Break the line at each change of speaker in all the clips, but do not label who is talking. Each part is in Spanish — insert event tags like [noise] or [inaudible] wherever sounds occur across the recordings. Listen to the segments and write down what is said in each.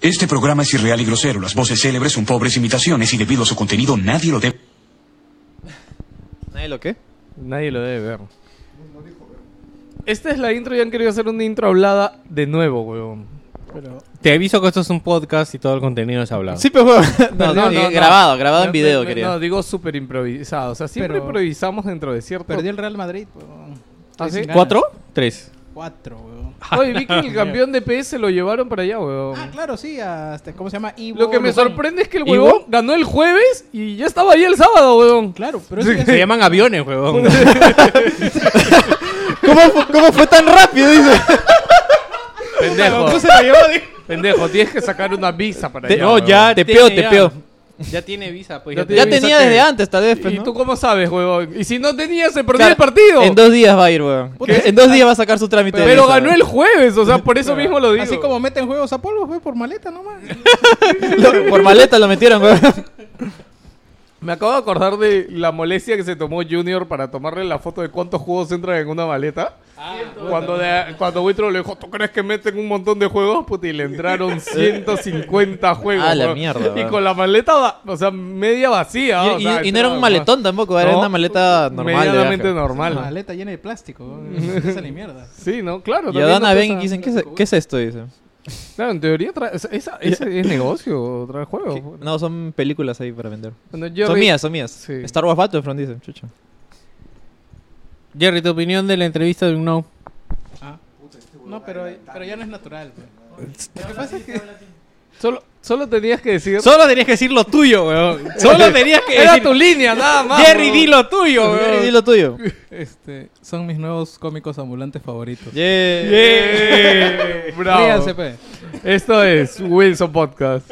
Este programa es irreal y grosero. Las voces célebres son pobres imitaciones y debido a su contenido nadie lo debe.
¿Nadie lo qué?
Nadie lo debe ver. Esta es la intro y han querido hacer una intro hablada de nuevo, huevón. Pero...
Te aviso que esto es un podcast y todo el contenido es hablado.
Sí, pues huevón.
[laughs]
[laughs]
No, no, no, no.
grabado, grabado en
No,
video,
no,
quería.
No, digo súper improvisado. O sea, siempre
Pero-
improvisamos dentro de cierto...
Perdió el Real Madrid,
¿Ah,
weón. pues, Estoy
sí?
sin ganas.
¿Cuatro? Tres.
Cuatro, weón.
Oye, vi
[laughs]
que el campeón de PS lo llevaron para allá, huevón.
Ah, claro, sí. Hasta, ¿Cómo se llama? Ivo
Lo que me
Lozano.
sorprende es que el
¿Y
huevón
vos?
ganó el jueves y ya estaba ahí el sábado, huevón.
Claro, pero eso ya
Se
es-
llaman aviones, huevón.
[laughs]
[laughs]
¿Cómo, fu- cómo fue tan rápido? Dice.
Pendejo.
se la llevó, dijo.
Pendejo, tienes que sacar una visa para allá.
No,
huevón.
ya.
Te
tiene,
peo, te
ya.
peo.
Ya tiene visa, pues.
Ya
ya
te-
tiene
Ya
visa.
tenía
que-
desde antes, tal vez, pues,
¿Y
¿no?
tú cómo sabes, huevón? Y si no tenía, se perdió
Claro,
el partido.
En dos días va a ir, weón.
¿Qué?
En dos días va a sacar su trámite. de
Pero
visa,
ganó
weón.
el jueves, o sea, por eso mismo lo digo.
Así como meten juegos a polvo, fue por maleta nomás.
Lo- Por maleta lo metieron, weón.
Me acabo de acordar de la molestia que se tomó Junior para tomarle la foto de cuántos juegos entran en una maleta. cuando de, cuando Buitro le dijo, ¿tú crees que meten un montón de juegos? Puta, y le
[laughs]
entraron 150 juegos.
Ah, la
weón.
mierda,
Y
weón.
con la maleta, va- o sea, media vacía. o
Y,
sea,
y- y no era
entraba,
un maletón tampoco, era
No,
una maleta normal. de
Medianamente
viaje.
Una
normal.
maleta llena de plástico, weón. No sale mierda.
[laughs] Sí, ¿no? Claro.
Y
también
Adana
no
ven y
pesa-
dicen, ¿qué es, qué es esto? Dice.
Claro, en teoría trae- esa- esa- ese es negocio, traer
¿Qué?
juegos.
No, son películas ahí para vender.
Bueno, yo
son
re-
mías, son mías.
Sí.
Star Wars Battlefront, dice. Chucha.
Jerry, tu opinión de la entrevista de un no.
Ah. No, pero, pero ya no es natural, pues. weón. Lo que pasa es [laughs] que.
Solo, solo tenías que decir...
Solo tenías que decir lo tuyo,
[laughs]
weón. Solo tenías que
Era
decir.
tu línea, nada más.
Jerry,
weón.
di lo tuyo,
Jerry, di
weón.
lo tuyo.
[laughs] Este, son mis nuevos cómicos ambulantes favoritos.
Yeah.
Yeah. Bravo.
[laughs] Ríanse, pues. pe.
Esto es Wilson Podcast.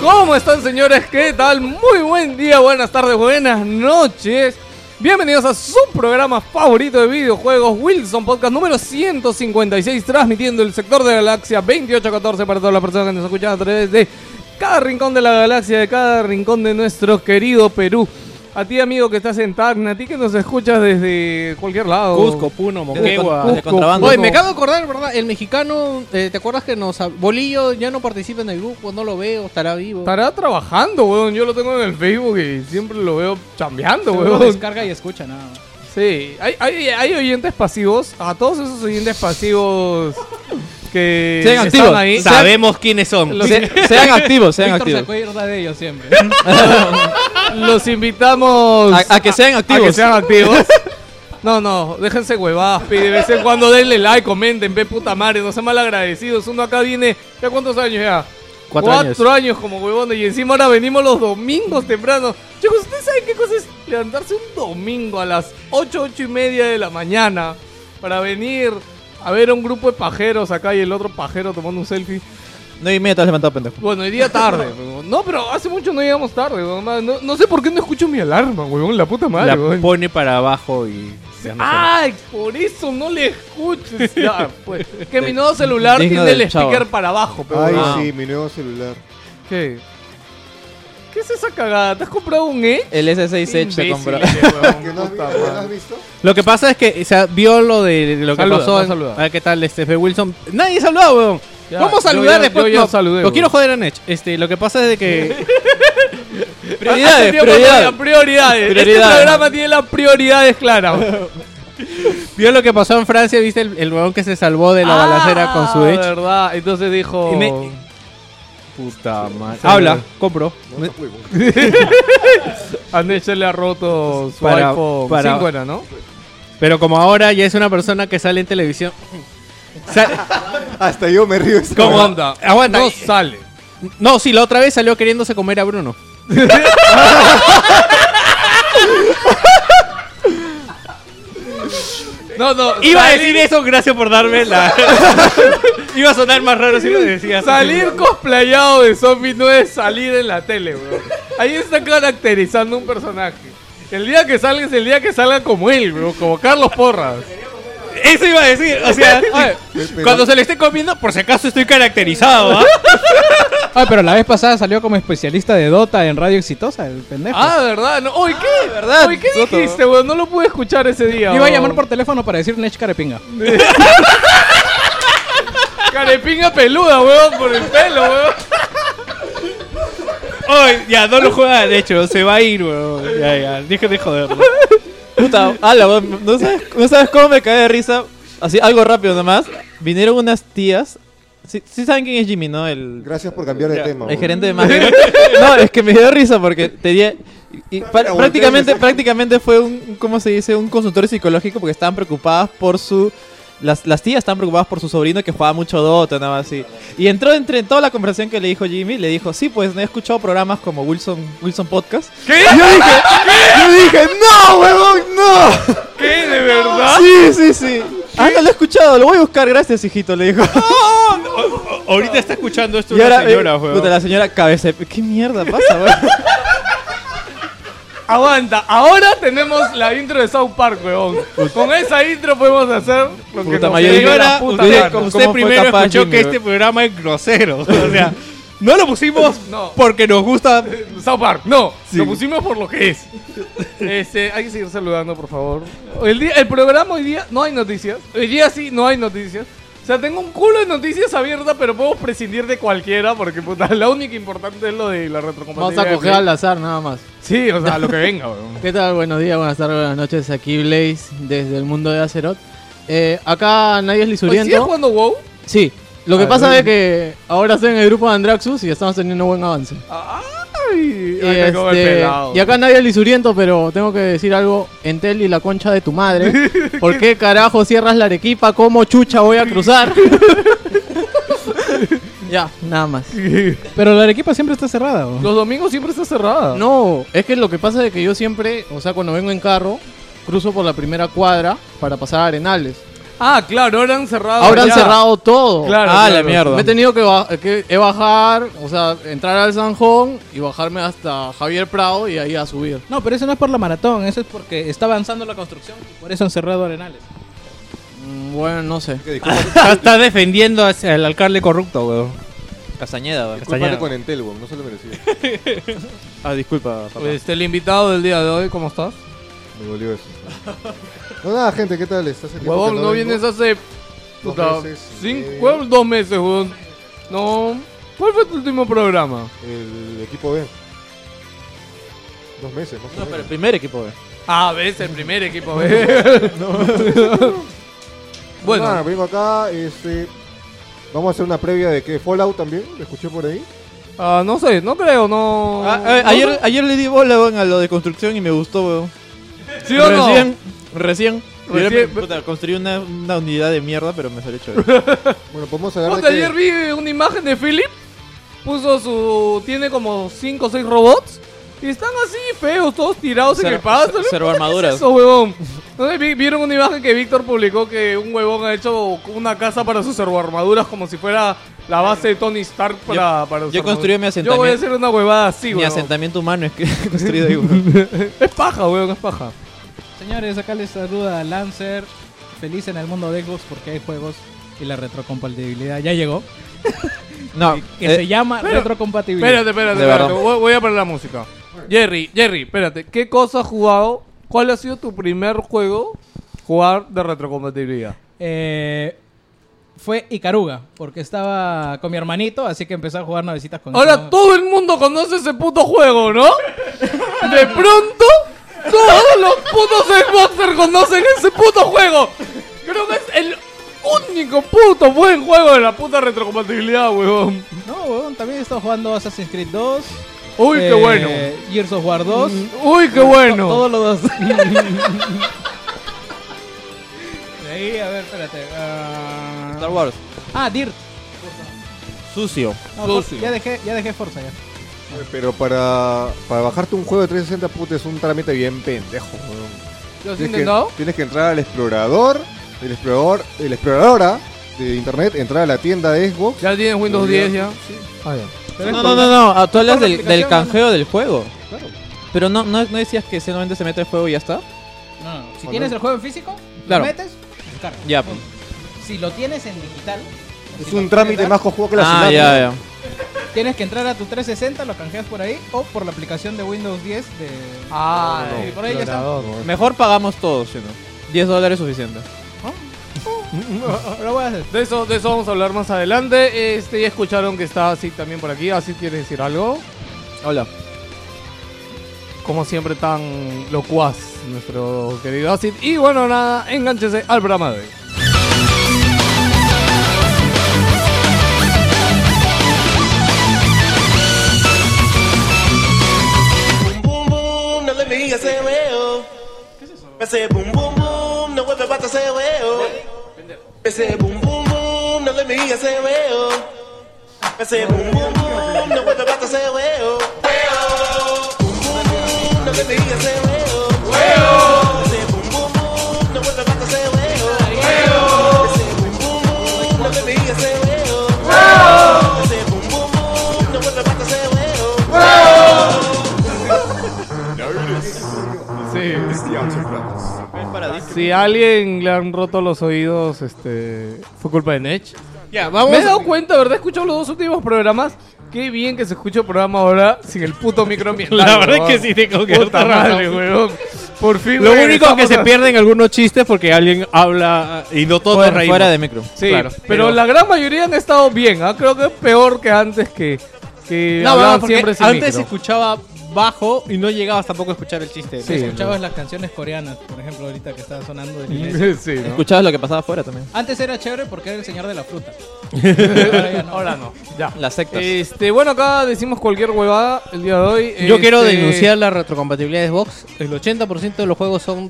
¿Cómo están, señores? ¿Qué tal? Muy buen día, buenas tardes, buenas noches. Bienvenidos a su programa favorito de videojuegos, Wilson Podcast número 156, transmitiendo el sector de la galaxia 2814 para todas las personas que nos escuchan a través de cada rincón de la galaxia, de cada rincón de nuestro querido Perú. A ti, amigo que estás en Tacna, a ti que nos escuchas desde cualquier lado.
Cusco, Puno, Moquegua.
Desde contrabando.
Oye, me acabo de acordar, ¿verdad? El mexicano, eh, ¿te acuerdas que nos... hab- Bolillo ya no participa en el grupo, no lo veo, estará vivo.
Estará trabajando, weón. Yo lo tengo en el Facebook y siempre lo veo chambeando,
Seguro
weón.
descarga y escucha nada. más.
Sí, hay, hay, hay oyentes pasivos. A todos esos oyentes pasivos que están
Sean activos.
ahí.
Sabemos quiénes son.
Los,
Se- sean activos, sean
Víctor se
activos.
acuerda de ellos siempre.
[laughs] [laughs] los invitamos
A, a que sean
a
activos.
que sean
[laughs]
activos. No, no, déjense huevadas, pi, De vez en cuando denle like, comenten, ve puta madre, no sean malagradecidos. Uno acá viene, ¿ya cuántos años ya?
Cuatro
años como huevones y encima ahora venimos los domingos temprano. Chicos, ¿ustedes saben qué cosa es levantarse un domingo a las 8, 8 y media de la mañana para venir a ver a un grupo de pajeros acá y el otro pajero tomando un selfie?
No y media te has levantado, pendejo.
Bueno, hoy día [laughs] tarde. huevón. no, pero hace mucho no llegamos tarde. huevón. No, no sé por qué no escucho mi alarma, huevón, la puta madre.
La
huevón. Ah,
pone para abajo y... ya no sé.
¡Ay! Por eso no le [laughs] escuches. Ya, pues. Que mi nuevo celular
Digno
tiene el
del chavo.
speaker para abajo. Pero,
Ay,
Ah.
sí, mi nuevo celular.
¿Qué? ¿Qué es esa cagada? ¿Te has comprado un Edge?
El S6 Edge se compró.
Que
no has, vi- que no has visto?
Lo que pasa es que o sea, vio lo de lo que
Saluda,
pasó.
no
en-
saluda.
a ver qué tal este F. Wilson. Nadie saludó, weón.
Ya, yo
Vamos a saludar
ya-
después.
yo ya
no,
saludé,
lo
weón.
quiero joder a Nech. Este, lo que pasa es
[laughs]
de que
Has
Prioridades,
tenido
prioridades.
pantalla, prioridades. Este
Prioridades.
programa tiene las prioridades claras.
vio lo que pasó en Francia, viste el, el weón que se salvó de la
Ah,
balacera con su Edge.
verdad. Entonces dijo...
Y me-
Ah,
Puta madre.
Habla, compro.
A Nech se le ha roto su
Para-
iPhone
para-
5 era, ¿no?
Pero como ahora ya es una persona que sale en televisión. [laughs] Sal-
Hasta yo me río. esta
¿Cómo?
vez.
Aguanta.
Aguanta.
No sale.
no, sí, la otra vez salió queriéndose comer a Bruno.
No, no.
Iba a
salir-
decir eso, gracias por darme la. [laughs] Iba a sonar más raro si lo decía.
Salir [laughs] cosplayado de zombie no es salir en la tele, bro. Ahí está caracterizando un personaje. El día que salga es el día que salga como él, bro. Como Carlos Porras.
Eso iba a decir, o sea,
[laughs]
Pero-
cuando se le esté comiendo, por si acaso estoy
[laughs]
caracterizado, ¿ah?
Ah, pero la vez pasada salió como especialista de Dota en Radio Exitosa, el pendejo.
Ah, ¿verdad? No. Oye, ¿qué?
¿verdad?
Oye, ¿qué
Soto.
dijiste, weón? No lo pude escuchar ese día.
Iba a
weón. [laughs]
llamar por teléfono para decir Nech Carepinga.
Carepinga peluda, weón, por el pelo, weón.
Hoy, ya, no lo juega, de hecho, se va a ir, weón. Ya, ya, deja de joderlo.
Puta, ala, vos, no sabes, no sabes cómo me cae de risa. Así, algo rápido nomás. Vinieron unas tías. Sí, sí saben quién es Jimmy, ¿no? El,
Gracias por cambiar de
Ya,
tema.
El
bro. [laughs]
gerente de marketing. no, es que me dio risa porque tenía. y- y pra-
volteé,
prácticamente,
dice.
Este prácticamente fue un, un- ¿cómo se dice? Un consultorio psicológico porque estaban preocupadas por su. Las, las tías estaban preocupadas por su sobrino que jugaba mucho Dota, nada más así. Y entró entre en toda la conversación que le dijo Jimmy, le dijo, sí, pues he escuchado programas como Wilson, Wilson Podcast.
¿Qué?
Yo dije, yo dije, no, huevón, no.
¿Qué? ¿De verdad?
Sí, sí, sí. Ah, no lo he escuchado, lo voy a buscar, gracias, hijito,
[laughs]
le dijo.
Ahorita está escuchando esto
y
una
ahora, eh,
señora,
puta,
weón.
la señora cabeza. ¿Qué mierda pasa, weón?
Aguanta. Ahora tenemos la intro de South Park, weón. Con esa intro podemos hacer lo que
Puta,
nos
mayor-
dé la
Señora,
puta
usted,
gana.
¿cómo-
usted
cómo fue
primero
capaz,
escuchó que
Jimmy,
este programa es grosero, o sea, no lo pusimos
No.
porque nos gusta.
South Park, no, lo pusimos por lo que
[laughs]
es. Este, hay que seguir saludando, por favor. El, día, el programa hoy día no hay noticias. Hoy día sí no hay noticias. O sea, tengo un culo de noticias abiertas, pero podemos prescindir de cualquiera porque puta, [laughs] la única importante es lo de la
Vamos
retrocompatibilidad.
a coger al azar nada más.
Sí, o sea, lo que venga, weón.
[laughs] ¿Qué tal? Buenos días, buenas tardes, buenas noches. Aquí Blaze desde el mundo de Azeroth. Eh, acá nadie es
Pues, ¿Sigues
lisuriento.
jugando WoW?
Sí. Lo que
Ah,
pasa
bien.
es que ahora estoy en el grupo de Andraxus y estamos teniendo buen avance.
Ah, Ay,
Y,
ahorita como el
este,
pelado.
y acá nadie es lisuriento, pero tengo que decir algo. Entel y la concha de tu
[laughs]
madre. ¿Por qué carajo cierras la arequipa? ¿Cómo chucha voy a
[laughs]
cruzar? ya, nada más.
[laughs]
Pero la Arequipa siempre está cerrada. ¿o?
Los domingos siempre está cerrada.
No, es que lo que pasa es que yo siempre, o sea, cuando vengo en carro, cruzo por la primera cuadra para pasar a Arenales.
Ah, claro, ahora han cerrado.
Ahora han
ya.
cerrado todo.
Claro,
ah, la
claro.
mierda.
Me he tenido que, ba- que- he bajar, o sea, entrar al Sanjón y bajarme hasta Javier Prado y ahí a subir.
No, pero eso no es por la maratón, eso es porque está avanzando la construcción y por eso han cerrado Arenales.
Mm, Bueno, no sé.
Que
[laughs]
disculpa,
Está, está defendiendo hacia el alcalde corrupto, weón.
Castañeda, weón.
discúlpate con Entel, huevón, no se lo merecía.
Ah, disculpa, papá.
Este, el invitado del día de hoy, ¿cómo estás?
Me dolió eso. No, nada, gente, ¿qué tal? ¿Estás aquí?
Huevón, no vienes hace
Dos
Puta,
meses y
cinco,
medio.
huevón, dos meses, huevón. No. ¿Cuál fue tu último programa?
El equipo B. Dos meses, más o
No, pero el
menos.
primer equipo, weón.
Ah, ves, el primer equipo,
[laughs]
¿ves? bueno,
Nada, vengo acá, este... Vamos a hacer una previa de que Fallout también, lo escuché por ahí.
ah, no sé, no creo, no.
Ah, eh,
¿No
ayer, ayer le di bola, weón, a lo de construcción y me gustó, weón.
sé? ¿Sí o no?
Recién, recién. yo le-
Recién.
puta, construí una, una unidad de mierda, pero me salió chévere.
Bueno, podemos hablar
Puta,
de
ayer
que...
vi una imagen de Philip. Puso su. Tiene como cinco o seis robots. Y están así feos, todos tirados en
Ser-
el pasto.
ser-
¿no?
servoarmaduras.
Eso, huevón. No sé, vi- vieron una imagen que Víctor publicó que un huevón ha hecho una casa para sus servoarmaduras como si fuera la base de Tony Stark para, para sus
yo construí mi
armaduras. Yo voy a
asentamiento-
hacer una huevada así,
Mi
huevón.
asentamiento humano es que he construido ahí, weón.
[laughs] Es paja, huevón, es paja.
Señores, acá les saluda Lancer, feliz en el mundo de Xbox porque hay juegos y la retrocompatibilidad ya llegó.
No,
[laughs] Que
eh,
se llama
pero-
retrocompatibilidad.
Espérate, espérate,
De verdad.
espérate. Voy, voy a poner la música. Jerry, Jerry, espérate. ¿Qué cosa has jugado? ¿Cuál ha sido tu primer juego jugar de retrocompatibilidad?
Eh, fue Icaruga, porque estaba con mi hermanito, así que empecé a jugar navecitas con
Ahora todo el mundo conoce ese puto juego, ¿no? De pronto, todos los putos Xboxers conocen ese puto juego. Creo que es el único puto buen juego de la puta retrocompatibilidad, huevón.
No, weón, también he estado jugando Assassin's Creed 2.
Uy, qué
eh,
bueno. Mm,
Gears of War 2.
Uy, qué bueno.
Todos los
[laughs]
dos. De ahí, a ver, espérate. ah,
Star Wars.
ah, Dirt.
Sucio.
No, Forza,
Sucio.
ya dejé, ya dejé Forza ya.
Pero para, para bajarte un juego de 360, puta, es un trámite bien pendejo. weón.
¿Lo
Tienes
has
que,
intentado?
tienes que entrar al explorador, el explorador, el exploradora de internet, entrar a la tienda de Xbox.
Ya tienes Windows 10 ya.
No, no, no, no. ah, Tú hablas
por
del, del
aplicación,
canjeo del juego.
Claro.
Pero no, no, no decías que solamente se mete el juego y ya está.
No, no, no. Si tienes el juego en físico,
Claro.
lo metes, lo descargas.
Ya.
Si lo tienes en digital,
Es
si lo
un trámite
quieres
más cojudo que la
Ah,
Tsunami.
ya, ya.
tienes que entrar a tu 360, lo canjeas por ahí o por la aplicación de Windows 10 de
Ah,
Sí, por ahí ya está.
Mejor pagamos todos, si no. 10 dólares es suficiente.
Pero lo voy a hacer.
De eso, de eso vamos a hablar más adelante. Este, ya escucharon que está así también por aquí. Así quieres decir algo.
Hola.
Como siempre tan locuaz nuestro querido Acid. Y bueno, nada, enganchese al programa de hoy.
boom boom boom, no let me hear you say well. Me say boom boom boom, no weapon about to say well. Me say boom boom boom, no let me hear you say well. Me say boom boom boom, no weapon about to say well. Well, boom boom boom, no let me hear you say well. Well, me say boom boom boom, no weapon about to say well. Well, me say boom boom boom, no let me hear you say well. Well, me say boom boom boom, no weapon about to say well.
Si a alguien le han roto los oídos,
Eh,
este, fue culpa de Nech.
Ya, vamos.
Me he dado cuenta, ¿verdad? He escuchado los dos últimos programas. Qué bien que se escucha el programa ahora sin el puto micro ambiental,
La verdad
huevón.
es que sí, tengo que
Puta madre, weón. Por fin.
Lo único que
regresamos
se
a-
pierden algunos chistes porque alguien habla ah, y no todos
Fuera,
reímos.
fuera de micro.
Sí,
Claro,
pero,
pero-
la gran mayoría han estado bien. ¿ah? Creo que es peor que antes que, que
No,
hablaban
no, porque
siempre sin
antes
micro.
escuchaba bajo y no llegabas tampoco a escuchar el chiste.
Sí,
Escuchabas las canciones coreanas, por ejemplo, ahorita que estaban sonando
[laughs]
de inglés.
Sí, sí, ¿no?
Escuchabas lo que pasaba afuera también.
Antes era chévere porque era el señor de la fruta. Ahora ya no.
Ahora no, ya.
Las sectas.
Este, bueno, acá decimos cualquier huevada el día de hoy.
Yo quiero
Este,
denunciar la retrocompatibilidad de Xbox. El 80% de los juegos son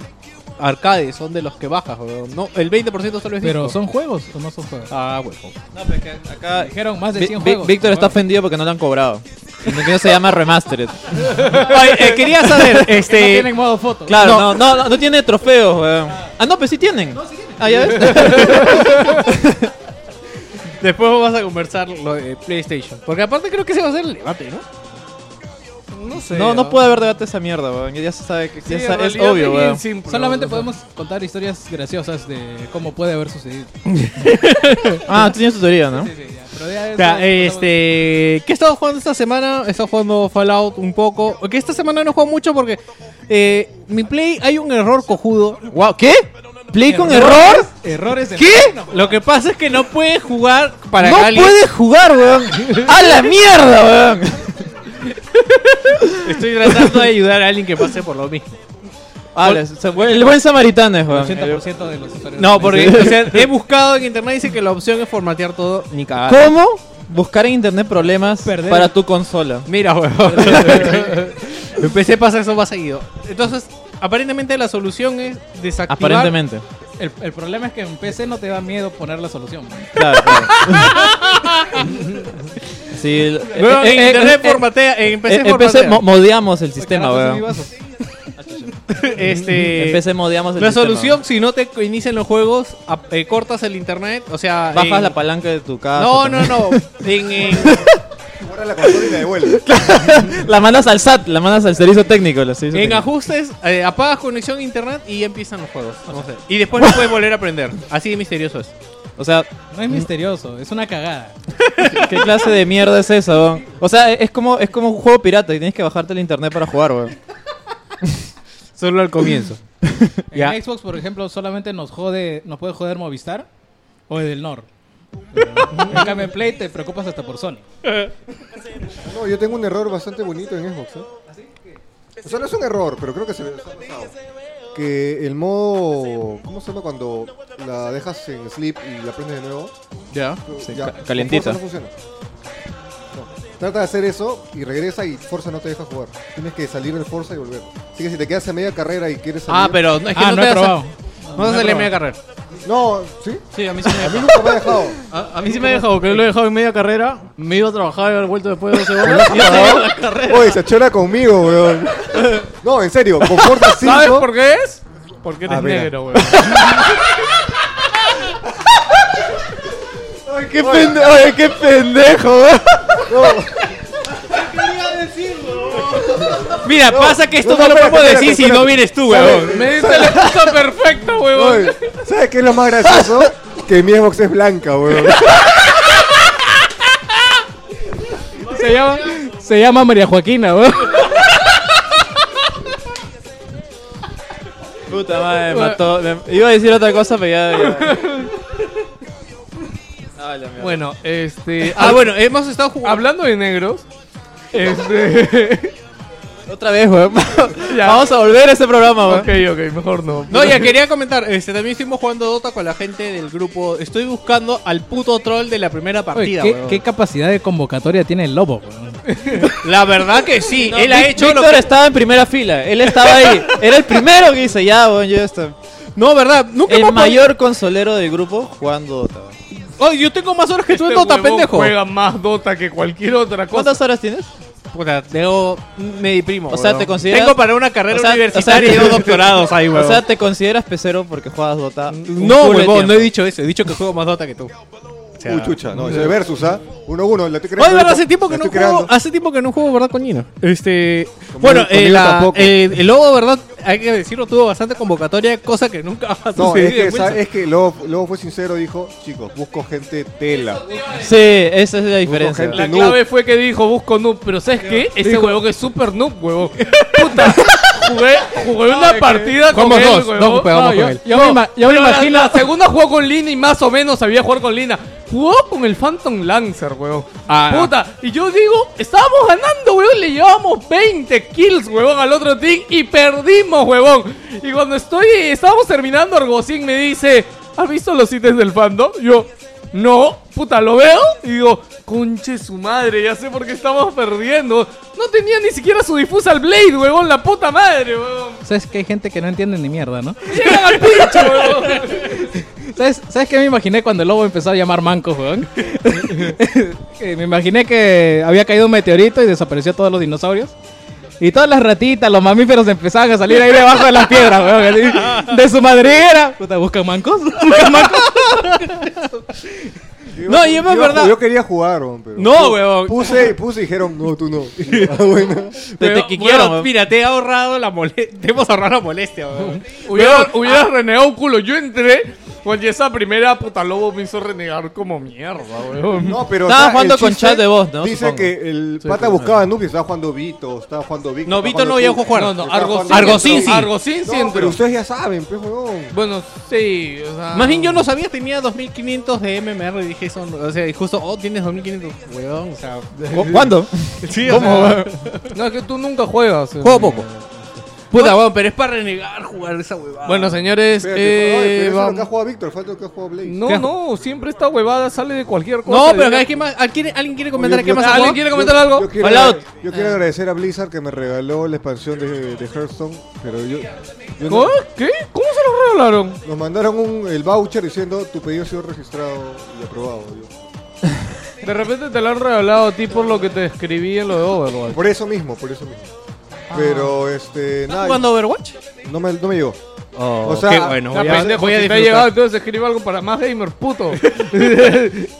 arcades, son de los que bajas, weón. No, el 20% solo es
Pero
disco.
son juegos o no son juegos?
Ah, huevo.
Acá
Dijeron más de
Vi-
100
Vi-
juegos.
Víctor está ofendido porque no lo han cobrado. El que se llama Remastered.
[laughs] Ay, eh, quería
[laughs]
saber,
No
este...
tienen modo foto.
Claro, no, no, no, no tiene trofeos, weón. Ah,
pues
no, pero sí tienen. Ah, ya
[laughs]
ves.
Después vamos a conversar lo de PlayStation. Porque aparte creo que se va a hacer el debate, ¿no?
No sé.
No,
ah.
no puede haber debate esa mierda, weón. Ya se sabe que
Sí,
ya
en
sa- es
realidad
obvio,
bien
weón.
simple,
Solamente
o sea.
podemos contar historias graciosas de cómo puede haber sucedido.
Ah, tú tienes tu teoría, ¿no?
Sí, sí, ya. Pero de ahí-
Ya, este, ¿qué he estado jugando esta semana? He estado jugando Fallout un poco. Que esta semana no he jugado mucho porque eh, mi play hay un error cojudo.
Wow, ¿qué? ¿Play con error?
Errores de
¿Qué? Lo que pasa es que no puede jugar para
No
Gali.
puede jugar, weón. A la mierda, weón.
Estoy tratando de ayudar a alguien que pase por lo mismo.
Ah, la- se- el buen samaritano es, weón.
80% de los usuarios.
No, porque o sea, [laughs] he buscado en internet dice que la opción es formatear todo ni cagar.
¿Cómo buscar en internet problemas
Perder.
para tu consola? [laughs]
Mira, weón. Empecé a pasar eso más seguido. Entonces, aparentemente la
[laughs]
solución es desactivar.
Aparentemente.
El, el problema es que en PC no te da miedo poner la solución.
Claro, claro. [laughs] Sí, el-
Weón,
eh,
en
eh,
internet
eh,
formatea, en
eh,
PC
en PC
formatea.
mo- modeamos el sistema,
Carajo,
weón.
sí, vasos.
Este,
En PC modeamos el
La
sistema,
solución, si no te inician los juegos, ap- eh, cortas el internet, o sea...
weón. Bajas
en-
la palanca de tu casa.
No, no,
[laughs]
no. en, en-
Borra la consola y la devuelve.
no. La mandas al SAT, la mandas al servicio técnico. la servicio
en
técnico.
ajustes, eh, apagas conexión a internet y empiezan los juegos. No sé. Y después lo puedes volver a aprender. Así de misterioso es.
O sea, mm.
No es misterioso, es una cagada.
¿Qué clase de mierda es esa, weón? O sea, es como, es como un juego pirata y tienes que bajarte el internet para jugar, weón.
Solo al
[laughs]
comienzo.
En
Ya.
Xbox, por ejemplo, solamente nos jode, nos puede joder Movistar o el del Nor. en cambio, en Play te preocupas hasta por Sony.
No, yo tengo un error bastante bonito en Xbox. ¿eh? O sea, no es un error, pero creo que se me se ha pasado. Que el modo. ¿Cómo se llama cuando la dejas en sleep y la prendes de nuevo?
Ya.
Ya,
ca-
con Forza
calientita.
No funciona. No. Trata de hacer eso y regresa y Forza no te deja jugar. Tienes que salir del Forza y volver. Así que si te quedas a media carrera y quieres salir.
Ah, pero no- es que
Ah,
no,
no
te
he
vas a-
probado.
No vas a salir
he probado.
media carrera.
No, ¿sí?
Sí, a mí sí me
A mí nunca me ha
[laughs]
dejado.
A, a mí sí me ha dejado, que
[laughs]
lo he dejado en media carrera. Me iba a trabajar y haber vuelto después de 12 horas. y ya tenía la carrera.
Oye, se achora conmigo, weón. No, en serio, con Forza 5.
¿Sabes por qué es? Porque eres
Ah, mira.
negro, weón.
Ay, qué
Oye, qué pendejo, weón.
Mira, pasa que esto
no,
no, lo
espérate,
podemos
espérate,
decir si
espérate.
no vienes tú,
¿Sabes?
weón.
Me dice la cosa perfecta, weón.
Oye, [laughs] ¿Sabes qué es lo más gracioso?
[laughs]
Que mi Xbox es blanca, weón.
Se llama, se llama María Joaquina, weón.
Puta madre, me mató. me- iba a decir otra cosa, pero ya.
[laughs]
ya. Ah, la mierda.
Bueno, este.
Ah, bueno, hemos estado jugando.
Hablando de negros, este.
Otra vez, weón. Vamos a volver a este programa, weón.
ok, ok, mejor no.
No, ya quería comentar, este, también estuvimos jugando Dota con la gente del grupo. Estoy buscando al puto troll de la primera
Oye,
partida,
¿qué,
weón.
qué capacidad de convocatoria tiene el lobo, weón?
La verdad que sí,
No,
él ha
Vic-
hecho lo
Víctor
que...
estaba en primera fila.
[laughs]
Él estaba ahí. Era el primero que dice, ya, weón, yo estoy.
No, verdad, nunca
El
hemos
mayor consolero del grupo jugando Dota. weón.
podido- Oh, yo tengo más horas que tú
Este
en Dota,
huevón
pendejo.
Juega más Dota que cualquier otra cosa.
¿Cuántas horas tienes?
Puta, tengo... Me deprimo,
O sea,
weón.
¿te consideras-
Tengo para una carrera
o sea,
universitaria
o
[laughs]
sea,
y dos doctorados ahí, weón.
O sea, ¿te consideras pecero porque juegas Dota? un
no,
culo de
huevón, no he
tiempo?
dicho eso. He dicho que juego más Dota que tú.
Uy, chucha, no, eso es versus, ¿ah? 1-1, la estoy creando.
Oye, verdad,
ahorita.
hace tiempo que
La
no
estoy
juego,
creando.
hace tiempo que no juego, ¿verdad, con Nino? Este, bueno,
conmigo
eh, la-
tampoco.
eh, el lobo, ¿verdad? Hay que decirlo, tuvo bastante convocatoria, cosa que nunca ha sucedido.
No, es que,
en Wilson.
sa- es que luego, luego fue sincero, dijo, chicos, busco gente tela.
Sí, esa es la diferencia.
gente
La
noob.
clave fue que dijo busco noob, pero ¿sabes qué? Ese huevón es super noob, huevón. Puta, jugué, jugué una partida con
Jugamos
él,
dos,
huevón.
dos jugamos
yo,
con él.
yo
No,
me, ima- yo me
pero la-
imagino. [laughs] La, segunda jugó con Lina y más o menos sabía jugar con Lina. Jugó con el Phantom Lancer, huevón.
Ah.
Puta, y yo digo, estábamos ganando, huevón. Le llevábamos 20 kills, huevón, al otro team y perdimos, huevón. Y cuando estoy, estábamos terminando, Argocín me dice, ¿has visto los ítems del fandom? Yo, no, puta, lo veo y digo, conche su madre, ya sé por qué estamos perdiendo. No tenía ni siquiera su difusa al Blade, huevón, la puta madre, huevón.
Sabes que hay gente que no entiende ni mierda, ¿no?
Llegan al pinche, huevón.
¿Sabes, ¿Sabes qué me imaginé cuando el lobo empezó a llamar mancos, weón? [laughs] Que me imaginé que había caído un meteorito y desapareció todos los dinosaurios. Y todas las ratitas, los mamíferos empezaban a salir ahí debajo de las piedras, weón. así, de su madriguera. Puta, ¿Buscan mancos? [laughs] ¿Buscan mancos?
No, y es
Yo-
verdad.
Yo quería jugar, weón, pero...
No, huevón.
Puse y puse y dijeron, no, tú
[laughs]
no. [laughs] Ah, bueno.
Te, te
Huevón,
quiquearon,
huevón,
weón.
Mira, te he ahorrado la molestia. Te hemos ahorrado la molestia, weón.
Hubiera,
Ah.
hubiera renegado un culo. Yo entré, con esa primera puta lobo me hizo renegar como mierda, weón.
No, pero.
Estaba
o sea,
jugando
el
con
chiste
chat de voz, ¿no?
Dice
Supongo.
que el pata buscaba Noob y estaba jugando Vito, estaba jugando Vito.
No,
estaba
Vito
jugando
no llegó
Tuco.
a jugar.
No, no,
Estaba
Argocín.
jugando-
Argocín sí.
Argocín sí
No, pero
entró.
ustedes ya saben, pues, huevón.
Bueno, sí, o sea.
Más bien yo no sabía, tenía 2500 de MMR y dije, son, o sea, y justo, oh, tienes 2500, weón, o sea,
¿Cu- ¿Cuándo?
[laughs] sí, ¿cómo, weón?
No, es que tú nunca juegas. eh.
Juego poco. Puta, weón, pero es para renegar jugar esa huevada.
Bueno, señores,
Espérate, oye, pero
eh,
eso es lo que ha
vamos.
jugado Víctor, falta lo que ha jugado Blaze.
No, no, siempre esta huevada sale de cualquier cosa.
no, pero
Yo-
¿qué- qué más? ¿Alguien, ¿Alguien quiere comentar
Yo-
qué
yo-
más?
yo-
ha
¿Alguien
jugado?
quiere comentar algo? Ah.
Yo quiero,
Fallout.
yo quiero agradecer a Blizzard que me regaló la expansión de, de Hearthstone, pero yo. yo no-
¿Cómo? ¿Qué? ¿Cómo se lo regalaron?
nos mandaron un, el voucher diciendo tu pedido ha sido registrado y aprobado. yo.
De repente te lo han regalado a ti por lo que te escribí en lo de Overwatch. Ah.
Por eso mismo, por eso mismo. Pero, este,
¿Estás
nada,
jugando Overwatch?
no me, no me llegó.
Oh,
o sea,
qué bueno,
Ya,
voy a-
pendejo,
voy a
si te ha
disfrutar.
llegado, entonces escribe algo para más gamer, puto.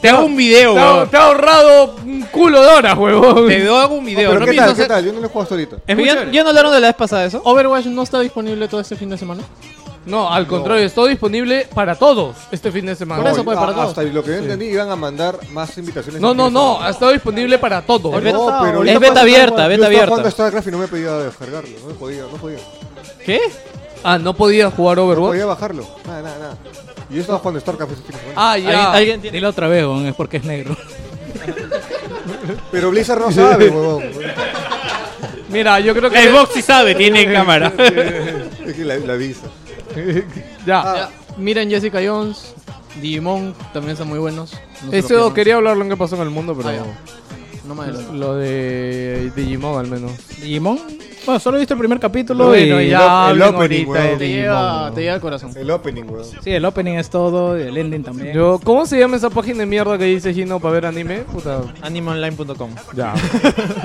Te hago un video,
Te ha,
[laughs] weón.
te ha ahorrado un culo de horas, huevón.
Te do- hago un video.
pero
no
¿qué
pienso
tal? ¿Qué
hacer-
tal? Yo no lo he jugado hasta ahorita.
¿Ya, ya no hablaron de la vez pasada eso?
Overwatch no está disponible todo este fin de semana.
No, al contrario, está disponible para todos este fin de semana.
No, y- ah, Hasta lo que yo entendí, iban a mandar más invitaciones.
No,
a
no,
mi
no,
casa.
ha estado disponible para todos.
beta-
No, pero
es
ahorita
beta
pasa-
abierta, beta
yo estaba
abierta.
jugando StarCraft y no me pedía descargarlo, no me podía, no podía.
¿Qué? Ah, no podía jugar
No
Overwatch.
podía bajarlo, nada, nada, nada. Y yo estaba jugando StarCraft ese fin de semana.
Ah, ya.
¿Alguien, alguien tiene-
Dilo otra vez, weón, es porque es negro.
Pero Blizzard no sabe, huevón.
Mira, yo creo que
El box
[laughs]
sí sabe, tiene cámara.
Es que la, la visa.
ya.
Miren Jessica Jones, Digimon también son muy buenos. No se lo
Eso
pierdan.
quería hablarlo en qué pasó en el mundo, pero
Ah, ya. No me adelanto.
lo de Digimon al menos.
Digimon. Bueno, solo he visto el primer capítulo
Bueno,
y...
ya
el
hablen
opening,
ahorita de
weón.
Te
Digimon.
llega,
weón.
Ah, te llega al corazón.
El opening, weón.
Sí, el opening es todo, el ending también.
Yo, ¿Cómo se llama esa página de mierda que dice Gino para ver anime? Puta.
animeonline.com.
Ya.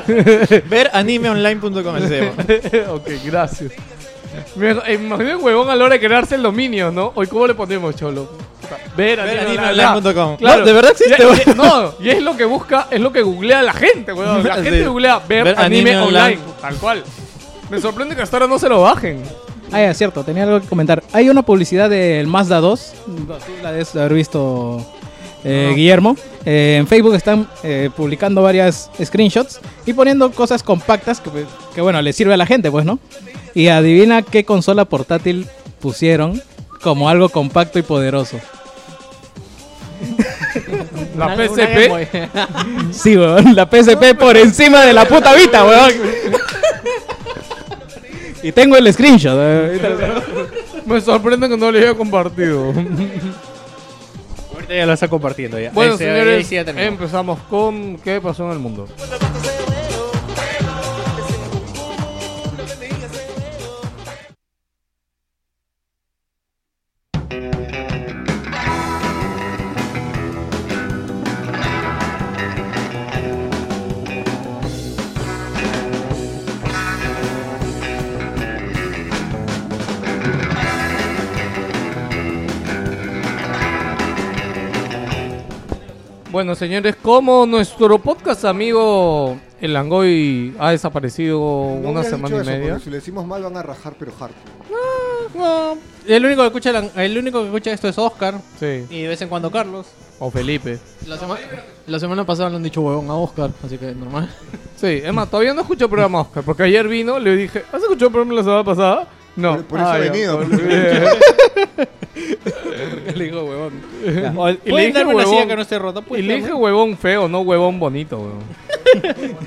[laughs] Ver animeonline.com el
[laughs]
CEO.
ok, gracias. Me me imagino el huevón a la hora de crearse el dominio, ¿no? Hoy, ¿cómo le ponemos, cholo? Puta, Ver
Ver
anime
anime
online.
online.com.
Claro.
No, de verdad existe,
Ya-
weón.
ya- No, y es lo que busca, es lo que googlea la gente, weón. La
Sí.
gente googlea ver,
Ver
anime,
anime
online,
online.
tal cual. Me sorprende que hasta ahora no se lo bajen.
Ah, ya, cierto, tenía algo que comentar. Hay una publicidad del Mazda 2, tú la debes haber visto, eh, Guillermo. Eh, en Facebook están eh, publicando varias screenshots y poniendo cosas compactas que, pues, que, bueno, le sirve a la gente, pues, ¿no? Y adivina qué consola portátil pusieron como algo compacto y poderoso.
La
Una- una Game
PCP.
Boy.
eh.
[laughs]
Sí, weón, la PSP por encima de la puta Vita, weón. Y tengo el screenshot. eh.
[laughs] Me sorprende que no le haya compartido.
Ahorita ya lo está compartiendo ya.
Bueno,
Ahí se- ahí
señores,
sí ya terminó.
empezamos con qué pasó en el mundo. Bueno, señores, como nuestro podcast amigo El Langoy ha desaparecido
No
una
hubieras
semana
dicho
y
eso,
media.
porque Si le decimos mal, van a rajar, pero hard.
No, el único que escucha la- el único que escucha esto es Oscar
Sí.
y de vez en cuando Carlos.
O Felipe.
La, sema- la semana pasada le han dicho huevón a Oscar, así que normal.
[laughs] Sí, es más, todavía no escucho el programa Oscar, porque ayer vino, le dije, ¿has escuchado el programa la semana pasada? No.
Por- por eso he
ya,
venido. [laughs]
le digo huevón.
O el-
Y le
Pueden
dije,
darme una
huevón.
silla que no esté rota.
Y
Pues,
le dije huevón feo, no huevón bonito, huevón.
[laughs]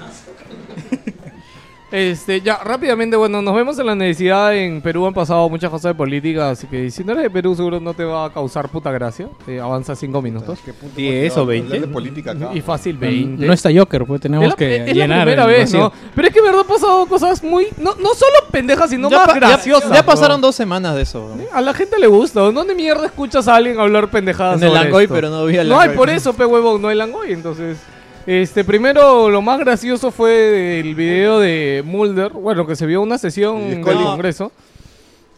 Este, ya, rápidamente, bueno, nos vemos en la necesidad. En Perú han pasado muchas cosas de política, así que si no eres de Perú, seguro no te va a causar puta gracia. Eh, avanza cinco minutos.
¿Qué punto
10 o
hemos llegado?
20.
Hablar de política acá.
Y fácil, 20.
No está Joker, pues
es
tenemos
la,
que
es- es la
llenar.
primera
el
vez,
vacío.
¿no? Pero es que, verdad, han pasado cosas muy. No, no solo pendejas, sino
ya,
más
pa- ya-
graciosas.
ya pasaron
¿no?
dos semanas de eso. weón.
A la gente le gusta. ¿no? ¿Dónde mierda escuchas a alguien hablar pendejadas?
En el
sobre
Langoy,
esto?
pero no vi al
No hay
Langoy.
por eso, pe huevón, no hay Langoy. Entonces, este, primero, lo más gracioso fue el video de Mulder. Bueno, que se vio una
Y
sesión
de
del
Scully.
Congreso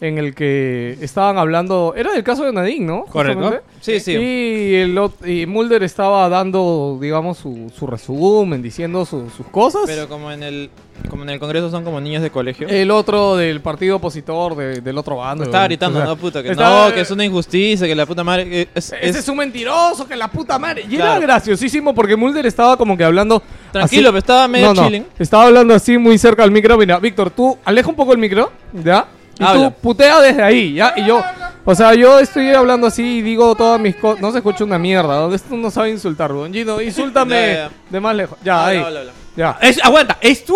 en el que estaban hablando. Era del caso de Nadine, ¿no?
Correcto.
Justamente.
Sí, sí.
Y, el, ot- y Mulder estaba dando, digamos, su, su resumen, diciendo su- sus cosas.
Pero como en el como en el Congreso son como niños de colegio.
el otro del partido opositor, de- del otro bando.
estaba
huevón.
gritando,
O sea,
no, puta, que
estaba-
no, que es una injusticia, que la puta madre... que es-
Ese
es-
es un mentiroso, que la puta madre. Y era
Claro.
graciosísimo porque Mulder estaba como que hablando.
Tranquilo,
así-
pero estaba medio
No, no,
chilling.
Estaba hablando así muy cerca al micro. Mira, Víctor, tú aleja un poco el micro, ¿ya? Y
Habla.
tú putea desde ahí, ¿ya? Y yo, o sea, yo estoy hablando así y digo todas mis cosas. No se escucha una mierda. ¿no? Esto no sabe insultar, weón. Gino, insúltame
[laughs] Ya, ya.
de más lejos. Ya,
Habla,
ahí.
habla, habla.
Ya.
Es- aguanta, es tu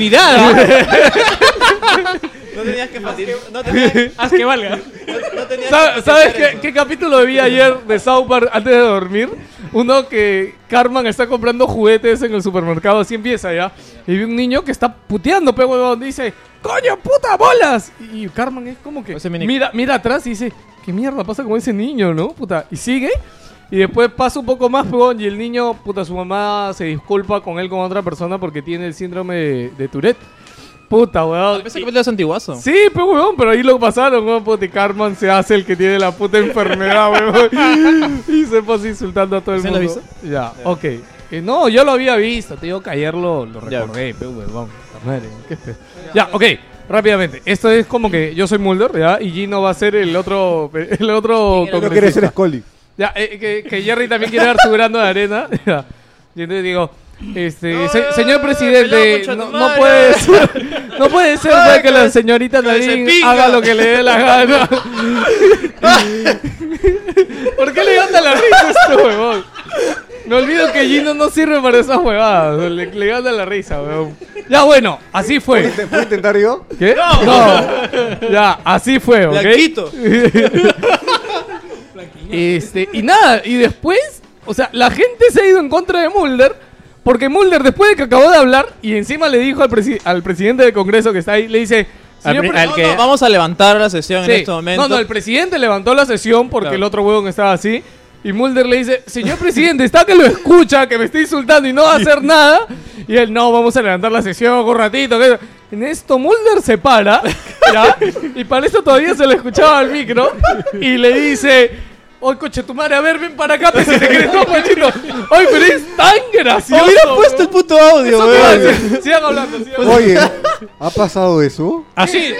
oportunidad. ¿ah?
[laughs]
[laughs]
No tenías que facilitar... No tenías,
Haz que valga.
no
¿Sabes,
tenías que
sabes
facilitar
qué,
eso.
qué capítulo vi ayer de South Park antes de dormir? Uno que Carmen está comprando juguetes en el supermercado, así empieza ya. Y vi un niño que está puteando, pe huevón, dice, ¡Coño, puta, bolas! Y Carmen es como que
Ese mini-
mira, mira atrás y dice, ¿qué mierda pasa con ese niño, no? Puta, y sigue. Y después pasa un poco más, huevón, y el niño, puta, su mamá se disculpa con él con otra persona porque tiene el síndrome de, de Tourette. Puta, weón.
Ese capítulo es antiguazo.
Sí, pero weón, pero ahí lo pasaron, weón, puta, y Carman se hace el que tiene la puta enfermedad,
[laughs]
weón. y se pasa insultando a todo el
¿Sí lo
mundo.
has
Ya, ok. Eh, no, yo lo había visto, te digo que ayer lo, lo recordé, pero weón. puta madre, qué fe- pues, Ya, ok. rápidamente. Esto es como que yo soy Mulder, ¿ya? Y Gino va a ser el otro. El otro.
No quiere ser Scully.
Ya, eh, que, que Jerry también quiere dar su grano de arena. [laughs] Ya. Y entonces digo, este, se- señor presidente, no,
pelado, concha tu
no
madre.
puede ser, [laughs] no puede ser pues, que la señorita Nadine
pinga.
haga lo que le dé la gana. [laughs] ¿Por qué levanta la risa este huevón? Me olvido que Gino no sirve para esas huevadas. Le, le gana la risa, huevón. Ya bueno, así fue.
¿Puedo intentar yo?
¿Qué? No. Ya, así fue, ¿ok?
Blanquito.
[laughs] Este, y nada, y después, o sea, la gente se ha ido en contra de Mulder, porque Mulder, después de que acabó de hablar, y encima le dijo al, presi- al presidente del Congreso que está ahí, le dice,
Al
"Señor
pri-
pre-
al
no,
que-
no, va-
Vamos a levantar la sesión
sí.
en este momento.
No, no, el presidente levantó la sesión porque el otro huevón estaba así. Y Mulder le dice, señor presidente, está que lo escucha, que me está insultando y no va a
[laughs]
hacer nada. Y él, no, vamos a levantar la sesión un ratito. que- En esto Mulder se
[laughs]
para, ¿ya? Y para eso todavía se le escuchaba al micro. Y le dice, oye, coche, tu madre, a ver, ven para acá, pues, si te crees no, cochino. Ay, pero es tan gracioso.
Hubiera puesto el puto
Eso
audio,
te iba a
weón.
decir. Sigan hablando, sigan hablando.
Oye, ¿ha pasado eso?
Ah, [laughs]
Así.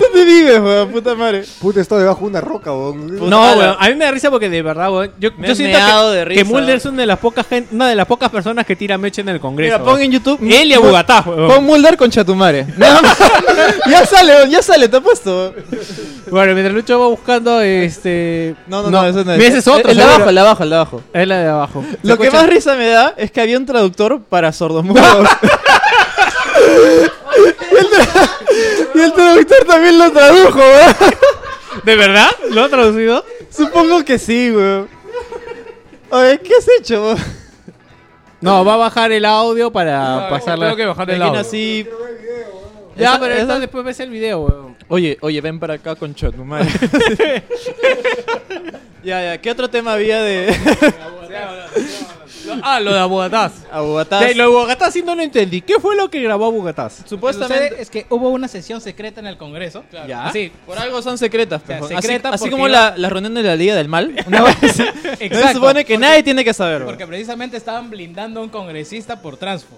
¿Dónde vives, weón? Puta madre.
Puta, está debajo de una roca, weón.
No,
Ala.
weón, a mí me da risa porque de verdad, weón, yo,
Me
yo
he
siento
meado
que,
de
que
risa,
Mulder
weón.
es una de las pocas gen- una de las pocas personas que tira mecha en el Congreso.
Mira, pon
weón.
en YouTube.
Él y a Bogotá, weón.
Pon Mulder con Chatumare. [laughs] Nada más. ya sale, weón, ya sale, te apuesto. weón.
Bueno, mientras Lucho va buscando este
No, no, no, eso no es.
Ese es otro.
El, el de
seguro.
abajo, el de abajo, el de abajo.
Es la de abajo.
Lo que más risa me da es que había un traductor para
[laughs]
sordomudos. y, el tra- y el traductor también lo tradujo, weón.
¿De verdad? ¿Lo ha traducido?
Supongo que sí, weón. Oye, ¿qué has hecho, weón?
No, va a bajar el audio para pasarla.
Tengo que bajar el
Alguien
audio.
así.
Ya,
Esa-
pero esta
esa-
después ves el video, weón.
Oye, oye, ven para acá con Chatumare. ya, ya, ¿qué otro tema había de
Ah, lo de Abogatás.
Abogatás?
Ya, y lo de Bogotá sí no lo entendí. ¿Qué fue lo que grabó Bogatás?
Supuestamente.
es que hubo una sesión secreta en el Congreso.
Ya.
Así,
Por algo son secretas,
sea,
pejón.
secreta
así, así
porque
como
iba-
la, las reuniones de la Liga del Mal. Una vez, [laughs] no se
Exacto,
supone que nadie tiene que saber. bro.
porque precisamente estaban blindando a un congresista por transfo.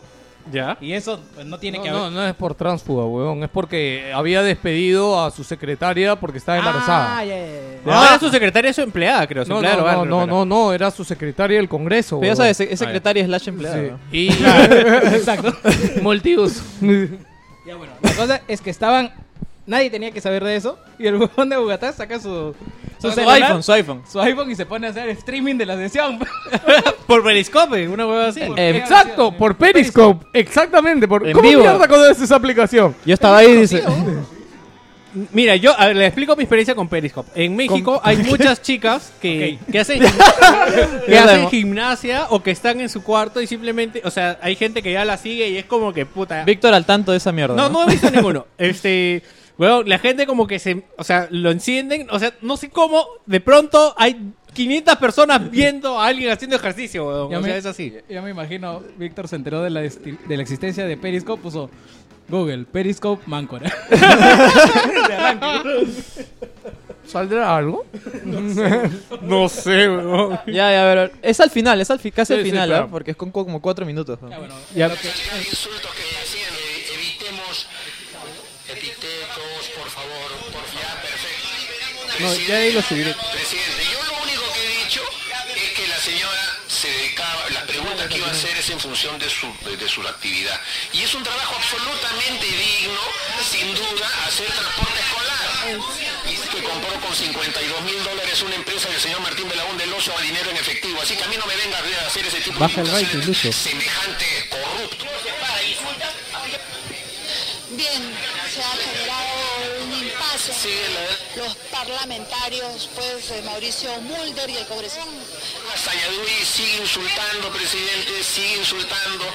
Ya.
Y eso pues, no tiene
No,
que
no,
haber.
no es por transfuga, weón. Es porque había despedido a su secretaria porque estaba embarazada.
Ah, ya, ya, ya.
No, era su secretaria, es su empleada, creo. su
No,
empleada
no,
lo va a
no, no,
recuperar.
no, no, era su secretaria del Congreso.
Pero ya
weón.
sabes, es secretaria slash empleada.
Sí.
¿no?
[laughs]
[laughs]
Y
Exacto.
[laughs] multiuso.
Ya, bueno, la cosa es que estaban. Nadie tenía que saber de eso. Y el huevón de Bogotá saca su. Su,
Su,
celular,
iPhone, su iPhone.
su iPhone y se pone a hacer streaming de la sesión.
Por Periscope, una hueva así.
Por-
Eh, Exacto, por Periscope. Exactamente. Por,
En
¿Cómo
vivo.
mierda conoces esa aplicación?
Yo estaba ahí y dice.
[laughs]
Mira, yo a ver, le explico mi experiencia con Periscope. En México
[laughs]
hay muchas chicas que, que hacen, que
Ya
hacen
sabemos.
gimnasia o que están en su cuarto y simplemente, o sea, hay gente que ya la sigue y es como que puta.
Víctor al tanto de esa mierda.
No, no he
[laughs]
visto ninguno. Este, bueno, la gente como que se, o sea, lo encienden, o sea, no sé cómo, de pronto hay 500 personas viendo a alguien haciendo ejercicio, weón.
Ya
O
me-
sea, es así.
Ya me imagino, Víctor se enteró de la, esti- de la existencia de Periscope, puso Google, Periscope [laughs] Mancora.
¿Saldrá algo? no sé, weón.
[laughs] Ya, ya, a ver, a ver. Es al final, es al fi- casi al
Sí, sí,
final,
claro.
¿ah? porque es con cu- como cuatro minutos. ¿no?
"Eh,
No, ya ahí lo subiré.
Presidente, yo lo único que he dicho es que la señora se dedicaba, las preguntas que iba a hacer es en función de su, de, de su actividad. Y es un trabajo absolutamente digno, sin duda, hacer transporte escolar. Y que compró con 52 mil dólares una empresa del señor Martín Belagón del Ocio a dinero en efectivo. Así que a mí no me venga a hacer ese tipo de rating, semejante corrupto.
Bien, se ha generado un impasse. Los parlamentarios, pues eh, Mauricio Mulder y el Congreso.
Sayaduy sigue insultando, presidente, sigue insultando,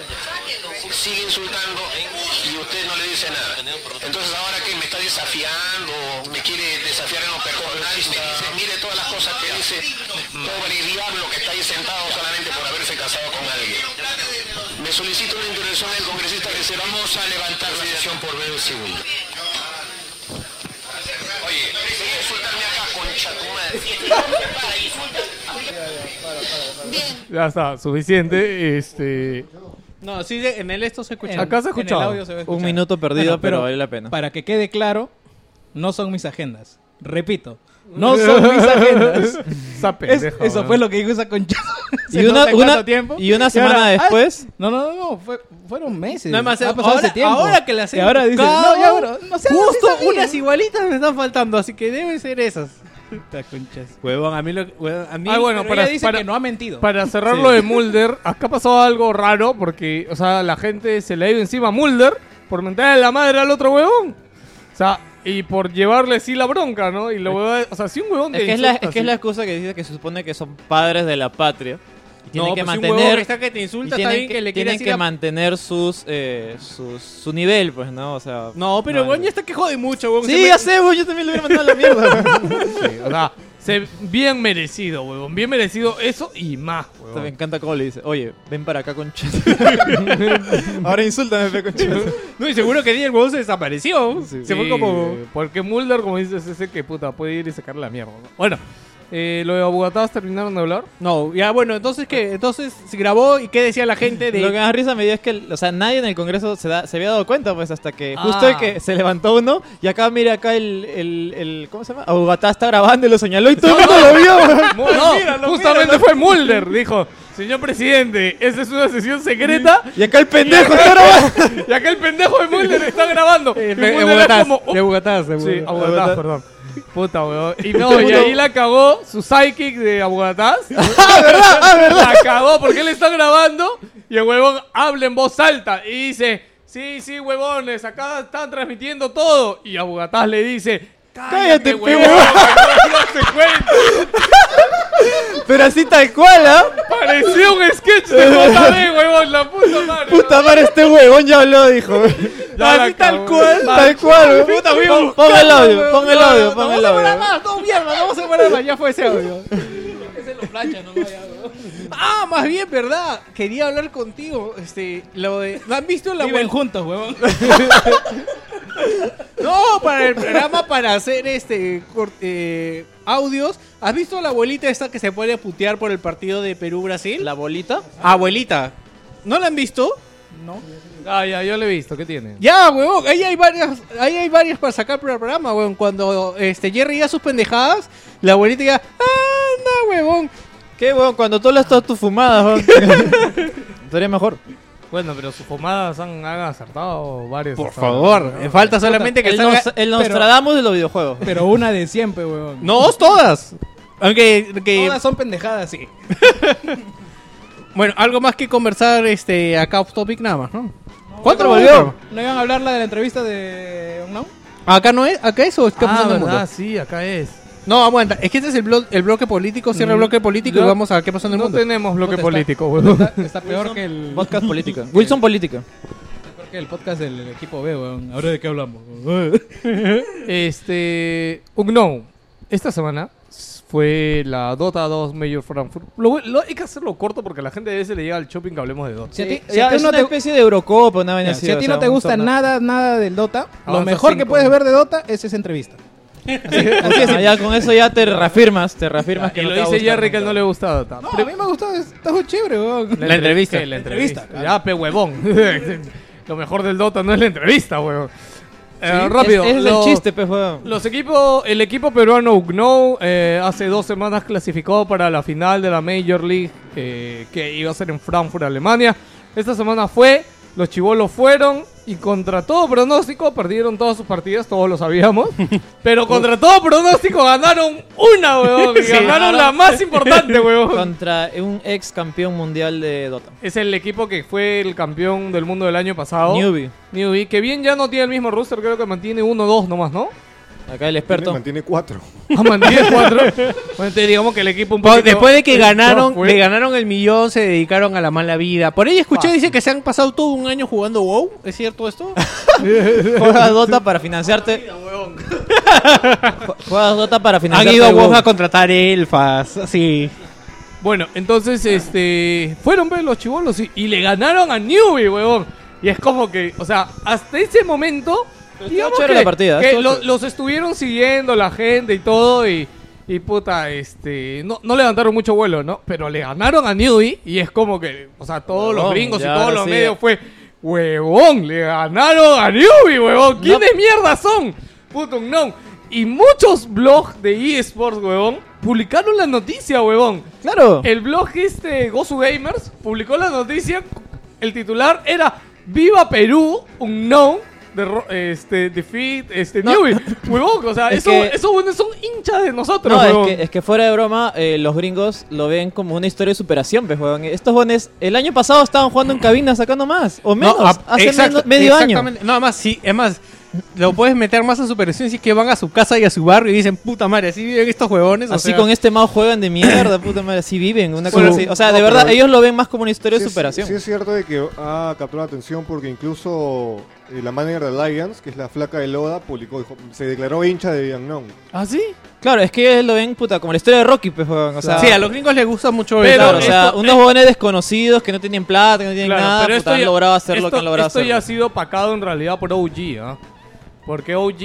sigue insultando y usted no le dice nada. Entonces ahora que me está desafiando, me quiere desafiar en lo personal, me dice, mire todas las cosas que dice, pobre diablo que está ahí sentado solamente por haberse casado con alguien. Me solicito una intervención del congresista que se vamos a levantar la sesión por breve segundo. Oye, insultarme acá, concha tu madre.
Bien,
Ya está, suficiente. Este.
No, sí, de- en el esto se escucha.
Acá se
En el
escuchaba.
audio se va a escuchar.
Un minuto perdido, pero vale la pena.
Para que quede claro, no son mis agendas. Repito, no son mis agendas.
Esa
Es-
pendeja,
eso
weón.
fue lo que dijo esa concha.
Y una- una- y una semana
ahora, ah,
después-
No, no, no, no, fue- fueron meses.
No, además,
Ha pasado
ahora,
ese tiempo.
ahora que las
Y ahora dice, no, ya, bueno, o sea, no
justo
se sabía.
unas igualitas me están faltando, así que deben ser esas.
Puta conchas.
Huevón, a mí lo huevón, a mí
Ah, bueno,
pero
para-
ella dice
para-
que no ha mentido.
Para cerrar
Sí.
lo de Mulder, acá pasó algo raro porque, o sea, la gente se le ha ido encima a Mulder por mentarle la madre al otro huevón. O sea, y por llevarle sí la bronca, ¿no? Y lo huevón- o sea, si un huevón
Es
te
que es, la,
insulta
es que es
así-
la excusa que dice que se supone que son padres de la patria. Y tienen
No,
que
pues, si un
mantener.
huevón está que te insulta,
y
está
tienen
bien que le
tienen
quieras ir
que
a-
mantener sus, eh, sus- su nivel, pues, ¿no? O sea.
No, pero weón, ya está que jode mucho, weón.
Sí,
Se me-
ya sé, weón, yo también lo hubiera mandado a la
[laughs]
mierda.
Sí, o sea, se- bien merecido, huevón. Bien merecido eso y más,
O sea, Me
huevón.
encanta cómo le dice, oye, ven para acá
[laughs]
con Ahora insúltame, fe con
No, y seguro que día el huevón se desapareció. se fue
Sí,
como.
Porque Mulder, como dices, es ese que puta puede ir y sacar la mierda. ¿no? Bueno, eh, lo de Abogados terminaron de hablar.
No, ya bueno, entonces que entonces [laughs] se grabó y qué decía la gente de
Lo que más risa me dio es que, o sea, nadie en el Congreso se, da- se había dado cuenta, pues, hasta que justo
Ah.
de que se levantó uno y acá, mira, acá el, el, el ¿cómo
[laughs]
se llama? Abubatá está grabando y lo señaló y todo el mundo lo [laughs] vio.
Mu- no,
[laughs]
justamente fue Mulder, dijo, señor presidente, esa es una sesión secreta
Y acá el pendejo está grabando.
[laughs] y acá el pendejo de Mulder está grabando. Y
De, de
Mulder era
Bogotá,
como,
de Bogotá,
"Oh, sí,
seguro.
Abogatás, perdón. Puta, weón.
[laughs]
Y [laughs] no, y ahí la cagó su psychic de Abogatás.
Ah,
La cagó porque él está grabando y el huevón habla en voz alta y dice, sí, sí, huevones, acá están transmitiendo todo. Y Abogatás le dice, cállate,
Cállate, pe,
huevón,
huevón".
no se cuenta.
Pero así [laughs] tal cual, ¿ah?
Parecía un sketch de
[laughs]
JB, huevón, la puta madre.
Puta madre, este huevón ya habló, dijo.
Ya la
así tal
cagó.
cual, tal cual.
Puta, voy a
Pon-
buscarlo,
Pon el audio,
weón.
pon el
No,
audio,
no,
pon
no,
el
no,
audio.
no, no, no, mierda, no vamos a
[laughs]
separarla, ya fue ese
[laughs]
audio. Ah, más bien, ¿verdad? Quería hablar contigo. Este, lo de. ¿No han visto la
Viven
vuel-
juntos, huevón.
[laughs] No, para el programa para hacer este cort- eh, audios. ¿Has visto a la abuelita esta que se puede putear por el partido de Perú-Brasil?
¿La bolita?
Abuelita. ¿No la han visto?
Ah, ya, yo lo he visto, ¿qué tiene?
Ya, huevón, ahí hay varias, ahí hay varias para sacar para el programa, huevón. Cuando este Jerry ya sus pendejadas, la abuelita ya, anda, huevón.
¿Qué, huevón? Cuando tú hablas todas tus fumadas, [laughs] huevón. Estaría mejor.
Bueno, pero sus pomadas han, han acertado varios.
Por favor, eh, falta solamente que
El,
salga-
nos, el
pero- [laughs]
Nostradamus de los videojuegos.
Pero una de siempre, huevón.
No, todas. Aunque que-
Todas son pendejadas, sí.
bueno, algo más que conversar este acá off topic nada más, ¿no?
¿Cuánto volvió?
¿No iban a hablar la de la entrevista de Unknown?
Acá no es, acá eso está
Ah,
pasando en el
verdad,
mundo.
sí, acá es.
No, aguanta, es que este es el, blo- el bloque político, cierra el bloque político y
No-
vamos a qué pasó en el
No
mundo.
tenemos bloque
Puta, está-
político, huevón.
Está, está peor que el,
[laughs]
Podcast política. Wilson política.
peor que el podcast del equipo B, huevón. Ahora de qué hablamos.
Este. Unknown. Esta semana fue la Dota 2 Major Frankfurt. Lo, voy- lo- hay que hacerlo corto porque a la gente a veces le llega al shopping que hablemos de Dota.
Si a ti, si
Ya,
a ti
es
no
una
te,
especie de Eurocopa, una vaina
ya,
así,
si a
o
ti
sea,
no te
un
gusta
torneo.
nada, Ah, nada del Dota, lo
Avanza
mejor que
cinco.
puedes ver de Dota es esa entrevista.
Así es, Ah, ya con eso ya te reafirmas, te reafirmas que
y
no
lo
te va a
dice
gustar
Jerry que a él no
nunca.
le gusta Dota.
No, pero a mí me gustó, está muy chévere, weón.
La entrevista.
Sí, La entrevista. Ya, pe huevón. [laughs] lo mejor del Dota no es la entrevista, huevón. Eh, rápido.
Es, es
lo-
el chiste, pues, weón.
Los equipos, el equipo peruano Ugnow eh, hace dos semanas clasificó para la final de la Major League eh, que iba a ser en Frankfurt, Alemania. Esta semana fue, los chivolos fueron y contra todo pronóstico perdieron todas sus partidas, todos lo sabíamos. pero contra todo pronóstico ganaron una, weón. y ganaron la más
[laughs]
importante, weón.
Contra un ex campeón mundial
[laughs]
de Dota.
Es el equipo que fue el campeón del mundo del año pasado.
Newbie.
Newbie, que bien ya no tiene el mismo roster, creo que mantiene uno o dos nomás, ¿no?
Acá el
Tiene-
experto.
Mantiene cuatro.
Ah,
[laughs]
mantiene cuatro. Bueno, entonces digamos que el equipo un
Po-
poquito...
Después de que ganaron,
No, fue-
le ganaron el millón, se dedicaron a la mala vida. Por ahí escuché,
Fácil.
dice que se han pasado todo un año jugando WoW. ¿Es cierto
[laughs]
esto? [laughs]
Juegas Dota para financiarte. Ju- Juegas Dota para
han
financiarte.
ido a
el
WoW
WoW.
a contratar elfas, así.
Bueno, entonces, este... Fueron pues, los chivolos y, y le ganaron a Newbie, huevón. Y es como que, o sea, hasta ese momento... digamos
chévere
que-
la partida,
que
estuvo
lo-
chévere.
los estuvieron siguiendo la gente y todo y... Y puta, este. No, no levantaron mucho vuelo, ¿no? Pero le ganaron a Newey y es como que. O sea, todos los
Huevón,
gringos y
ya
todos
ahora
los
sí.
medios fue. Huevón, le ganaron a Newey, huevón. ¿Quiénes mierda son? Puto, no. Y muchos blogs de eSports, huevón, publicaron la noticia, huevón.
Claro.
El blog este Gozu Gamers publicó la noticia. El titular era Viva Perú, un no. De, ro- este, defeat, este, Newey. Huevón, o sea,
[laughs] Es
eso,
que-
esos buenos son hinchas de nosotros,
No,
huevón.
es que, es que fuera de broma, eh, los gringos lo ven como una historia de superación, pues, huevón. Estos bones, el año pasado estaban jugando en cabina sacando más, o menos,
a-
hace
exacto,
menos- medio año.
exactamente. No, además, sí, además, lo puedes meter más a superación si es que van a su casa y a su barrio y dicen, puta madre, así viven estos huevones. o
Así
sea,
con este mouse juegan de mierda, puta madre, así viven, una
Su-
cosa así. O sea,
no,
de verdad,
pero-
ellos lo ven más como una historia
Sí
de
es-
superación.
Sí, es cierto de que ha capturado la atención porque incluso eh, la manager de Alliance, que es la flaca de Loda, publicó, dijo, se declaró hincha de Vietnam.
¿Ah, sí?
Claro, es que ellos lo ven, puta, como la historia de Rocky, pues, huevón, o sea...
Sí, a los gringos les gusta mucho
Pero,
claro,
o sea,
esto-
unos jóvenes desconocidos que no tenían plata, que no tenían
Claro,
nada,
pero
puta,
esto
han
ya-
logrado hacer lo que
esto-
han logrado
Esto
hacer.
ya ha sido pacado en realidad por OG, ¿ah? Porque OG,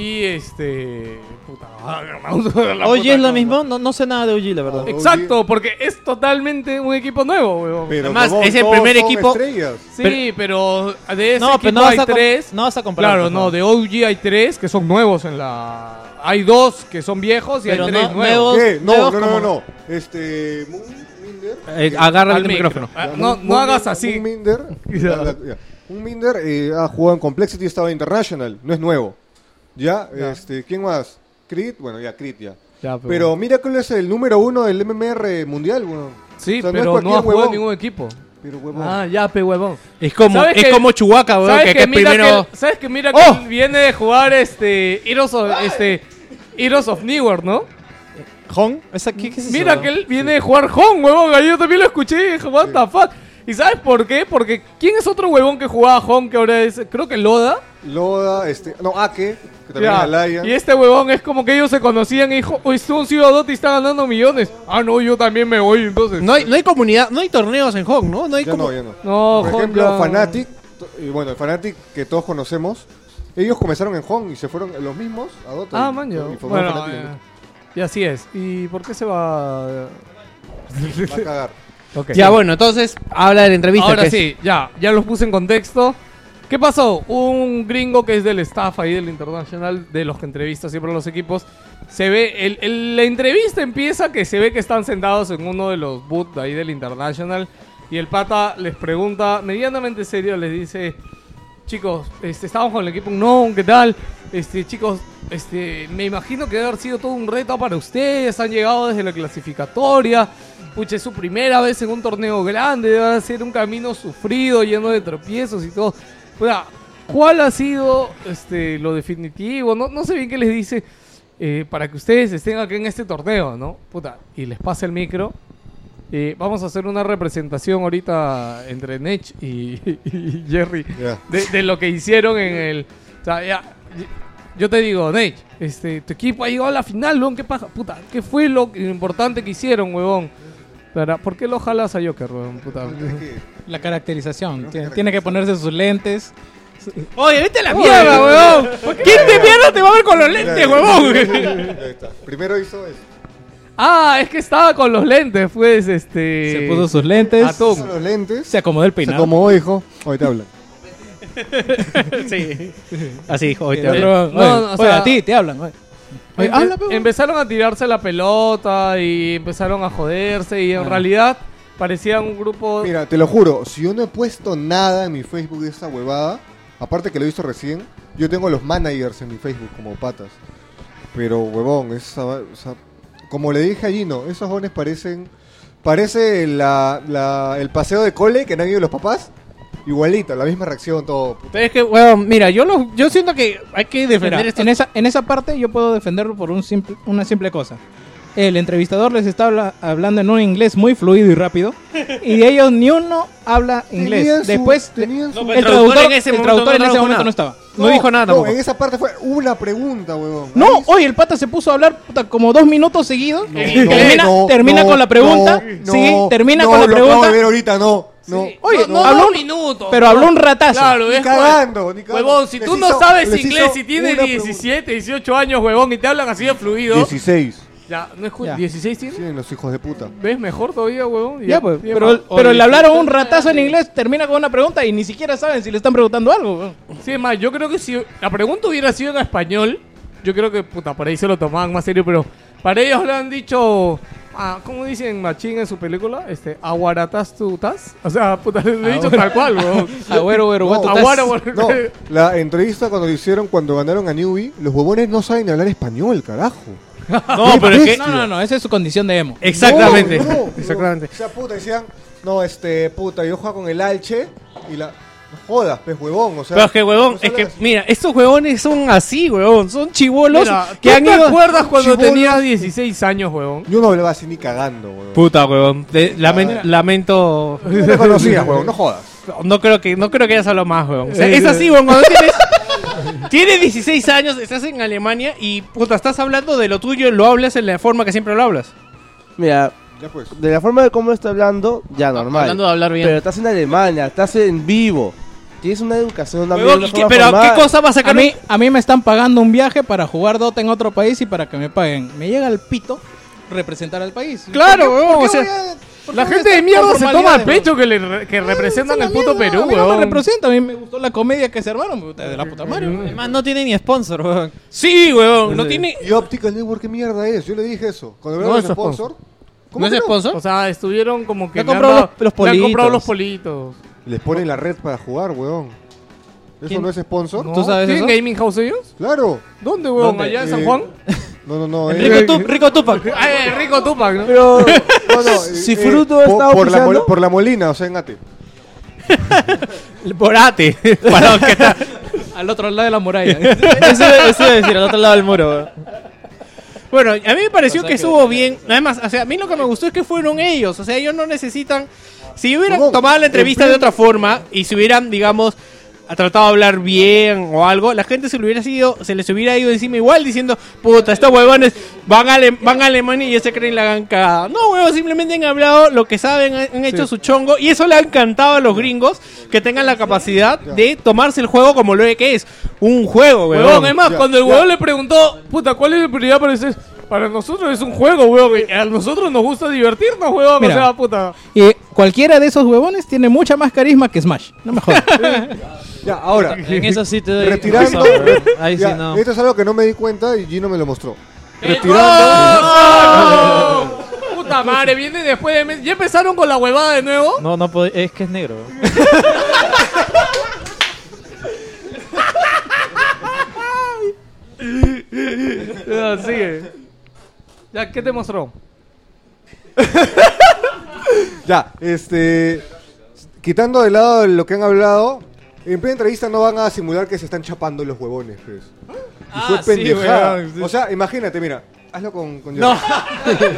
este. Puta, [laughs] la
Oye,
puta
es lo
cosa.
mismo, no, no sé nada de OG, la verdad.
Exacto, porque es totalmente un equipo nuevo, weón.
Pero, Además, huevón, es el todos primer son equipo- estrellas.
Sí, pero de ese
No, pero
equipo
no vas
hay
a com-
tres.
no vas a comparar,
Claro,
por
no,
favor.
de OG hay tres que son nuevos en la. Hay dos que son viejos y
Pero
hay tres
no,
nuevos.
¿Qué? No, no, no, no, no. Este. Moon Minder.
Eh, agarra el
Al
micrófono.
micro.
Ah,
Ya,
no-
Moon-
no
Moon-
hagas así.
Moon Minder.
Ya.
la- la- [laughs] ya. Moon Minder eh, ha jugado en Complexity, estaba en International. No es nuevo. ¿Ya?
Ya.
Este, ¿Quién más? Crit. Bueno, ya, Crit ya.
Ya, pero-
pues.
Pero Miracle es el número uno del MMR mundial, weón.
Sí,
O sea,
pero
es
no
cualquier
ha jugado en
huevón.
ningún equipo.
Pero huevón.
Ah, ya, pe huevón.
Es como-
¿Sabes
es como Chewbacca, huevón,
¿sabes
que- que
mira
primero- ¡Oh!
que- ¿Sabes que mira que él viene de jugar este. Heroes of, este, Heroes of New World, ¿no?
¿Hong? ¿Esa, qué, qué es eso,
Mira
huevón?
que él viene de jugar Hong, huevón. ahí Yo también lo escuché y dije, what the fuck. ¿Y sabes por qué? Porque ¿quién es otro huevón que jugaba Hong que ahora es, creo que Loda?
Loda, este. No, Ake, que también
Ya,
es Alliance.
Y este huevón es como que ellos se conocían y dijo, hoy un ciudadano y está ganando millones. Ah, no, yo también me voy entonces.
No hay, no hay comunidad, no hay torneos en Hong, ¿no? No hay
Ya
como-
no, ya no.
No,
Por
Hong
ejemplo,
ya-
Fanatic, to- y bueno, el Fanatic que todos conocemos, ellos comenzaron en Hong y se fueron los mismos a Dota.
Ah, man, yo.
Y formaron
Bueno,
Fnatic.
eh, y así es. ¿Y por qué se va?
[laughs] Va a cagar.
Ok.
Ya, bueno, entonces habla de la entrevista.
Ahora
que es-
sí, ya, ya los puse en contexto. ¿Qué pasó? Un gringo que es del staff ahí del Internacional, de los que entrevista siempre a los equipos, se ve, el- el- la entrevista empieza que se ve que están sentados en uno de los booths de ahí del International y el pata les pregunta, medianamente serio, les dice, chicos, este, estamos con el equipo no, ¿qué tal? Este, chicos, este, me imagino que debe haber sido todo un reto para ustedes, han llegado desde la clasificatoria, pucha, es su primera vez en un torneo grande, debe ser un camino sufrido, lleno de tropiezos y todo. O sea, ¿cuál ha sido este, lo definitivo? No, no sé bien qué les dice eh, para que ustedes estén acá en este torneo, ¿no? Puta, y les pasa el micro. Eh, vamos a hacer una representación ahorita entre Nech y, [laughs] y Jerry
Ya.
de, de lo que hicieron en el. O sea, ya, yo te digo, Nech, este, tu equipo ha llegado a la final, weón. ¿Qué paja? Puta, ¿qué fue lo que- lo importante que hicieron, huevón? Para- ¿Por qué lo jalas a Joker, huevón? Puta.
La caracterización. Tiene, tiene que ponerse sus lentes.
Oye, vete a la
Oye,
mierda, huevón.
¿por qué
¿Quién
no?
de mierda te va a ver con los lentes,
Mira,
huevón?
ahí está. Primero hizo eso.
Ah, es que estaba con los lentes, pues, este.
Se puso sus lentes.
Atún.
Hizo los lentes.
Se acomodó el
Se
peinado.
acomodó, hijo. Hoy te habla.
[laughs]
sí. Así, dijo, hoy te
El
hablo.
otro-
No,
oye,
no, o
oye,
sea-
a ti te hablan. oye. Oye,
Empe-
habla, pe,
empezaron a tirarse la pelota y empezaron a joderse y en
Ah.
realidad parecían un grupo...
Mira, te lo juro, si yo no he puesto nada en mi Facebook de esa huevada, aparte que lo hizo recién, yo tengo los managers en mi Facebook como patas. Pero, huevón, esa, va- o sea, como le dije a Gino, esos jóvenes parecen. Parece la- la- el paseo de cole que no han ido los papás. Igualita, la misma reacción, todo.
Pero es que, huevón, mira, yo, lo, yo siento que hay que defender
Mira,
esto.
en, esa, en esa parte yo puedo defenderlo por un simple, una simple cosa. El entrevistador les está habla- hablando en un inglés muy fluido y rápido. Y ellos ni uno habla inglés.
Tenían su-
Después,
tenían su-
el, traductor en ese, momento,
no
no,
tradujo nada.
estaba.
No dijo nada
No,
tampoco.
en esa parte fue una pregunta, huevón.
No, oye, el pata se puso a hablar puta, como dos minutos seguidos. Eh,
No,
termina
no,
termina
no,
con la pregunta.
no,
sí,
no,
termina
no,
con la
lo acabo
pregunta.
de ver ahorita, no. no.
Oye,
No,
no,
no,
habló
dos
un
minutos.
Pero habló un ratazo.
Claro,
Ni
es
cagando, ni cagando.
Huevón, si
Les
tú no
hizo-
sabes
les
inglés
hizo
y tienes
una
17, 18 años, huevón, y te hablan así de fluido...
16.
Ya, no escucha.
Ya.
16 tiene.
Siguen los hijos de puta.
¿Ves mejor todavía, huevón?
Ya, pues,
tiene
pero-
más.
pero
Oye,
le hablaron
un
ratazo en inglés, termina con una pregunta y ni siquiera saben si le están preguntando algo. weón.
Sí, es más, yo creo que si la pregunta hubiera sido en español, yo creo que, puta, por ahí se lo tomaban más serio, pero para ellos le han dicho, ah, ¿cómo dicen Machín en su película? Este, aguaratas tu tas. O sea, puta, le he dicho tal cual,
[laughs]
weón.
Agüero, agüero,
No, Aguara, aguero.
No, la entrevista cuando lo hicieron, cuando ganaron a Newbie, los huevones no saben hablar español, carajo.
[laughs] No,
¡Qué
pero es que.
bestia!
No, no, no, esa es su condición de emo.
No, no, no. O sea, puta, decían, no, este, puta, yo juego con el alche y la... No jodas, pues, huevón, o sea...
Pero es que, huevón, es que, mira, estos huevones son así, huevón. Son chivolos que han
¿Te
ido.
acuerdas cuando
Chibolos.
tenías 16 años, huevón?
Yo no hablaba así ni cagando, huevón.
Puta, huevón. te- lamen- lamento.
Ah. No te conocías, huevón, no jodas.
No, no creo que, no creo que hayas hablado más, huevón. O sea,
Eh,
es
eh.
así, huevón. Cuando tienes, [laughs] tienes 16 años, estás en Alemania y, puta, estás hablando de lo tuyo, lo hablas en la forma que siempre lo [laughs] hablas.
Mira,
Ya pues.
de la forma de cómo está hablando, ya normal.
hablando de hablar bien.
Pero estás en Alemania, estás en vivo. Tienes una educación, una
Huevón,
una
¿y
forma
qué- pero
formal.
¿qué cosa va a sacar? A mí, a mí me están pagando un viaje para jugar Dota en otro país y para que me paguen. Me llega el pito representar al país.
Claro,
¿Por qué-
huevón,
por
o
qué
sea,
voy a- por qué
La
voy a
gente de
estar
mierda
con
se toma al
formalidades,
pecho que, le re- que representan el puto Perú,
No, a mí no
huevón.
me representa, a mí me gustó la comedia que se armaron puta, de la puta madre.
Además, no tiene ni sponsor, weón.
Sí, weón,
no tiene... ¿Y Optical Network qué mierda es? Yo le dije eso. Cuando
No
hablaba
es
de sponsor...
¿Cómo
que
O sea, estuvieron como que.
Le han
le han
comprado
dado-
los- los
le han comprado
politos.
los politos.
Les ponen la red para jugar, huevón. ¿Eso
¿Quién?
no es sponsor? Eh,
No. ¿Tú sabes ¿Tienen eso? gaming house ellos?
Claro.
¿Dónde, huevón? ¿Allá en San Juan?
No, no, eh. no.
Rico Tup-
Rico Tupac.
Ay, rico Tupac, ¿no?
Pero.
[laughs] eh, eh, po- por, la mol- por la molina, o sea, en
[laughs]
Ate.
por Ate. Para los que están.
Al otro lado de la muralla.
Eso eso iba a decir, al otro lado del muro, weón.
Bueno, a mí me pareció
O sea
que
que-
estuvo bien. Además, o sea, a mí lo que me gustó es que fueron ellos. O sea, ellos no necesitan. Si hubieran tomado la entrevista de otra forma y si hubieran, digamos, ha tratado de hablar bien o algo, la gente se, le hubiera sido, se les hubiera ido encima igual diciendo, puta, estos huevones van a, Ale- van a Alemania y ya se creen la gran cagada. No, huevos, simplemente han hablado lo que saben, han han hecho su chongo y eso le ha encantado a los gringos que tengan la capacidad de tomarse el juego como lo que es. Un juego, huevón.
Huevón, es más, cuando el huevón le preguntó, puta, ¿cuál es la prioridad para ustedes? Para nosotros es un juego, huevón. y A nosotros nos gusta divertirnos, huevón.
Mira.
O sea, puta.
Y cualquiera de esos huevones tiene mucha más carisma que Smash. No me jodas.
Ya, [laughs] ahora.
En eso sí te doy.
Retirando.
razón, weón. Ahí
Ya,
sí no.
Esto es algo que no me di cuenta y Gino me lo mostró.
¡Oh!
Retirando.
[laughs] Puta madre, viene después de mes. ¿Ya empezaron con la huevada de nuevo?
No, no pod- Es que es negro. weón.
[laughs] Ya, sigue. Ya, ¿qué te mostró?
Ya, este. Quitando de lado lo que han hablado, en plena entrevista no van a simular que se están chapando los huevones, pues. Y fue
Ah, sí,
pendejada.
weón, sí.
O sea, imagínate, mira. Hazlo con. con
No.
Jerry.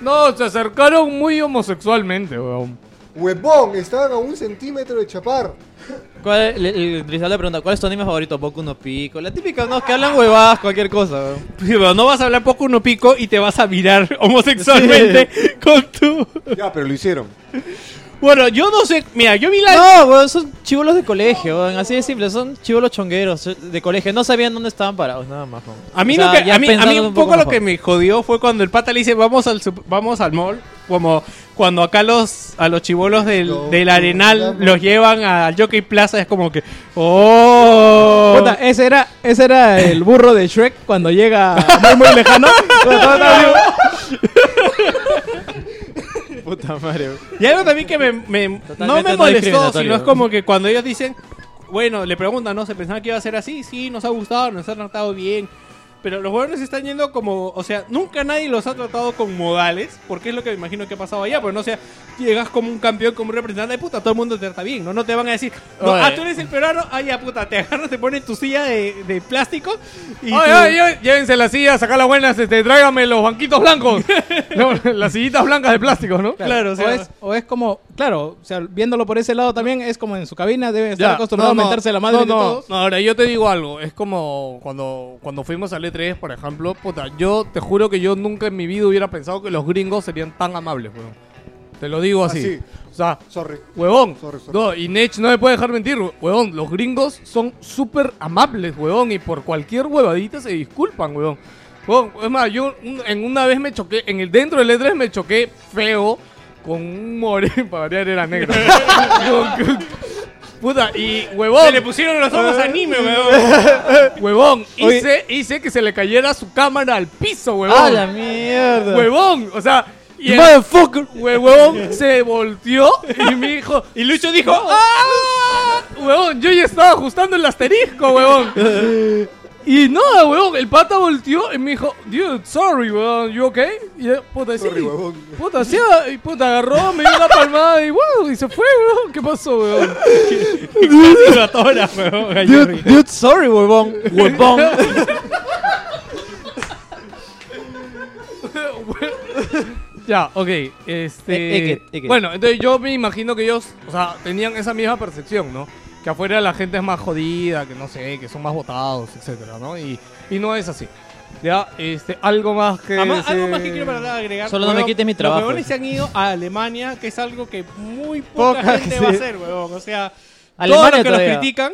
No, se acercaron muy homosexualmente, huevón.
[laughs] Huevón, estaban a un centímetro de chapar.
¿Cuál, le, el entrevistador le pregunta, ¿cuál es tu anime favorito? Boku no Pico. La típica, no, que hablan huevadas, cualquier cosa. weón.
Sí, pero no vas a hablar poco uno pico y te vas a mirar
[laughs]
homosexualmente [laughs] con tu.
Ya, pero lo hicieron.
Bueno, yo no sé. Mira, yo vi la.
No, weón, son chivolos de colegio, weón, así de simple, son chivolos chongueros eh, de colegio, no sabían dónde estaban parados, nada más. weón.
A mí,
O sea,
lo que,
ya
a mí, a mí
pensándolo
un poco lo
mejor.
que me [laughs] jodió fue cuando el pata le dice vamos al sup- vamos al mall como cuando acá los a los chivolos del, del arenal los llevan al Jockey Plaza es como que oh
Puta, ese era, ese era el burro de Shrek cuando llega muy muy lejano. Cuando todo está vivo. [laughs]
Puta madre, weón.
Y algo también que me, me- no me
no
molestó,
discriminatorio.
sino es como que cuando ellos dicen, bueno, le preguntan, ¿no? Se pensaba que iba a ser así, sí, nos ha gustado, nos ha tratado bien. Pero los jugadores están yendo como, o sea, nunca nadie los ha tratado con modales, porque es lo que me imagino que ha pasado allá, pero no o sea, llegas como un campeón, como un representante de puta, todo el mundo te trata bien, ¿no? No te van a decir, no,
Oye.
ah, tú eres el peruano, ay, ya puta, te agarras, te ponen tu silla de, de plástico y
Ay,
tú-
ay, ay, llévense las sillas, saca las buenas, este, tráigame los banquitos [laughs] blancos. No, las sillitas blancas de plástico, ¿no?
Claro, o, es, o es como, claro, o sea, viéndolo por ese lado también es como en su cabina deben estar
Ya,
acostumbrados
no,
a
no,
mentarse la madre
no,
de
no,
todos.
No, ahora yo te digo algo. Es como cuando, cuando fuimos al E3, por ejemplo. Puta, yo te juro que yo nunca en mi vida hubiera pensado que los gringos serían tan amables, weón. Te lo digo así.
Así.
O sea,
Sorry.
huevón.
Sorry, sorry.
No, y Nech no me puede dejar mentir, huevón. Los gringos son súper amables, huevón. Y por cualquier huevadita se disculpan, huevón. Bueno, es más, yo un- en una vez me choqué, en el dentro del E3 me choqué feo con un moreno, [laughs] para variar era negro. [laughs] Con- con- Puta, y huevón.
Se le pusieron los ojos anime, huevón.
[laughs] huevón,
Oye.
hice, hice que se le cayera su cámara al piso, huevón.
¡A la
mierda! Huevón, o sea. Y el
Motherfucker.
hue- Huevón se volteó y me dijo.
Y Lucho dijo,
¡Ah! Huevón, yo ya estaba ajustando el asterisco, huevón. Y nada, huevón, el pata volteó y me dijo, dude, sorry, huevón, you okay? Y yo, puta, sí. Puta, sí, y puta, agarró, me dio una palmada y wow, y se fue, huevón. ¿Qué pasó,
[laughs]
huevón?
Casi lo atora, huevón. a Jerry.
Dude, dude, sorry, huevón. Huevón.
Ya, ok. Este,
Eh, eh, que- eh, que-
Bueno, entonces yo me imagino que ellos, o sea, tenían esa misma percepción, ¿no? Que afuera la gente es más jodida, que no sé, que son más votados, etcétera, ¿no? Y, y no es así. Ya, este, algo más que.
Además, algo
se-
más que quiero para agregar.
Solo no me
huevón,
quites mi trabajo.
Los huevones se han ido a Alemania, que es algo que muy poca,
Poca,
gente
sí.
va a hacer, huevón. O sea,
Alemania
todos los que
todavía.
los critican.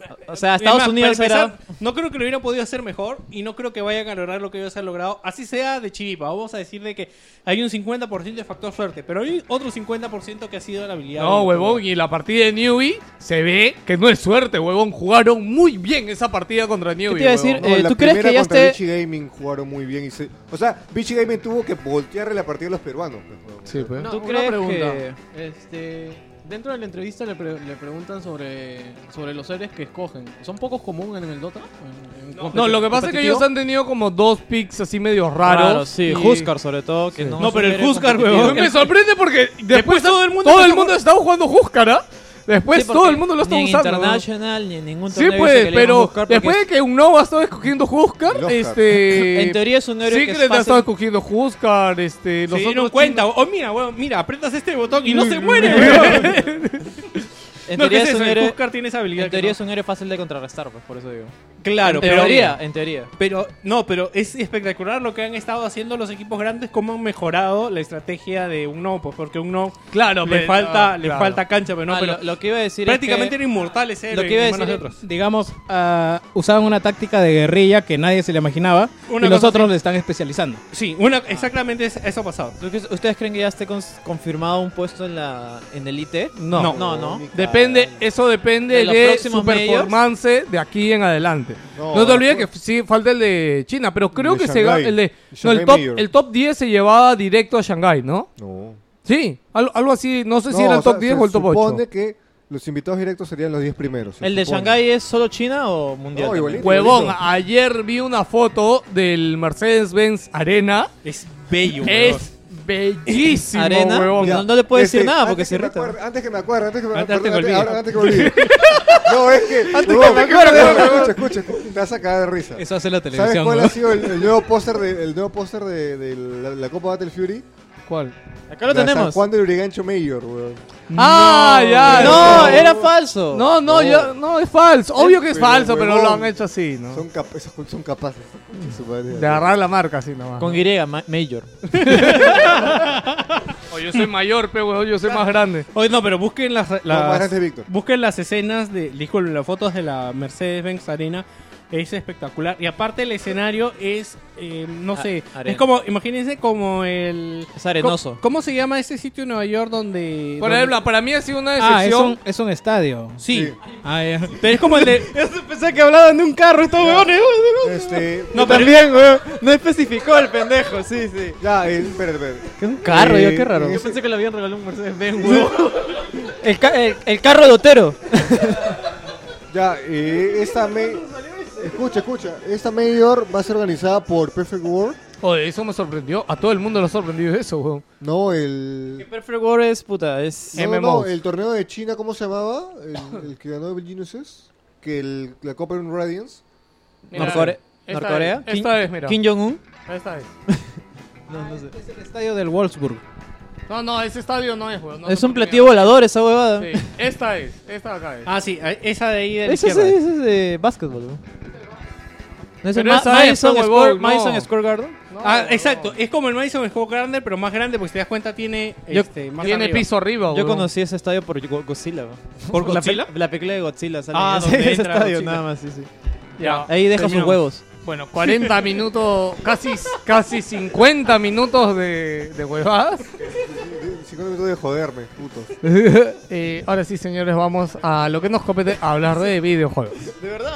eh,
O sea,
es
Estados
más,
Unidos
para
era.
empezar, No creo que lo hubieran podido hacer mejor y no creo que vayan a lograr lo que ellos han logrado. Así sea de chiripa. Vamos a decir de que hay un 50% de factor suerte, pero hay otro 50% que ha sido la habilidad.
No,
del
huevón, y la partida de Newbie se ve que no es suerte, huevón. Jugaron muy bien esa partida contra Newbie.
te iba a decir?
huevón.
No,
Eh,
la
¿tú crees
primera
que ya
contra
esté-
Vichy Gaming jugaron muy bien. Y se... O sea, Vichy Gaming tuvo que voltearle la partida a los peruanos. pues, huevón.
Sí, pues.
Una,
¿Tú
una
crees
pregunta.
que-
Este, dentro de la entrevista le, pre- le preguntan sobre, sobre los héroes que escogen. ¿Son pocos comunes en el Dota? ¿En- en competi-
No, lo que pasa es que
competitivo?
ellos han tenido como dos picks así medio raros.
Claro, sí,
y-
Huskar sobre todo. Que no,
No, pero el
supere
Huskar,
competitivo.
huevón,
Me sorprende porque después, todo el mundo,
está
está jugando Huskar, ¿ah? Después
Sí,
todo
porque
el mundo lo está
ni en
usando.
International, ni en ningún
Sí,
torneo dice
pues,
que le iban a
pero
buscar porque-
después de que un Nova estaba escogiendo Huskar,
El Oscar.
este.
[laughs] En teoría es un héroe que es
Secret ha
fácil.
estado escogiendo Huskar, este.
Se
Los
dieron
otros
cuenta. Oh, mira, huevón, mira, apretas este botón y no se muere, huevón.
En
No, ¿qué
teoría
es
es
eso?
un
El
héroe.
Huskar tiene esa habilidad
En
que
teoría
no.
es un héroe fácil de contrarrestar, pues por eso digo.
Claro,
en teoría, en teoría.
Pero no, pero es espectacular lo que han estado haciendo los equipos grandes, cómo han mejorado la estrategia de un no, pues porque un no
Claro,
le
pero-
falta, le
claro.
falta cancha, pero no,
pues, Ah,
pero
lo, lo que iba a decir
prácticamente
es
eran inmortales
que,
héroes
lo que iba a
en manos
decir
de
es-
otros.
digamos, ah, usaban una táctica de guerrilla que nadie se le imaginaba
Una
y
cosa
los otros
así.
le están especializando.
Sí, una, exactamente es- eso ha pasado.
¿tú crees- ¿Ustedes creen que ya esté cons- confirmado un puesto en la en el IT?
No.
no, no. no.
Depende, eso depende
De
de,
los
su
próximos medios.
performance de aquí en adelante. No,
No,
te olvides que f- sí falta el de China, pero creo
El de
que se ga-
Shanghái.
el de
El
no, el
Shanghái
top
Mayor.
el top 10 se llevaba directo a Shanghai, ¿no?
No.
Sí, al- algo así, no sé si
No,
era el
o sea,
top 10
se
o el top 8.
supone que los invitados directos serían los 10 primeros. se
¿El de
supone.
Shanghai es solo China o mundial?
No,
también?
igualito.
Huevón,
igualito.
ayer vi una foto del Mercedes-Benz Arena.
Es bello. huevón.
Es bellísimo,
Arena,
huevón.
no, no le puedo decir
Este,
nada porque
antes
se
que me
irrita.
acuerde- Antes que me acuerde, antes que me
Antes- antes
acuerde.
que me olvide.
ahora, Antes que me
[laughs]
olvide. No, es que. Antes
que me acuerde,
Escucha, escucha, escucha, te vas a cagar de risa.
Eso hace la
¿Sabes
televisión.
cuál
¿no?
ha sido el, el nuevo póster de, el nuevo póster de, de la, la Copa Battle Fury?
¿Cuál?
Acá lo
La San
tenemos.
Juan del Urigancho Mayor, weón.
Ah, ya.
No,
ya.
era falso.
No, no, yo- no, es falso. Obvio que es
Oh. Pero,
falso, pero
huevón.
lo han hecho así, ¿no?
Son, cap- esos son capaces. Concha su madre.
De agarrar la marca así nomás.
Con Y, ma- Major.
O yo soy mayor, pe, huevón, yo soy más grande.
Oye, no, pero busquen las, las-
No, más grande, Víctor.
busquen las escenas de disculpen, las fotos de la Mercedes-Benz Arena. Es espectacular. Y aparte el escenario es, eh, no
A-
sé,
arena.
es como, imagínense como el...
Es arenoso.
co- ¿Cómo se llama ese sitio en Nueva York donde...
Por
donde-
ejemplo, para mí ha
[laughs]
sido una
Ah, es
decepción.
un, es un estadio.
Sí,
Sí.
Ah, ya.
pero es como el
[laughs]
de...
Pensé que hablaban de un carro estos huevones.
Este,
No, también, weón. No especificó el pendejo, sí, sí.
ya, eh, espera, espera.
¿Qué es un carro?
Eh,
yo qué raro.
en
Yo
ese-
pensé que le habían regalado un Mercedes-Benz, huevón. [laughs] El, ca- el, el carro de Otero.
[laughs] Ya, eh, esta me... Escucha, escucha. Esta Mayor va a ser organizada por Perfect World.
Oye, eso me sorprendió. A todo el mundo lo sorprendió eso, weón.
No, el...
Perfect War es puta, es.
No, no,
MMOs.
no, el torneo de China, ¿cómo se llamaba? El, el que ganó Evil Geniuses. Que el, la Copa en Radiance.
Mira,
Norcore-
esta
¿Norcorea?
vez, esta vez, mira.
Kim Jong-un.
Esta
[laughs]
vez.
Es el estadio del Wolfsburg.
No, no, ese estadio no es, weón. no
es
sé
un
por qué
platillo volador esa huevada.
mierda. Sí, esta es, esta de acá es.
Ah, sí, esa de ahí de la
Eso es,
izquierda.
eso es de básquetbol, weón. ¿No es el
Pero
Ma-
esa es,
Madison
pues,
Square-
huevón, no.
Madison Square Garden?
No,
Ah,
no.
exacto. Es como el Madison Square Garden, pero más grande, porque si te das cuenta tiene,
Yo-
este, más
Tiene
arriba.
piso arriba,
Yo
weón.
conocí ese estadio por Go- Godzilla. weón.
¿Por
La pe-
Godzilla?
La, película de Godzilla sale
Ah,
en
donde
ese, ese
entra
estadio
Godzilla.
nada más, sí, sí.
Ya.
Ahí deja sus
terminamos.
huevos.
Bueno, [laughs]
[laughs]
40 minutos, casi, casi 50 minutos de,
[laughs]
de [laughs] huevadas.
50 minutos de joderme,
[laughs]
puto.
Eh, ahora sí, señores, vamos a lo que nos compete, a hablar de videojuegos.
De verdad.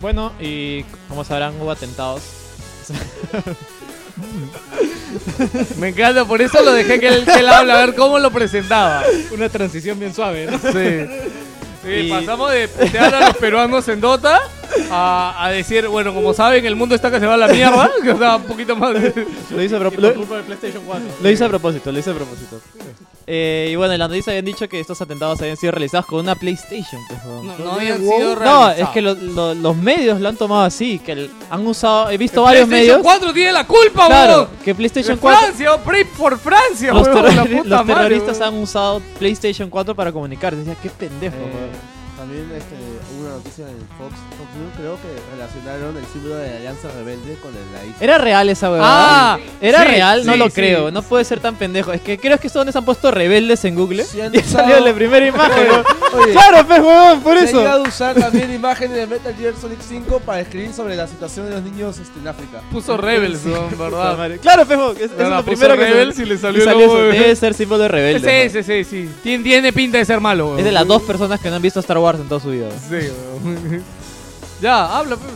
Bueno, y como sabrán, hubo atentados.
Me encanta, por eso lo dejé que él, que él habla, a ver cómo lo presentaba.
Una transición bien suave, ¿no?
Sí. Sí,
Y-
pasamos de putear a los peruanos en Dota a, a decir, bueno, como saben, el mundo está que se va a la mierda, [laughs] que está un poquito más... de-
Lo hice a
Y [laughs]
propósito.
por culpa de [laughs] PlayStation 4.
Lo hice a propósito, lo hice a propósito. Eh, y bueno, en la noticia habían dicho que estos atentados habían sido realizados con una PlayStation. pues, weón.
No,
Con
no
una
habían
Wow.
sido
No,
realizados.
es que lo- lo- los medios lo han tomado así, que el- han usado, he visto
El
varios
PlayStation
medios.
4 tiene la culpa,
Claro,
weón.
que PlayStation
De
4
Francia, oh, pray por Francia,
[laughs] los,
weón,
terror-
la puta
los
madre,
terroristas
weón.
han usado PlayStation 4 para comunicarse. Decía, qué
Eh.
pendejo. weón.
También este, hubo una noticia en Fox, Fox News, creo que relacionaron el símbolo de la Alianza Rebelde con el AIT.
Era real esa huevada.
Ah,
Era
sí,
real, no
sí,
lo
sí.
creo. No puede ser tan pendejo. Es que creo que son donde se han puesto rebeldes en Google. y [laughs]
usado-
salió la primera imagen. weón.
Oye.
claro, pues, huevón, por
Se ha llegado
eso.
a usar también imágenes de Metal Gear Solid 5 para escribir sobre la situación de los niños este, en África.
Puso Rebels,
[laughs]
weón,
Puta
¿verdad?
madre.
Claro, Fejo, es, es
Ahora
lo
puso
primero que se-
Rebels y le salió el
eso.
logo de-
Debe ser símbolo de rebelde.
Ese,
¿no?
ese, ese, sí. Tien- Tiene pinta de ser malo, weón.
Es de las dos personas que no han visto Star Wars en toda su vida.
Sí, Ya, habla, pues.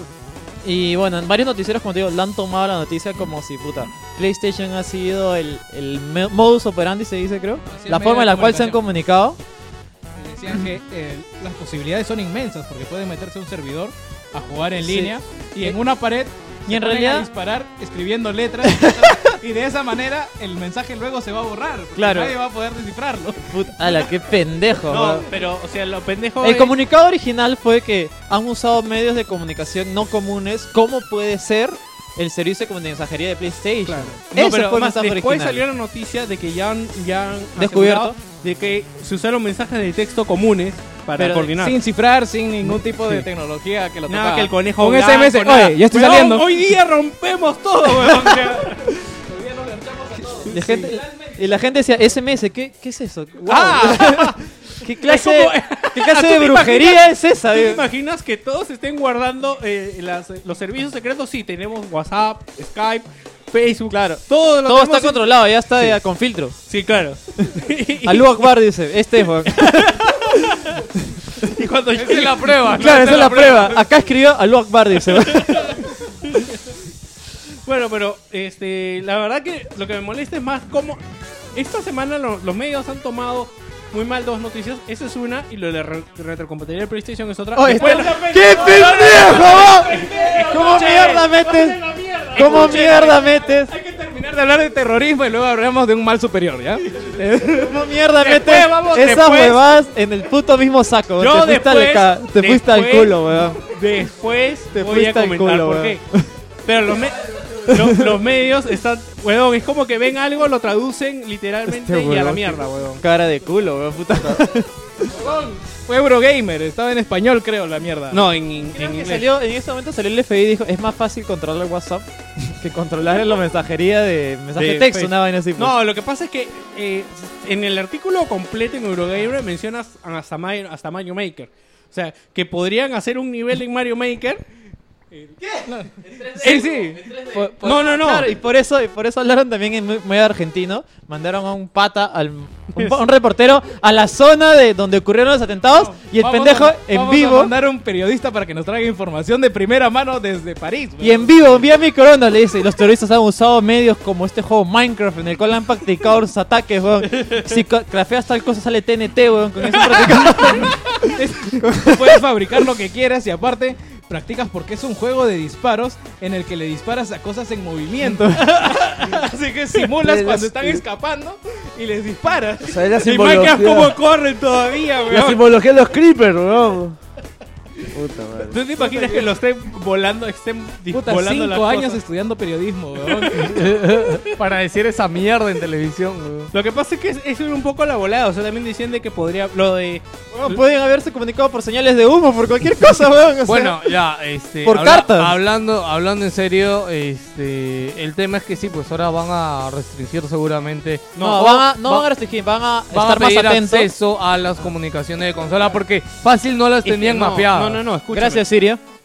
Y bueno, en varios noticieros, como te digo, le han tomado la noticia como si, puta, PlayStation ha sido el, el me- modus operandi, se dice, creo.
Así
La
es,
forma en la
medio de
cual se han comunicado.
Decían que eh, las posibilidades son inmensas porque pueden meterse a un servidor a jugar en
Sí.
línea y en una pared
Y
se
en
ponen a
realidad-
disparar escribiendo letras y de esa manera el mensaje luego se va a borrar. porque
Claro.
Nadie va a poder descifrarlo.
Puta, ala, qué pendejo.
No,
weón.
pero, o sea, lo pendejo.
eh.
El
es-
comunicado original fue que han usado medios de comunicación no comunes. ¿Cómo puede ser el servicio de mensajería de PlayStation?
No,
Ese
pero
fue el
más
mensaje
después
original.
salió la noticia de que ya han, ya han
Descubierto.
asegurado de que se usaron mensajes de texto comunes para
Pero
coordinar.
sin cifrar, sin ningún tipo de
Sí.
tecnología que lo
Nada
tocaba.
que el conejo
Un
blanco,
SMS,
nada.
oye, ya estoy
Weón,
saliendo.
Hoy día rompemos todo,
[laughs]
weón. O sea,
Y la gente, y la gente decía, SMS, ¿qué, qué es eso? Wow. ¿Qué clase,
[laughs] Es
¿qué clase
¿Tú
de
te
brujería
imaginas-
es esa? eh?
¿Tú te
Digo,
imaginas que todos estén guardando eh, las- los servicios secretos? Sí, tenemos WhatsApp, Skype, Facebook. Claro. Todo, lo
Todo
tenemos
está
en-
controlado, ya está
Sí.
ya con filtro.
Sí,
[laughs]
claro. [laughs]
Alú Akbar dice, este es Juan.
y cuando
Esa es la prueba.
Claro, esa es la prueba. Acá escribió Alú
[laughs]
Akbar dice.
Bueno, pero este, la verdad que lo que me molesta es más cómo esta semana lo- los medios han tomado muy mal dos noticias. Esa es una y lo de la re- retrocompatibilidad de PlayStation es otra.
[laughs] Oye,
Después-
este- ¡Qué pendejo, va! ¿Cómo mierda metes? ¿Cómo
Escuchen,
mierda metes?
terminar de hablar de terrorismo y luego hablamos de un mal
[laughs]
superior, ¿ya?
¿Cómo mierda
Después,
metes
vamos,
esas
después.
huevadas en el puto mismo saco?
Yo
te fuiste, al,
después-
ca- te fuiste al
después-
culo, weón.
Después
Te
te voy a
fuiste al
comentar
culo,
por
weón.
qué. Pero los, me- los, los medios están, weón, es como que ven algo, lo traducen literalmente
Este
y a la mierda, weón.
Cara de culo, weón, puta.
Fue Eurogamer, estaba en español, creo, la mierda.
No, en, en
Creo que
inglés.
salió- en ese momento salió el FBI y dijo, es más fácil controlar el WhatsApp que controlar la mensajería de mensaje
De
de texto,
Facebook.
una vaina así. pues.
No, lo que pasa es que eh, en el artículo completo en Eurogamer mencionas a Samayo Maker. O sea, que podrían hacer un nivel en Mario Maker. ¿Qué?
Sí, sí.
Por- por- No, no, no.
Claro, y por eso, y por eso hablaron también en me- medio argentino. Mandaron a un pata, al, un, pa- un reportero, a la zona de donde ocurrieron los atentados. y el
Vamos
pendejo
a-
en
vamos a
vivo.
mandar a un periodista [laughs] para que nos traiga información de primera mano desde París.
Y en vivo, vía microondas, le dice, los terroristas han usado medios como este juego Minecraft, en el cual han practicado los ataques, weón. Si ca- crafeas tal cosa sale TNT, weón, con eso practicando.
Tú Puedes fabricar lo que quieras y aparte practicas porque es un juego de disparos en el que le disparas a cosas en
[laughs]
movimiento. Así que simulas
Pero
cuando
las-
están escapando y les disparas.
sea, es la
y
simbología.
Minecraft cómo corren todavía,
La
weón.
simbología de los creepers, weón. Puta madre.
¿Tú te imaginas que lo estén volando, estén dis-
Puta,
volando
cinco
las
años
cosas?
estudiando periodismo,
weón.
Para decir esa mierda en televisión, weón.
Lo que pasa es que es, es un poco la volada. O sea, también dicen de que podría. Lo de.
Weón, Pueden haberse comunicado por señales de humo, por cualquier cosa, weón. o sea.
Bueno, ya, este.
Por
habla-
cartas.
Hablando, hablando en serio, este. El tema es que sí, pues ahora van a restringir seguramente.
No,
o-
van a, no
va-
van a restringir, van a
van
estar
a pedir
más atentos.
acceso a las comunicaciones de consola porque fácil no las
Es que
tenían
no,
mapeadas.
No, no, no, escúchame.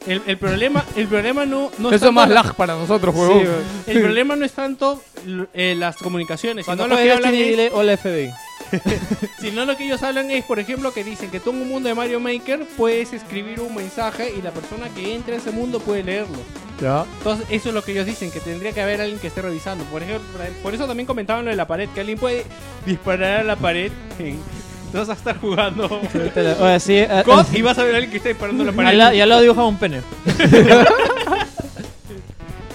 El, el problema, el problema no, no
Eso es más
la-
lag para nosotros, huevón. [laughs]
Sí, el problema no es tanto l- eh, las comunicaciones,
Cuando
sino lo, que
juegues,
hablan
Chini,
es,
dile, hola FBI.
sino lo que ellos hablan es, por ejemplo, que dicen que tú en un mundo de Mario Maker puedes escribir un mensaje y la persona que entra a ese mundo puede leerlo.
Ya.
Entonces, eso es lo que ellos dicen, que tendría que haber alguien que esté revisando. Por ejemplo, por eso también comentaban lo de la pared, que alguien puede disparar a la pared. Entonces vas a estar jugando
Oye, [laughs] sí, eh,
[laughs] COD y vas a ver a alguien que está disparando a la pared.
Al la- Y al lado dibujaba
[laughs]
un pene.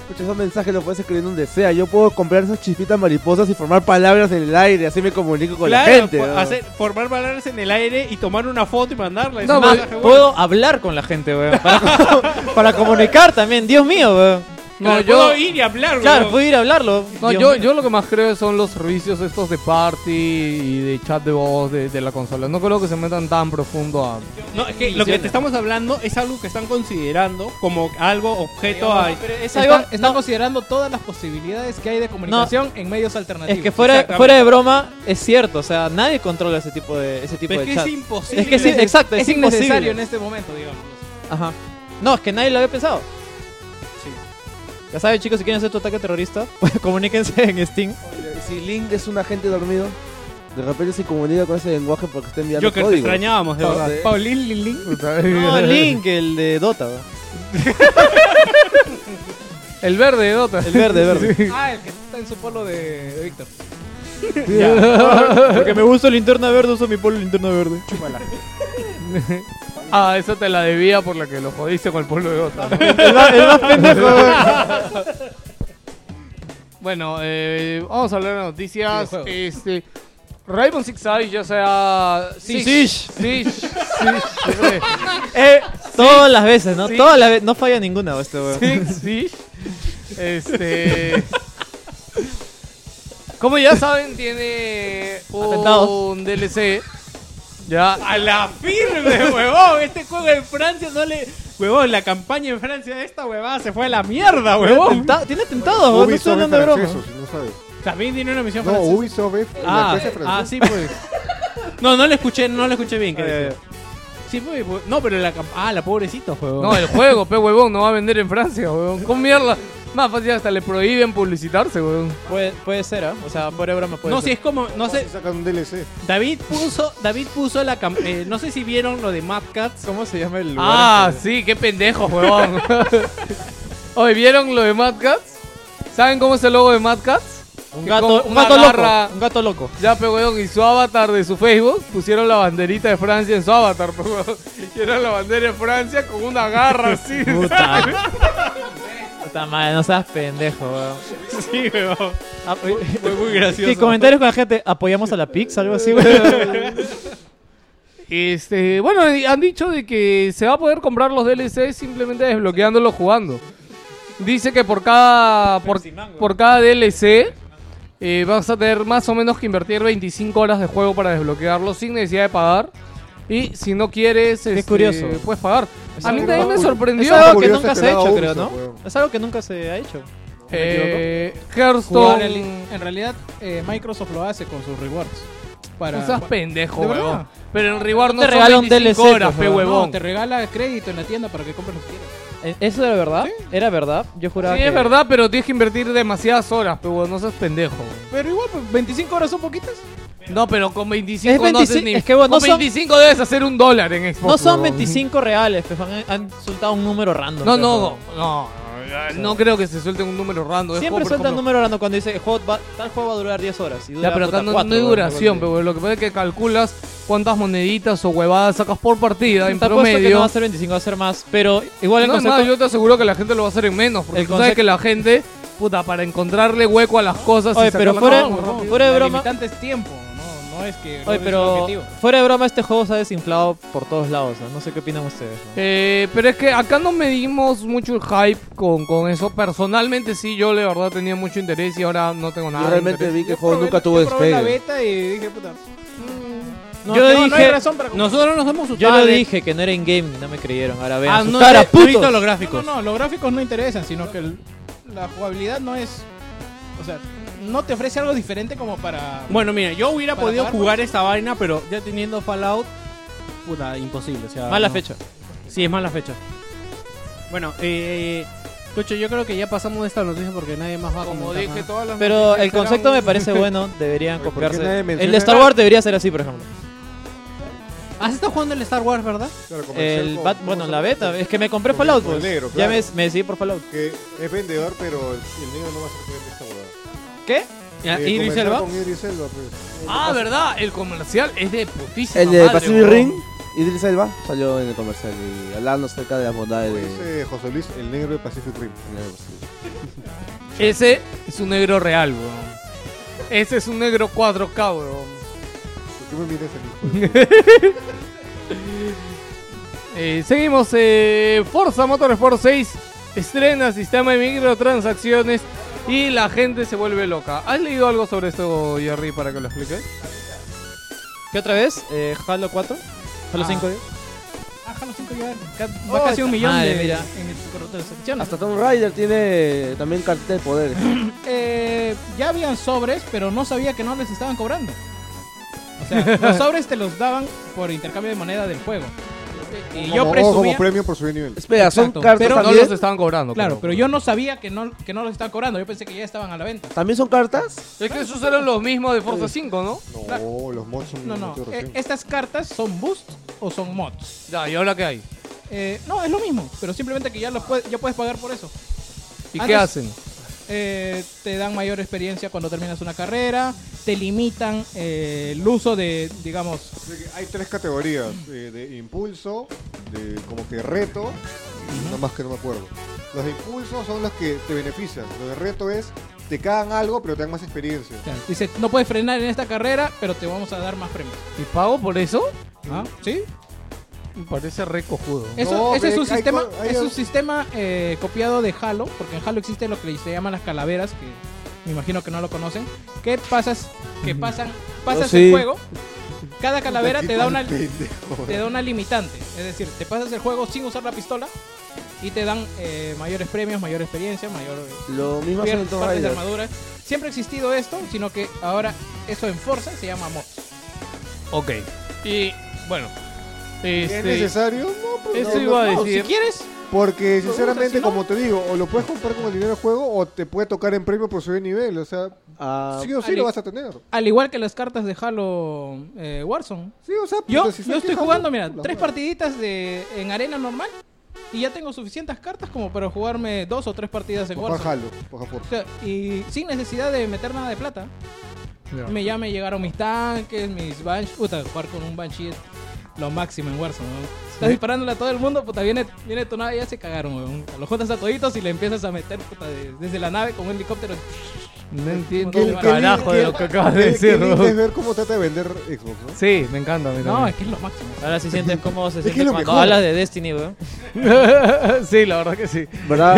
Escucha, esos mensajes los puedes escribir donde sea. Yo puedo comprar esas chispitas mariposas y formar palabras en el aire. Así me comunico con
Claro, pues,
la gente.
po-
¿no?
hacer- formar palabras en el aire y tomar una foto y mandarla.
No,
Eso
pues,
es una-
puedo hablar con la gente, weón. Para, [laughs] para comunicar también, Dios mío, weón.
No,
Claro,
yo-
puedo ir y hablar,
Claro,
weón.
puedo ir a hablarlo.
No,
Dios
yo,
mío.
yo lo que más creo son los servicios estos de party y de chat de voz de, de la consola. No creo que se metan tan profundo a...
No, es que lo que te estamos hablando es algo que están considerando como algo objeto a.
están, están considerando todas las posibilidades que hay de comunicación en medios alternativos.
Es que fuera, fuera de broma, es cierto. O sea, nadie controla ese tipo de, ese tipo
Pero es
de
que es
chat.
imposible.
pues, Es que sí,
Es-
exacto, es,
es innecesario
imposible.
en este momento, digamos.
Ajá. No, es que nadie lo había pensado.
Sí.
Ya saben, chicos, si quieren hacer tu ataque terrorista, [laughs] pues, comuníquense en Steam.
Y Si Link es un agente dormido, de repente se comunica con ese lenguaje porque está enviando
Joker, te
códigos. Ah,
extrañábamos, de verdad.
Sí.
Paulín Lilín.
No, Link, el de Dota. weón.
El verde de Dota.
El
[laughs]
verde, verde.
Ah, el que está en su polo de, de Víctor.
[laughs] Ya. [laughs] Porque
[laughs]
me gusta linterna verde, uso mi polo linterna verde. [laughs]
Ah, esa te la debía por la que lo jodiste con el pueblo de Dota.
[laughs] El más- el más pendejo,
[laughs] bueno, eh, vamos a hablar de noticias. Este, Rainbow Six Siege, ya sea...
Sí,
Siege.
[laughs]
Siege.
Eh, todas las veces, ¿no?
Sí.
Todas las veces. No falla ninguna este weón.
Six Fish. Este. Como ya saben, tiene un
Atentados.
DLC. Ya.
A la firme, huevón. Este juego en Francia no le. Huevón, la campaña en Francia de esta huevada se fue a la mierda, huevón.
Atenta- Tiene atentados, weón. No estoy hablando de broma.
francesos, no sabes.
También tiene una misión
No,
francesa.
Ubisoft es la
Ah,
empresa francesa.
ah, sí, pues. No, no le escuché, no le escuché bien. ¿qué
Ah, ya,
decía? Sí, pues, pues, No, pero la camp- Ah, la pobrecita, huevón.
No, el juego, pe huevón, no va a vender en Francia, huevón. Con mierda. Más fácil, hasta le prohíben publicitarse, huevón.
Puede, puede ser, ¿ah? O sea, por broma puede
No,
ser.
si es como. No sé.
Sacan un DLC.
David puso, David puso la cam- eh, no sé si vieron lo de Mad Cats.
¿Cómo se llama el
Ah, sí, qué pendejo, [laughs] huevón. Oye, ¿vieron lo de Mad Cats? ¿Saben cómo es el logo de Mad Cats?
Un
Que
gato,
con
un
una
gato
[laughs] garra-
loco. Un gato loco.
Ya, pero weón, y su avatar de su Facebook pusieron la banderita de Francia en su avatar, pe, weón. Y era la bandera de Francia con una garra así.
Puta. Puta madre, no seas pendejo, weón.
Sí, huevón. Fue
[laughs]
muy gracioso.
Y Ah, comentarios con la gente, apoyamos a la Pix, algo así, güey.
[laughs] Este, bueno, y han dicho de que se va a poder comprar los DLC simplemente desbloqueándolos jugando. Dice que por cada por, por cada DLC eh, vas a tener más o menos que invertir 25 horas de juego para desbloquearlo sin necesidad de pagar. Y si no quieres, este,
curioso.
puedes pagar. a mí
algo
también me
curioso.
sorprendió.
Es algo que
Curioso
nunca
que
se ha
lo haga
hecho,
pues,
creo, ¿no?
Ubisoft, weón.
Es algo que nunca se ha hecho.
Eh,
Jugar en,
Hearthstone.
li- en realidad, eh, Microsoft lo hace con sus rewards. para.
No seas
pa-
pendejo,
¿De verdad?
huevón. Pero el reward no
Te
son
regala un
25
DLC,
horas, pe
pues, huevón.
huevón.
No, te regala crédito en la tienda para que compres lo que quieras.
¿E-, ¿Eso era verdad? ¿Era verdad? Yo juraba
Sí,
que...
es verdad, pero tienes que invertir demasiadas horas, pe huevón. No seas pendejo. huevón.
Pero igual, pues, 25 horas son poquitas.
No, pero con 25
Es
no haces
25
ni...
es que, huevón,
con
no son-
25 debes hacer un dólar en Xbox.
No son
huevón.
25 reales, pues, han, han soltado un número random.
No,
pues,
no,
huevón.
no, no. No creo que se suelten un número random. Es
Siempre
juego por
sueltan
compra-
número random cuando dice juego va- tal juego va a durar 10 horas. Y dura
Ya, pero
puta,
acá no,
cuatro,
no hay
huevón,
duración,
algo así.
pero lo que pasa es que calculas cuántas moneditas o huevadas sacas por partida en
Está puesto que
promedio.
no va a ser 25, va a ser más. Pero igual el
No, es más,
concepto...
yo te aseguro que la gente lo va a hacer en menos, porque
El
tú sabes
concepto-
que la gente, puta, para encontrarle hueco a las cosas. y
Oye, pero
sacarlas
fuera-
más rápido.
fuera
La
de broma-
limitante es tiempo, no, no es que.
Oye,
logres un
pero
objetivo.
fuera de broma, este juego se ha desinflado por todos lados. No, No sé qué opinan ustedes. ¿no?
Eh, pero es que acá no medimos mucho el hype con, con eso. Personalmente sí, yo la verdad tenía mucho interés y ahora no tengo nada. de
realmente
interés.
vi que el juego nunca tuvo
Yo probé la
despegue.
beta y dije, puta. mm,
Yo
no, no hay
dije-
razón para comprar.
Nosotros nos hemos
Yo
asustado.
lo
de-
dije que no era in-game, no me creyeron. Ahora vean
Ah,
sus
no
caras,
he- no he visto
putos.
los gráficos.
No, no, los gráficos no interesan, sino que el- la jugabilidad no es. O sea, no te ofrece algo diferente como para.
Bueno, mira, yo hubiera
Para
podido
pagar,
jugar esta vaina, pero ya teniendo Fallout, puta, imposible. O sea,
Mala
no.
fecha.
Sí, es mala fecha. Bueno, eh. Cocho, yo creo que ya pasamos de esta noticia porque nadie más va a
Como
comentar
dije,
nada.
todas las
Pero
noticias
el concepto
eran-
[laughs]
me parece bueno, deberían
¿por qué nadie
copiarse. El
menciona-
de Star Wars debería ser así, por ejemplo.
Has estado Ah, jugando el Star Wars, ¿verdad?
Claro, comercial
El
con-
Bat-
con
bueno,
un-
la beta, es que me compré Fallout,
con el
pues.
negro,
Ya
claro.
me, me decidí por Fallout.
Que es vendedor, pero el, el negro no va a ser cliente de esta huevada.
¿Qué?
Eh,
¿Y
comenzar
Elba?
Con Idris Elba, pues.
Ah, verdad, el comercial es de putísima
El de
madre,
Pacific
huevón.
Ring, Idris Elba, salió en el comercial y hablando acerca de las bondades de...
Dice José Luis, el negro de Pacific Rim.
Ese es un negro real, weón. Ese es un negro 4K, weón.
¿Por qué me miras a mí?
[laughs] Eh, seguimos. eh, Forza Motorsport 6 estrena sistema de microtransacciones y la gente se vuelve loca. ¿Has leído algo sobre esto, Jerry, para que lo explique?
¿Qué otra vez? Eh, Halo 4, Halo
Ah.
5. digo.
Ah, Halo 5 ya ca-
Oh,
va casi un
esta
millón
madre,
de.
mira.
En el correo de sección.
Hasta Tomb Raider tiene también cartel de poderes.
Eh, ya habían sobres, pero no sabía que no les estaban cobrando. O
[laughs]
sea, los sobres te los daban por intercambio de moneda del juego. Y
Como-
yo
o
presumía.
como premio por subir nivel.
Espera, son
Exacto,
cartas
pero no
No
también.
los estaban cobrando.
Claro,
creo.
pero yo no sabía que no, que no los estaban cobrando. Yo pensé que ya estaban a la venta.
¿También son cartas?
Es que esos eran los mismos de Forza 5, ¿no?
No, los mods son
No, no.
mucho
eh,
recién.
estas cartas son boosts o son mods.
Ya, ¿y ahora qué hay?
Eh, no, es lo mismo, pero simplemente que ya, los puedes, ya puedes pagar por eso.
¿Y
Antes-
qué hacen?
Eh, te dan mayor experiencia cuando terminas una carrera, te limitan eh, el uso de, digamos,
Así que Hay tres categorías: eh, de impulso, de como que reto, y nada más que no me acuerdo. Los de impulso son los que te benefician. Los de reto es te cagan algo, pero te dan más experiencia.
o sea, dice, no puedes frenar en esta carrera, pero te vamos a dar más premios.
¿Y pago por eso?
¿Ah? ¿Sí?
Me parece re cojudo.
Eso,
No,
ese es
ve,
un
hay
sistema,
co- hay
es un
al-
sistema eh, copiado de Halo, porque en Halo existe lo que se llaman las calaveras, que me imagino que no lo conocen. ¿Qué pasas? Que pasan, pasas
Oh, sí.
el juego. Cada calavera te da una
Pendejo.
te da una limitante, es decir, te pasas el juego sin usar la pistola y te dan eh, mayores premios, mayor experiencia, mayor
Lo mismo hacen
pierdes
en Tomb
partes de
Raider.
armadura. Siempre ha existido esto, sino que ahora eso en Forza se llama mod.
Ok. Y bueno.
¿Es
Este,
necesario? No, pues,
Eso
no,
iba a
no, no.
decir.
Si quieres,
Porque
gusta,
sinceramente,
si no-
como te digo, o lo puedes comprar con el dinero del juego o te puede tocar en premio por subir nivel. O sea,
Ah,
sí o sí
Ali.
lo vas a tener.
al igual que las cartas de Halo eh, Warzone,
Sí, o sea,
yo,
puta, si estás
yo estoy
quejando,
jugando, mira,
la madre.
tres partiditas de, en arena normal y ya tengo suficientes cartas como para jugarme dos o tres partidas en
Por
Warzone.
Halo, por favor.
O sea, y sin necesidad de meter nada de plata.
Ya.
Me, ya me llegaron mis tanques, mis Banshee. Puta, jugar con un Banshee es lo máximo en Warzone, weón. Estás disparándole a todo el mundo, puta, viene, viene tu nave y ya se cagaron, weón. Los juntas a toditos y le empiezas a meter, puta, de- desde la nave con un helicóptero.
no
entiendo
entiendo
un
un carajo de lo que acabas de
Qué- qué
decir,
lindo
bro.
es ver cómo trata de vender Xbox, ¿no?
Sí, me encanta, mira.
No, es que es lo máximo.
Ahora sí sientes cómo se
Es que
siente
es lo
cuando
mejor.
hablas de Destiny, weón.
sí, la verdad que sí. [laughs]
¿Verdad?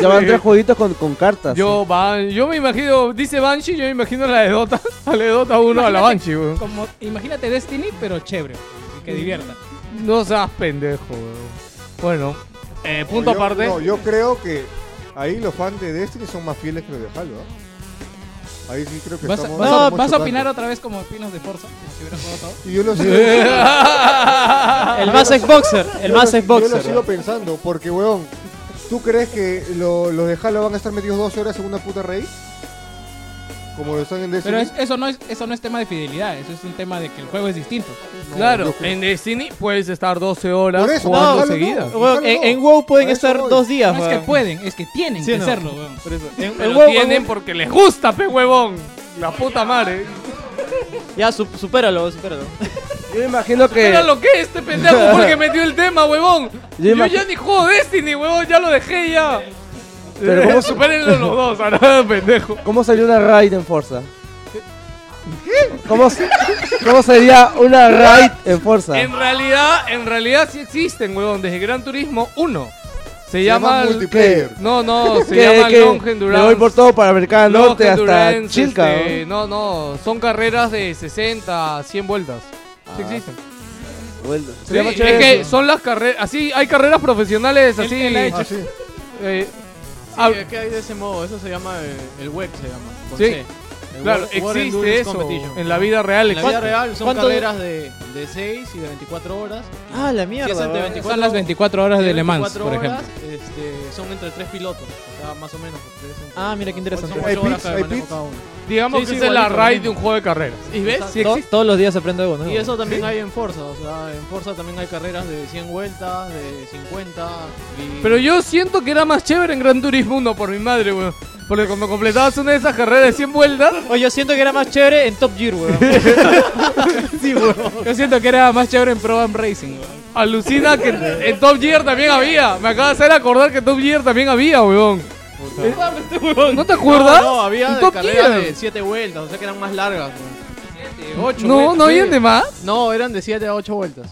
Ya van tres jueguitos con, con cartas.
Yo, Ban- yo me imagino, dice Banshee, yo me imagino la de Dota, a la de Dota 1 a la Banshee, weón.
Como, imagínate Destiny, pero chévere. weón, Que divierta.
No seas pendejo, weón. Bueno, eh, punto
yo,
aparte.
No, yo creo que ahí los fans de Destiny son más fieles que los de Halo. ¿ah? Ahí sí creo que
¿Vas, a-
estamos.
vas a-
estamos
vas a
chocando.
opinar otra vez como opinas de Forza? Como si hubiera jugado todo.
Y
[laughs]
yo lo sigo.
El más Xboxer, el
Yo
más
lo- Yo
Xboxer.
lo sigo pensando, porque, weón, ¿tú crees que lo- los de Halo van a estar metidos 12 horas en una puta raid? Como lo están en Destiny.
Pero es- eso, no es, eso no es tema de fidelidad, eso es un tema de que el juego es distinto.
Claro, en Destiny puedes estar 12 horas
Por eso,
jugando
no,
seguidas.
no, weón, en- en WoW pueden Por eso estar voy. dos días, No es que weón. pueden, es que tienen ¿Sí que o no? hacerlo, weón.
Por eso.
En-
Pero
en WoW,
tienen
weón.
porque les gusta, pe huevón. La puta madre.
Ya, su- supéralo,
[laughs]
supéralo.
Yo me imagino que.
Era lo que este pendejo fue el que metió el tema, huevón.
Yo
Yo,
imag-
ya ni juego Destiny, huevón, ya lo dejé ya.
Pero
[laughs]
¿cómo-
Supérenlo
[laughs]
los dos, ahora, pendejo.
¿Cómo sería una raid en Forza? ¿Cómo, se- cómo sería una raid en Forza?
En realidad, en realidad sí existen, huevón, desde Gran Turismo 1. Se, llama,
llama
el-
multiplayer. [laughs]
No, no, se
¿Qué-
llama
qué?
Long
Me voy
Endurance.
por todo para Americana
Long
Norte hasta
Endurance,
Chilca.
este, ¿no? no, son carreras de 60, 100 vueltas.
Ah,
Sí existen.
¿no? Vuelta.
Sí,
Sería más
es
chévere
que
eso.
son las carreras, así hay carreras profesionales así.
él ha hecho.
Ah, sí. Eh,
Ah, ¿Qué hay de ese modo? Eso se llama eh, el WEC, se llama. con
Sí.
C. El
Claro,
World- World
existe
Endurance
eso
Competition.
en la vida real.
En la vida
¿Cuánto-
real son
cuánto-
carreras de, de 6 y de 24 horas.
Ah, la
Si
mierda,
es entre
weón.
24
Son las 24 horas
si es
de Le Mans,
24
por
horas, este, son entre 3 pilotos, o sea, más o menos. porque es entre-
Ah, mira qué interesante.
son
Hay
ocho horas
pits,
cada
hay
manejo
pits.
cada uno.
Digamos
Sí,
que
sí,
esa es la
igualito,
raid
mismo.
de un juego de carreras.
¿Y ves? Sí
To-
existe.
todos los días se aprende algo nuevo.
Y eso también hay en Forza, o sea, en Forza también hay carreras de 100 vueltas, de 50. y-
Pero yo siento que era más chévere en Gran Turismo 1 por mi madre, weón. Porque cuando completabas una de esas carreras de 100 vueltas.
Oye, yo siento que era más chévere en Top Gear, weón.
[laughs] sí, weón. Yo siento que era más chévere en Pro Am Racing, weón. Alucina que en, en Top Gear también había. Me acaba de hacer acordar que en Top Gear también había, weón. Eh, ¿No te acuerdas?
No, no, había
En
de
Top
carreras
Gear.
de 7 vueltas, o sea que eran más largas. weón. ocho
No,
vueltas,
¿no
sí.
habían de más?
No, eran de 7 a 8 vueltas.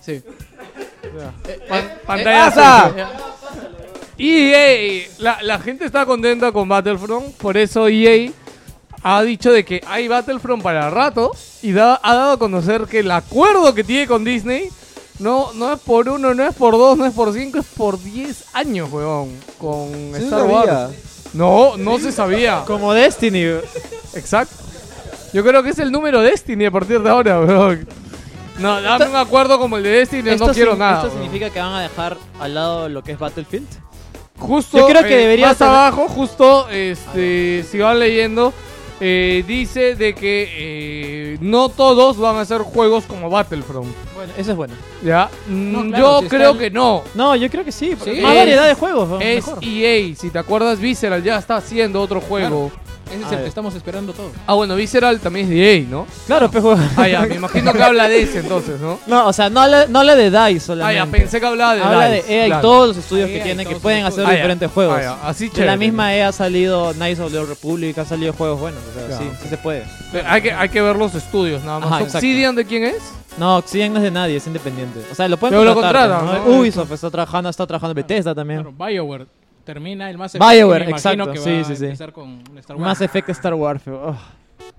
Sí.
Eh,
Pantalla
azul.
azul. E Y EA, la, la gente está contenta con Battlefront, por eso EA ha dicho de que hay Battlefront para rato y da- ha dado a conocer que el acuerdo que tiene con Disney no, no es por uno, no es por dos, no es por cinco, es por diez años, weón, con
Sí,
Star
no sabía.
Wars. No, no se sabía.
Como Destiny.
Exacto. Yo creo que es el número Destiny a partir de ahora, weón. No, dame un acuerdo como el de Destiny, no
Esto
quiero
sin-
nada.
¿Esto
weón.
significa que van a dejar al lado lo que es Battlefield?
Justo
Yo creo que
eh,
debería
más
tener-
abajo, justo este, si van leyendo, eh, dice de que eh, no todos van a ser juegos como Battlefront.
Bueno, eso es bueno.
Ya, mm,
No, claro,
yo
si está
creo
el-
que no.
No, yo creo que sí.
Sí.
Más
Es-
variedad de juegos, weón,
Es
mejor.
EA, si te acuerdas, Visceral ya está haciendo otro juego.
Ese es
Ah,
el
ya.
que estamos esperando todos.
Ah, bueno, Visceral también es de EA, ¿no?
Claro, pejo.
Ah, ya, me imagino que habla de ese entonces, ¿no?
No, o sea, no habla, no habla de DICE
Ah,
solamente.
ya, pensé que hablaba de
Habla
DICE,
de
E
EA
claro.
y todos los estudios
Ah,
que
EA y
tienen que
todos
pueden
los
hacer
estudios.
diferentes
Ah,
juegos.
ya, así
de la
chévere.
misma
E
EA ha salido Knights of the
[laughs]
Old Republic, ha salido juegos buenos. O sea,
Claro.
sí, sí se puede.
Pero Hay que, hay que ver los estudios, nada más.
Ajá, exacto.
¿Obsidian de quién es?
No, Obsidian no es de nadie, es independiente. O sea, lo pueden
Pero lo
contratar,
contratan,
¿no?
¿no?
Ubisoft está trabajando, está trabajando Bethesda también.
BioWare termina el más
BioWare,
me imagino
exacto,
que va
sí,
a
sí, sí.
empezar con un Star Wars.
Más efecto Star Wars. feo, oh.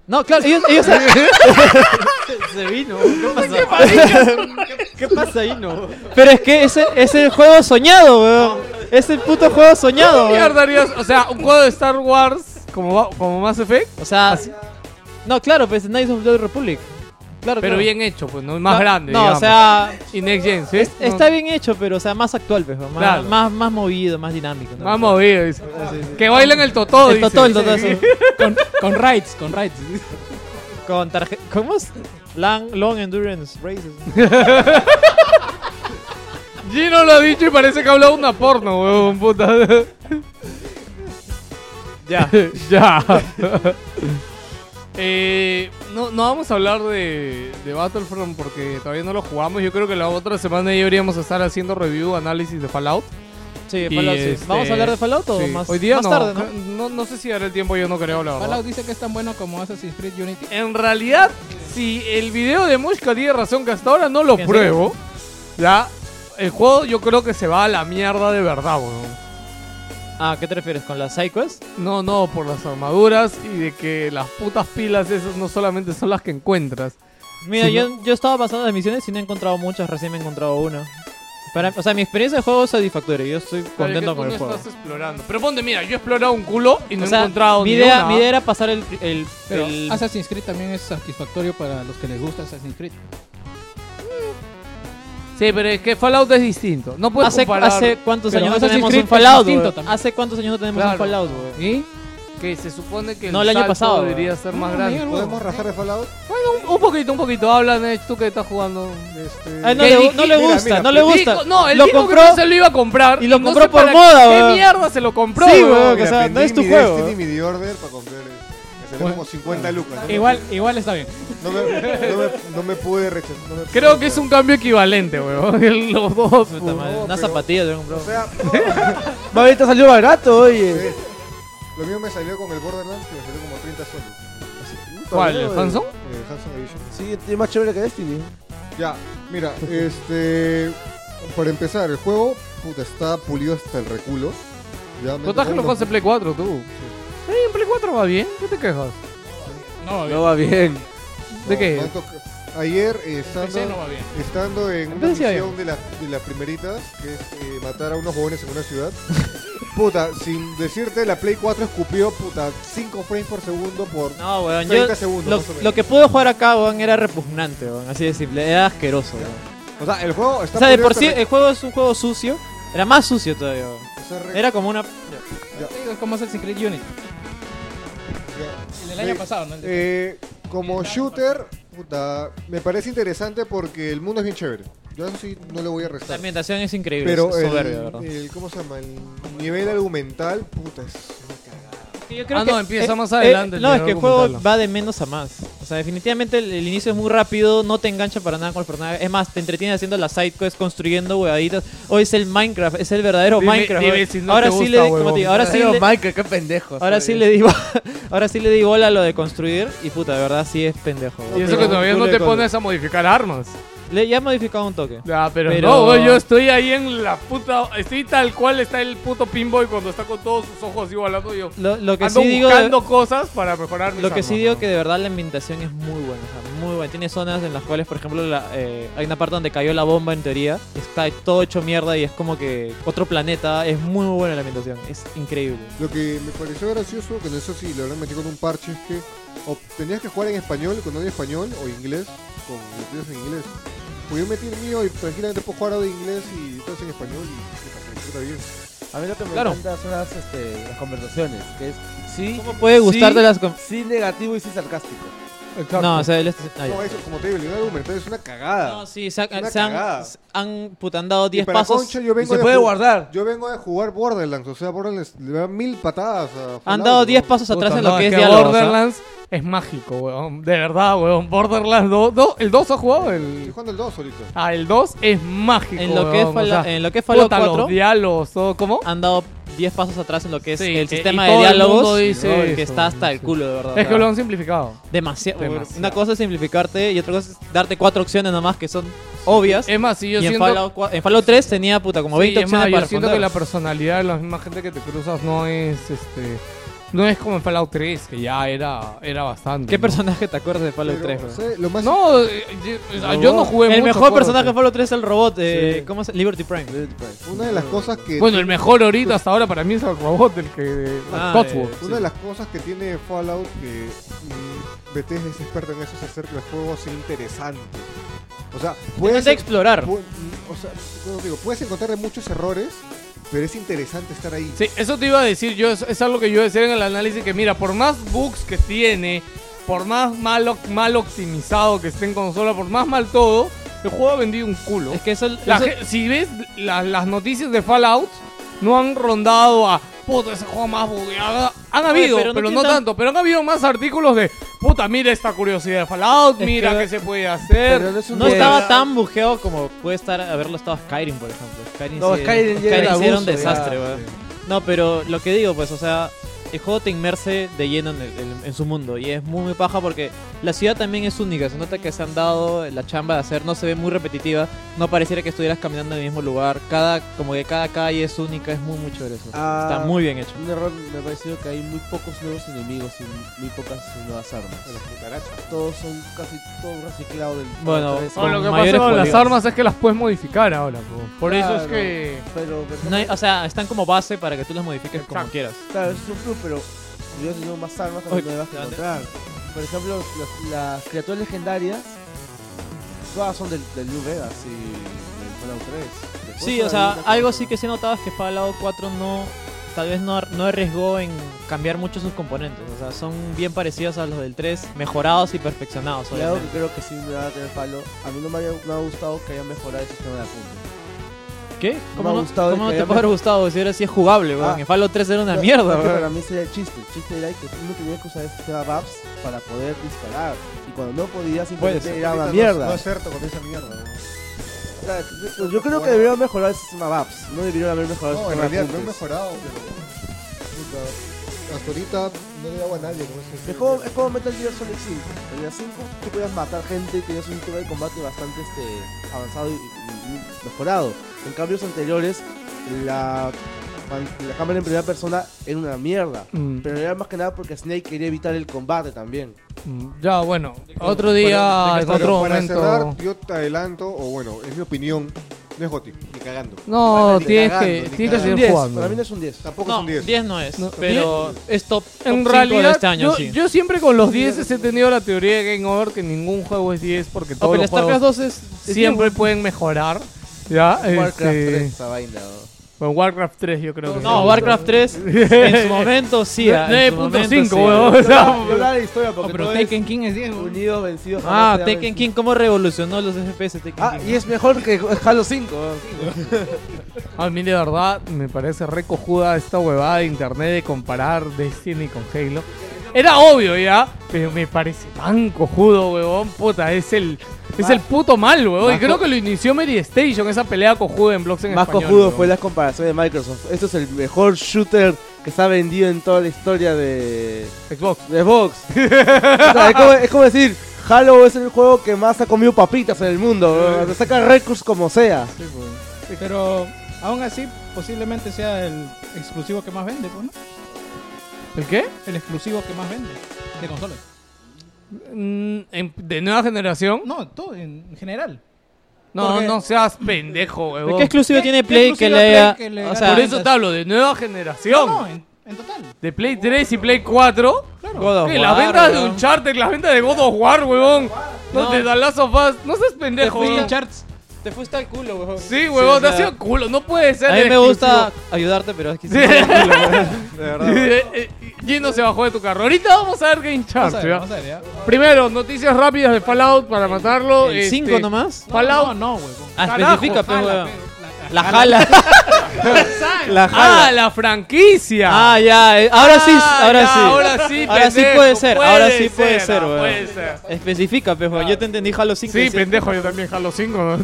No, claro,
[laughs]
ellos... ellos
[laughs] Se vino, ¿qué pasa? ¿Qué ¿Qué pasa ahí, no?
Pero es que ese es el juego soñado, weón. Es el puto juego soñado,
¿Qué
weón.
mierda harías? O sea, un juego de Star Wars como, va- como Mass Effect.
O sea, no, claro, pues Knights of the Old Republic. Claro,
Pero
claro.
bien hecho, pues, ¿no? Más
Claro,
grande,
No,
digamos.
o sea,
Y Next Gen, ¿sí? No.
está bien hecho, pero o sea, más actual, pues, más,
Claro.
más, más movido, más dinámico. ¿no?
Más movido, dice. Que bailan el totó,
El
dice.
totó, el totó,
[laughs] Sí.
sí.
con, con rights, con rights.
Con tarjeta. ¿Cómo es? Long, long Endurance Races.
Gino lo ha dicho y parece que ha hablado una porno, weón, puta.
[laughs] Ya.
[laughs] ya. Eh, no, no vamos a hablar de, de Battlefront porque todavía no lo jugamos. Yo creo que la otra semana ya deberíamos estar haciendo review, análisis de Fallout.
Sí,
Y, este,
Fallout, sí. ¿Vamos a hablar de Fallout o más-
Hoy día
más
no.
tarde, no?
no? no sé si dará el tiempo, yo no creo, la verdad.
Fallout dice que es tan bueno como Assassin's Creed Unity.
En realidad, si el video de Mushka tiene razón que hasta ahora no lo
¿En serio?
pruebo, ya el juego yo creo que se va a la mierda de verdad, weón.
Ah, ¿qué te refieres? ¿Con las Psychos?
No, no, por las armaduras y de que las putas pilas esas no solamente son las que encuentras.
Mira,
sino-
yo, yo estaba pasando las misiones y no he encontrado muchas, recién me he encontrado una. Para, o sea, mi experiencia de juego es satisfactoria. Yo estoy
Pero es que
contento
tú
con el
no
juego.
estás explorando. Pero ponte, mira, yo he explorado un culo y no
O sea,
he encontrado
mi
ni
idea,
una.
mi idea era pasar el. el,
Pero
el-
Assassin's Creed también es satisfactorio para los que les gusta Assassin's Creed.
Sí, pero es que Fallout es distinto. No puedes
¿Hace,
comparar.
hace cuántos
Pero
años no
Assassin's
tenemos
Creed
un
es
Fallout?
distinto
weón?
también.
¿Hace cuántos años no tenemos un
Claro.
Fallout, weón?
¿Y? Que se supone que el,
No, el año
salto
pasado,
debería
weón.
ser
No,
más grande.
amigo,
¿Podemos rajar de Fallout?
Bueno, un, un poquito, un poquito. Habla, Nech, tú que estás jugando.
Este,
A él no le gu- no le gusta, no
pues,
le gusta.
Dijo- no, él
Lo
dijo
compró-
que se lo iba a comprar.
y lo
no
compró
sé
por
para
moda,
¿Qué
weón.
mierda se lo compró?
Sí,
weón?
weón, o
Mira,
sea, no
vendí
es tu
mi
juego.
Destiny, mi The Order para comprar. eh, Me salió como 50 lucas. ¿no?
Igual, igual está bien.
No me, no me, no me pude rechazar. no me
Creo que es un cambio equivalente,
[laughs]
weón. Los dos.
Puta madre, Unas zapatillas te han comprado.
[laughs]
Va, ahorita salió barato, oye.
pude- Lo mío me salió con el Borderlands que me salió como 30 soles. Así,
¿Cuál,
puta,
el
¿no?
Hanson?
Eh, Hanson Edition.
Sí, es más chévere que Destiny.
Ya,
[laughs]
mira, este. Para empezar, el juego puta, está pulido hasta el reculo. Ya, me
Total que lo
tocó
juegas en
unos-
Play 4, tú. Sí, en Play 4 va bien. ¿Qué te quejas?
No,
No va bien. ¿De
No,
qué?
me tocó- Ayer, eh, estando,
PC no va bien.
estando en una
PC sí va
misión de las, de las primeritas, que es eh, matar a unos jóvenes en una ciudad, [laughs] puta, sin decirte, la Play 4 escupió, puta, 5 frames por segundo por
No, weón, yo-
30 segundos.
lo,
más o menos.
lo que pude jugar acá, weón, era repugnante, weón, así de simple, era asqueroso, weón.
O sea, el juego está
O sea, de
pulido
por sí,
hasta el-
el juego es un juego sucio, era más sucio todavía, weón.
está re-
Era como una...
Es como Assassin's Creed Unity.
ya.
El del año
Sí.
pasado, ¿no? El de-
Eh, como shooter, puta, me parece interesante porque el mundo es bien chévere. Yo eso sí no le voy a
La
restar.
ambientación es increíble,
Pero
es
el,
soberbia, ¿verdad?
el- ¿cómo se llama? El nivel argumental, puta, es una cagada.
Yo creo
Ah,
que-
no, empieza
eh,
más
eh,
adelante el
no, es
nivel
que el juego
argumental.
va de menos a más. O sea, definitivamente el, el inicio es muy rápido, no te engancha para nada con el personaje. Es más, te entretienes haciendo las side quests, construyendo huevaditas. Hoy es el Minecraft, es el verdadero
Dime-
Minecraft.
dime
hoy.
si no
ahora
te
sí
gusta,
le como
huevón. eh.
te digo, ahora sí
Pero
le-
Michael, qué pendejo.
ahora sí le digo, [laughs] ahora sí le di bola a lo de construir y puta, de verdad sí es pendejo.
Y
huevón.
eso que todavía no te pones a modificar armas.
Le ya he modificado un toque.
Ah, pero,
Pero-
no, güey, yo estoy ahí en la puta. Estoy tal cual está el puto pinboy cuando está con todos sus ojos así volando. Yo
Lo, lo que
ando
sí digo de-
buscando cosas para mejorar mis
Lo que sí
armas,
digo
¿no?
que de verdad la ambientación es muy buena, o sea, muy buena. Tiene zonas en las cuales, por ejemplo, la- eh, hay una parte donde cayó la bomba en teoría, está todo hecho mierda y es como que otro planeta. Es muy, muy buena la ambientación, es increíble.
Lo que me pareció gracioso, que en eso sí lo habrán metido con un parche, es que o tenías que jugar en español con audio español o inglés con metidos en inglés. Pues yo metí el mío y tranquilamente puedo jugar audio inglés y todo es en español y puta, está bien.
A mí lo que me
Claro.
encanta son las, este, las conversaciones, que es sí,
¿Cómo puede gustarte
sí,
las con-
sí negativo y sí sarcástico.
No, o sea, él es- ah, ya.
No, eso, como te digo, el nivel argumental es una cagada.
No, sí, se, han-
Una
se han,
cagada.
se han, puta, han dado
Y
10
para
pasos.
concha, yo vengo
se
de
puede
ju-
guardar.
Yo vengo de jugar Borderlands, o sea, Borderlands le dan mil patadas. a
han
Fallout,
dado
¿no?
10 pasos
Puta,
atrás en
no,
lo que es
que
diálogo. o sea.
Borderlands es mágico, weón. De verdad, weón. Borderlands 2. do- ¿El 2 has jugado?
Estoy
El,
jugando el 2 ahorita.
ah, el 2 es mágico.
En lo que es
weón, o
Fallout-
sea,
en lo que es Fallout
puta,
4.
Los diálogos, todo. ¿Cómo?
Han dado 10 pasos atrás en lo que es
Sí,
el
que- y
sistema
todo
de
el
diálogos,
mundo dice
que
eso,
está hasta el
sí.
culo, de verdad.
es
o
que lo
sea.
han simplificado.
Demasiado.
Demasiado.
Una cosa es simplificarte y otra cosa es darte cuatro opciones nomás que son obvias.
Es más, si yo
y en
siento.
Fallout, cua- en Fallout 3 tenía puta como
Sí,
20
es más,
opciones
yo
para
siento que la
responder.
personalidad de la misma gente que te cruzas no es este no es como en Fallout 3 que ya era era bastante
¿Qué
¿no?
personaje te acuerdas de Fallout
Pero,
3? güey?
¿sabes? Lo más
no eh, yo, o sea, yo no jugué
el
mucho,
mejor
acuérdate.
personaje de Fallout 3 es el robot, eh, ¿cómo se Liberty Prime.
Una de las cosas que.
bueno el mejor ahorita hasta ahora para mí es el robot del que
Ah,
Cotswold.
eh,
Una de las cosas que tiene Fallout, que mm, Bethesda es experta en eso, es hacer que el juego sea interesante. O sea, puedes,
Puedes explorar.
pu- mm, o sea, ¿cómo digo? puedes encontrar muchos errores, pero es interesante estar ahí.
Sí, eso te iba a decir yo, es, es algo que yo decía en el análisis, que mira, por más bugs que tiene, por más mal, oc- mal optimizado que esté en consola, por más mal todo, el juego ha vendido un culo.
Es que eso,
La
eso-
ge- si ves la- las noticias de Fallout, no han rondado a puta ese juego más bugueado. Han habido,
pero
pero
no
no,
tiene tan-
tanto. Pero han habido más artículos de puta, mira esta curiosidad de Fallout,
Es
mira
que-
qué se puede hacer.
Pero no es un
no
juego-
estaba tan bujeado como puede estar haberlo estado Skyrim, por ejemplo. Skyrim,
No,
sí-
Skyrim ya era
sí era un
abuso, ya,
desastre,
sí.
weón. No, pero lo que digo, pues, o sea, el juego te inmerse de lleno en, el- en- en su mundo. Y es muy, muy paja porque la ciudad también es única. Se nota que se han dado la chamba de hacer. No se ve muy repetitiva. No pareciera que estuvieras caminando en el mismo lugar. Cada, como que cada calle es única. Es muy, muy chévere eso.
Ah,
Está muy bien hecho.
Un error me ha parecido que hay muy pocos nuevos enemigos y muy pocas nuevas armas. Todos son casi todo reciclado del.
Bueno,
otra vez.
O lo que pasa con las armas es que las puedes modificar ahora. po. Por eso es
Claro,
que...
Pero, pero-
No hay- o sea, están como base para que tú las modifiques como quieras.
Claro, eso es un plus, pero yo tengo más armas
Oye,
también nuevas que encontrar. Por ejemplo, los- las criaturas legendarias, todas son del, del New Vegas y del Fallout 3. Después
Sí, o
hay
sea,
una cosa-
algo sí que sí notaba es que Fallout 4 no, tal vez no, ar- no arriesgó en cambiar mucho sus componentes. O sea, son bien parecidos a los del 3, mejorados y perfeccionados.
Y algo
obviamente.
que creo que sí me va a tener palo. A mí no me, había, me ha gustado que haya mejorado el sistema de apuntes.
¿Qué?
me
¿Cómo
ha
no,
gustado
cómo no
que
te
hayan
puede haber gustado si ahora sí es jugable, weón?
Ah.
En Fallout 3 era una
No,
mierda,
porque Para
weón.
mí sería el chiste. El chiste era que uno tenía que usar el sistema BAPS para poder disparar. Y cuando no podía, simplemente era una mierda.
No es cierto con esa mierda. eh.
Yo creo que deberían mejorar el sistema VAPS. No deberían haber mejorado el
No, en
sistema
realidad no he
apuntes.
mejorado, pero. puta, Hasta ahorita no le hago a nadie con ese.
Es como, es como Metal Gear Solid 5. En el 5 tú podías matar gente y tenías un sistema de combate bastante este, avanzado y, y- y mejorado. En cambios anteriores, la, pan- la cámara en primera persona era una mierda.
Mm.
Pero era más que nada porque Snake quería evitar el combate también.
Mm, Ya, bueno. Otro día, en
Pero
otro
para
momento.
cerrar, yo te adelanto, o bueno, es mi opinión, no es Goti, ni cagando.
No,
Ni
tienes
cagando,
que-
ni
tienes que
cagando.
seguir Un 10, jugando. para mí
no es un 10.
Tampoco
No,
es un 10.
10 no es,
No,
pero es top, top
En
cinco
realidad,
de este año,
yo,
sí.
yo siempre con los 10 he tenido la teoría de Game Over que ningún juego es 10 porque todos
Ah, pero
los
StarCraft
juegos
2 es- es
siempre pueden mejorar. Ya,
Warcraft
este,
3, esa vaina.
Bueno, Warcraft 3 yo creo que
No,
[laughs]
Warcraft 3 en su momento sí. ah, en su momento
9.5,
sí.
weón. O sea,
Yo hablaba de la historia porque
pero
todo
Tekken
es
King es 10.
Unidos, vencidos. jamás
Ah,
serán
Tekken King, ¿cómo revolucionó los FPS Tekken
Ah,
King?
y es mejor que Halo 5.
A mí de verdad me parece recojuda esta huevada de internet de comparar Destiny con Halo. Era obvio ya, pero me parece tan cojudo, huevón. Puta, es el es el puto mal, huevón. Y
Más
creo
co-
que lo inició Mary Station esa pelea cojuda en blogs en
Más
español.
cojudo
huevón.
fue la comparación de Microsoft. Esto es el mejor shooter que se ha vendido en toda la historia de
Xbox.
De Xbox. [laughs] O sea, es, como, es como decir, Halo es el juego que más ha comido papitas en el mundo. bro. Te saca récords como sea.
pues. Pero aún así, posiblemente sea el exclusivo que más vende, pues, ¿no?
¿El qué?
El exclusivo que más vende de consolas.
Mm, en- de nueva generación.
No, todo en general.
No,
Porque-
no seas pendejo, huevón.
¿Qué exclusivo tiene Play que
exclusivo
le
Play
haya-
que
o
gana?
sea,
por eso te hablo de nueva generación.
No, no, en, en total.
De Play 3 y Play 4.
God of
Que las
War,
ventas de
weón.
Uncharted, las ventas de God of War, huevón. No,
No.
te da las sofás. No seas pendejo, weón.
Te fuiste al culo, weón.
Sí, huevón,
o sea,
te ha sido culo. No puede ser.
A mí
el
me gusta
exclusivo.
ayudarte, pero es que sí.
Sí.
[laughs] De
[laughs] Eh, eh, Gino se bajó de tu carro. Ahorita vamos a ver Game Charts.
Vamos a ver,
¿ya?
vamos a ver, ya.
Primero, noticias rápidas de Fallout para matarlo. este,
el cinco nomás?
Fallout.
No, no, huevón.
Ah,
Carajo,
especifica, pues,
jala,
weón.
Ah, La
La jala. [laughs] La jala.
Ah, la franquicia.
Ah, ya, eh, ahora sí,
Ah,
ahora
ya,
sí.
ahora sí,
Ahora sí
pendejo,
puede ser,
puede
ahora sí puede
ser,
ser,
ah,
weón.
puede ser.
Especifica, pejo. Yo te entendí Halo 5.
Sí,
y siete.
pendejo, yo también Halo
[laughs]
5.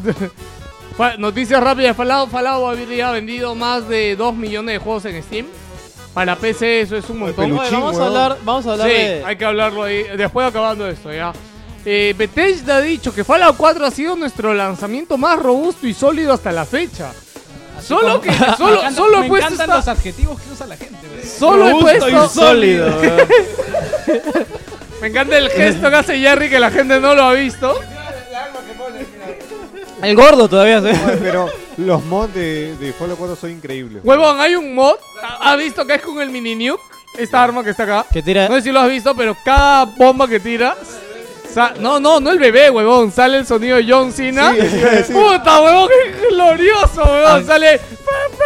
Fa- Noticias rápidas. Fallout, Fallout habría vendido más de 2 millones de juegos en Steam. Para PC eso es un montón.
Oye, vamos a hablar, vamos a hablar
sí,
de
hay que hablarlo ahí. Después acabando esto, ya. Eh, Bethesda ha dicho que Fallout 4 ha sido nuestro lanzamiento más robusto y sólido hasta la fecha. Solo
[laughs]
que
me
solo,
encantan,
solo
me
he puesto
encantan
esta-
los adjetivos que usa la gente. weón.
Solo he
Robusto
puesto- [laughs]
y sólido. weón.
Me encanta el gesto que hace Jerry que la gente no lo ha visto.
El gordo todavía
¿eh?
Oye, pero los mods de, de Fallout 4 son increíbles.
Huevón, hay un mod. ¿Ha- ¿Has visto que es con el mini nuke? Esta arma que está acá.
que tira
No sé si lo has visto, pero cada bomba que tiras. sa- No, no, no el bebé, huevón. Sale el sonido de John Cena.
Sí, eso iba a decir.
Puta, huevón, qué glorioso, huevón. Sale. pa, pa,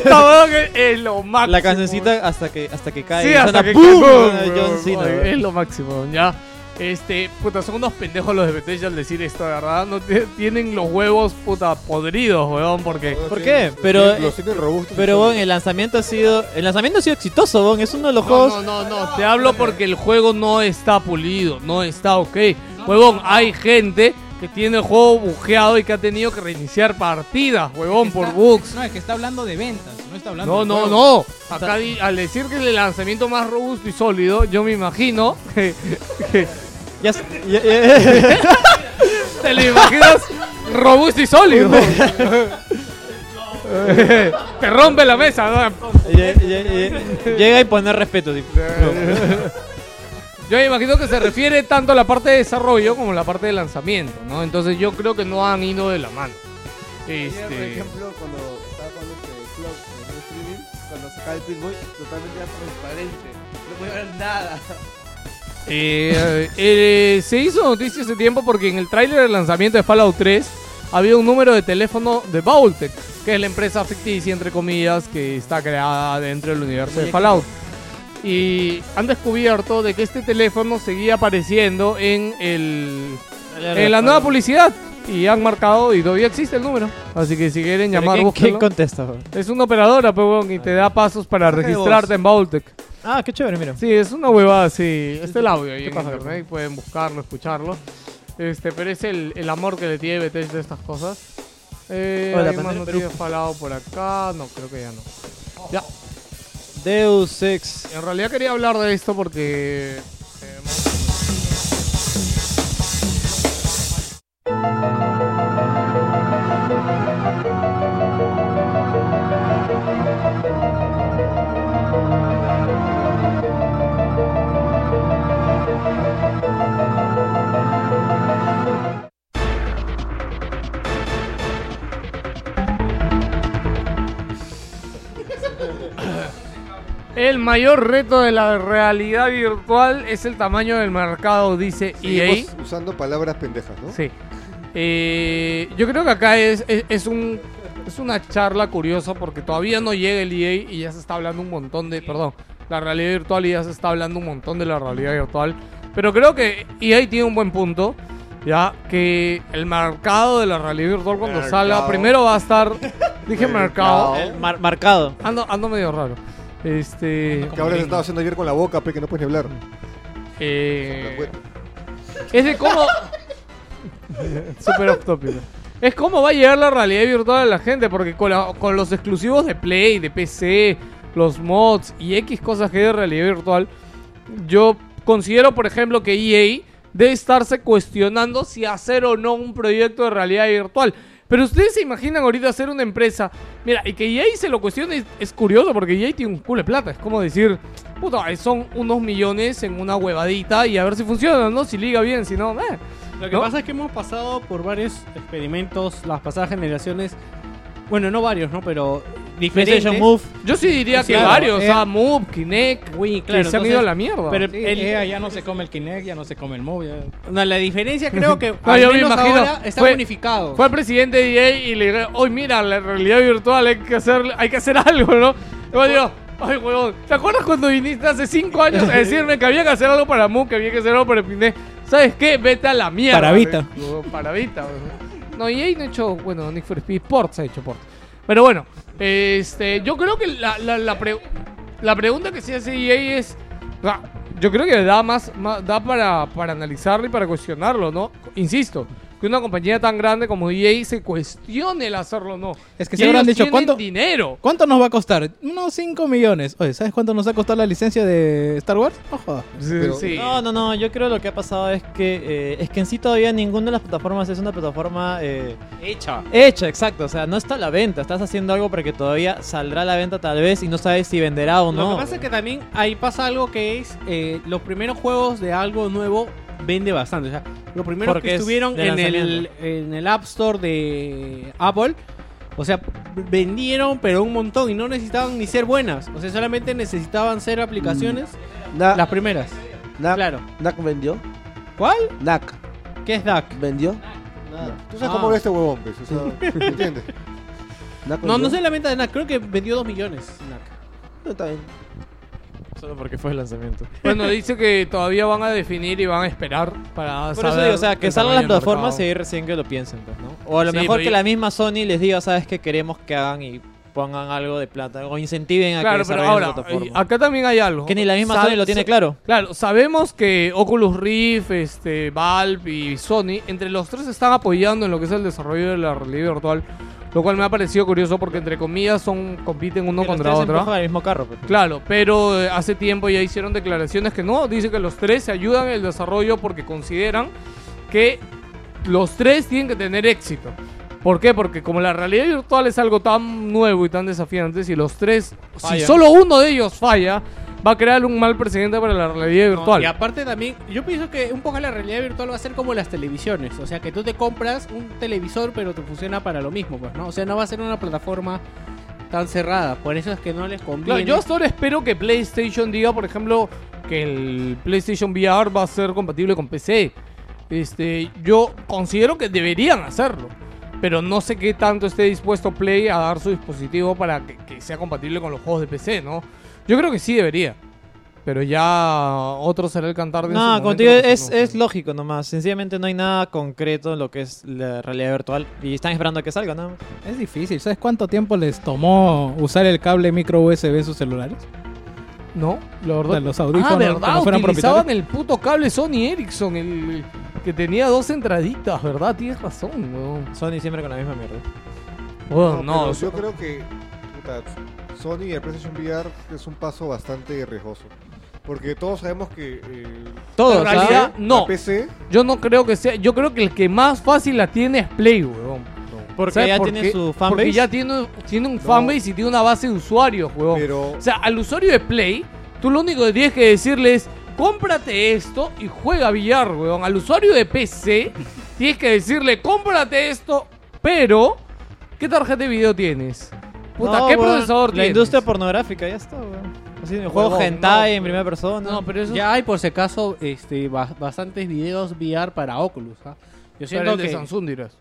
Puta, huevón, que es lo máximo.
la cancioncita hasta que hasta que cae.
Sí,
Suena
hasta que ¡boom!
¡pum! Suena John
huevón.
Cena.
Ay,
weón.
Es lo máximo, ya. Este, puta, son unos pendejos los de Bethesda al decir esto, de ¿verdad? No te- tienen los huevos, puta, podridos, huevón, porque.
¿Por qué? Pero
Los tienen robustos.
pero bon, el lanzamiento ha sido el lanzamiento ha sido exitoso, bon. Es uno de los
No,
juegos
no, no, no, te hablo porque el juego no está pulido, no está ok. Huevón, hay gente que tiene el juego bujeado y que ha tenido que reiniciar partidas, huevón, por
Está-
bugs.
No, es que está hablando de ventas. No está está hablando.
No,
del
no,
juego.
no.
Está-
Acá di- al decir que es el lanzamiento más robusto y sólido, yo me imagino que. que- [laughs] ¿Te lo imaginas robusto y sólido?
[laughs]
[laughs]
[laughs] Te rompe la mesa. ¿no?
Llega y poner respeto. sí.
Yo me imagino que se refiere tanto a la parte de desarrollo como a la parte de lanzamiento, ¿no? Entonces yo creo que no han ido de la mano.
Ayer, Por
Este,
ejemplo, cuando estaba jugando este club en el streaming, cuando sacaba el Pit Boy, totalmente era transparente. No podía ver nada.
eh, eh, se hizo noticia hace tiempo porque en el tráiler del lanzamiento de Fallout 3 había un número de teléfono de Vaulted, que es la empresa ficticia, entre comillas, que está creada dentro del universo de Fallout. Y han descubierto de que este teléfono seguía apareciendo en, el, en la nueva publicidad. Y han marcado y todavía existe el número. Así que si quieren
Pero
llamar,
¿quién-
búsquenlo.
¿Quién contesta?
Es una operadora, pues, weón, y te da pasos para
Mensaje de
registrarte
voz.
en Vaultec.
Ah, qué chévere, mira.
Sí, es una huevada, sí. Este el audio ahí
¿Qué
en
pasa,
internet, pueden buscarlo, escucharlo. Este, pero es el, el amor que le tiene Bethesda a estas cosas. Eh,
Hola,
¿hay más
Pandora
noticias falado por acá? No, creo que ya no. Ya.
Deus Ex.
En realidad quería hablar de esto porque... El mayor reto de la realidad virtual es el tamaño del mercado, dice E EA.
Seguimos usando palabras pendejas, ¿no?
Sí. Eh, yo creo que acá es, es, es un, es una charla curiosa porque todavía no llega el EA y ya se está hablando un montón de. Perdón, la realidad virtual y ya se está hablando un montón de la realidad virtual. Pero creo que EA tiene un buen punto. Ya que el mercado de la realidad virtual cuando
Mercado.
salga, primero va a estar. Dije mercado.
El mar- marcado.
Ando, ando medio raro. Este.
Que ahora se estaba haciendo ayer con la boca, pe, que no puedes ni hablar.
Eh, es de cómo. Super off topic. Es cómo va a llegar la realidad virtual a la gente, porque con, la- con los exclusivos de Play, de PC, los mods y X cosas que hay de realidad virtual, yo considero, por ejemplo, que EA debe estarse cuestionando si hacer o no un proyecto de realidad virtual. Pero ustedes se imaginan ahorita hacer una empresa. Mira, y que EA se lo cuestione es, es curioso porque EA tiene un culo de plata. Es como decir, puta, son unos millones en una huevadita y a ver si funciona, ¿no? Si liga bien, si no, eh.
Lo que
¿No?
pasa es que hemos pasado por varios experimentos, las pasadas generaciones. Bueno, no varios, ¿no? Pero diferentes.
PlayStation Move. Eh. Yo sí diría que varios, o sea, Move, Kinect,
Wii,
que se han ido a la mierda.
Pero
Sí,
el-
EA ya no se come el Kinect, ya no se come el Move. ya-
no, la diferencia creo que
[laughs] No,
al
yo me
menos
imagino.
ahora está
Fue-
unificado.
Fue el presidente de EA y le dije, hoy mira, la realidad virtual, hay que hacer, hay que hacer [laughs] algo, ¿no? Y yo digo, ay, huevón, ¿te acuerdas cuando viniste hace cinco años
[laughs]
a decirme que había que hacer algo para Mu, que había que hacer algo para Kinect? ¿Sabes qué? Vete a la mierda.
Para Vita.
Huevón, Para Vita, huevón. No, EA no ha hecho, bueno, Nick for Speed Sports ha hecho Sports. Pero bueno, este, yo creo que la, la, la, pre- la pregunta que se hace EA es... ah, Yo creo que da más, más- da para, para analizarlo y para cuestionarlo, ¿no? Insisto, que una compañía tan grande como EA se cuestione el hacerlo o no.
Es que
Y
se habrán
ellos
dicho,
tienen
¿cuánto?
dinero.
¿Cuánto nos va a costar? Unos 5 millones. Oye, ¿sabes cuánto nos ha costado la licencia de Star Wars? No jodas.
sí.
No, no, no. Yo creo lo que ha pasado es que eh, es que en sí todavía ninguna de las plataformas es una plataforma eh,
Hecha.
hecha, exacto. O sea, no está a la venta. Estás haciendo algo para que todavía saldrá a la venta tal vez y no sabes si venderá o
Lo
no.
que pasa es que también ahí pasa algo que es eh, los primeros juegos de algo nuevo vende bastante. O sea, los primeros
Porque
que
es
estuvieron
de
en el,
lanzamiento.
en el App Store de Apple, o sea, vendieron pero un montón y no necesitaban ni ser buenas. O sea, solamente necesitaban ser aplicaciones
Mm.
las primeras. claro.
¿Nac vendió?
¿Cuál?
¿Nac
¿Qué es DAC?
vendió?
Tú sabes
Ah.
cómo habla este huevón, pues, o
[laughs]
sea, ¿entiendes?
¿Nac
[laughs] No, no
vendió?
sé la venta de NAC, creo que vendió 2 millones. NAC.
No, está bien.
Solo porque fue el lanzamiento.
Bueno, dice que todavía van a definir y van a esperar para
Por eso
saber
digo, o sea, que
el
salgan
tamaño
las
del
plataformas y
mercado.
ahí recién que lo piensen, pues, ¿no? O a lo
Sí,
mejor
pero
que
yo-
la misma Sony les diga, ¿sabes qué queremos que hagan y pongan algo de plata o incentiven a que
Claro, pero
desarrollen
ahora,
la
eh,
plataforma?
acá también hay algo.
Que ni la misma
Sabe-
Sony lo tiene
sa-
claro.
Claro, sabemos que Oculus Rift, este, Valve y Sony, entre los tres están apoyando en lo que es el desarrollo de la realidad virtual. Lo cual me ha parecido curioso porque, entre comillas, son compiten uno
los
contra
tres
otro.
empujan el mismo carro. pues.
Claro, pero eh, hace tiempo ya hicieron declaraciones que no, dice que los tres se ayudan en el desarrollo porque consideran que los tres tienen que tener éxito. ¿Por qué? Porque como la realidad virtual es algo tan nuevo y tan desafiante, si los tres, si
Fallan.
solo uno de ellos falla, va a crear un mal precedente para la realidad
No,
virtual.
y aparte también, yo pienso que un poco la realidad virtual va a ser como las televisiones. O sea, que tú te compras un televisor, pero te funciona para lo mismo, pues, ¿no? O sea, no va a ser una plataforma tan cerrada. Por eso es que no les
Claro,
conviene.
yo hasta ahora espero que PlayStation diga, por ejemplo, que el PlayStation VR va a ser compatible con PC. Este, yo considero que deberían hacerlo, pero no sé qué tanto esté dispuesto Play a dar su dispositivo para que, que sea compatible con los juegos de PC, ¿no? Yo creo que sí debería, pero ya otro será el cantar de su
No,
momento,
como te digo,
porque
es,
no.
es lógico nomás. Sencillamente no hay nada concreto en lo que es la realidad virtual y están esperando a que salga, ¿no?
Es difícil. ¿Sabes cuánto tiempo les tomó usar el cable micro USB en sus celulares?
No, la
verdad. los audífonos
Ah,
que
verdad,
no fueran
utilizaban
propietarios.
el puto cable Sony Ericsson, el que tenía dos entraditas, ¿verdad? Tienes razón, weón.
Sony siempre con la misma mierda.
Weón,
pero
Oh, no,
yo creo que puta, Sony y el PlayStation VR es un paso bastante riesgoso. Porque todos sabemos que. eh,
Todo, ¿ah? en
la
realidad,
PC-
no.
la PC
Yo no creo que sea. Yo creo que el que más fácil la tiene es Play, weón.
Porque
¿Sabes
ya
por
tiene
qué?
su fanbase.
Porque ya tiene, tiene un fanbase y tiene una base de usuarios, weón. O sea, al usuario de Play, tú lo único que tienes que decirle es: cómprate esto y juega billar, weón. Al usuario de PC, tienes que decirle: cómprate esto, pero. ¿Qué tarjeta de video tienes? Puta,
No,
¿qué
weón,
procesador
La
tienes?
industria pornográfica, ya está, weón. Así, juego
Huevón,
hentai
no,
en primera persona.
No, pero eso... Ya hay, por si acaso, este, ba- bastantes videos VR para Oculus. ¿ah? Yo
Pero
siento
el de
que...
Samsung dirás.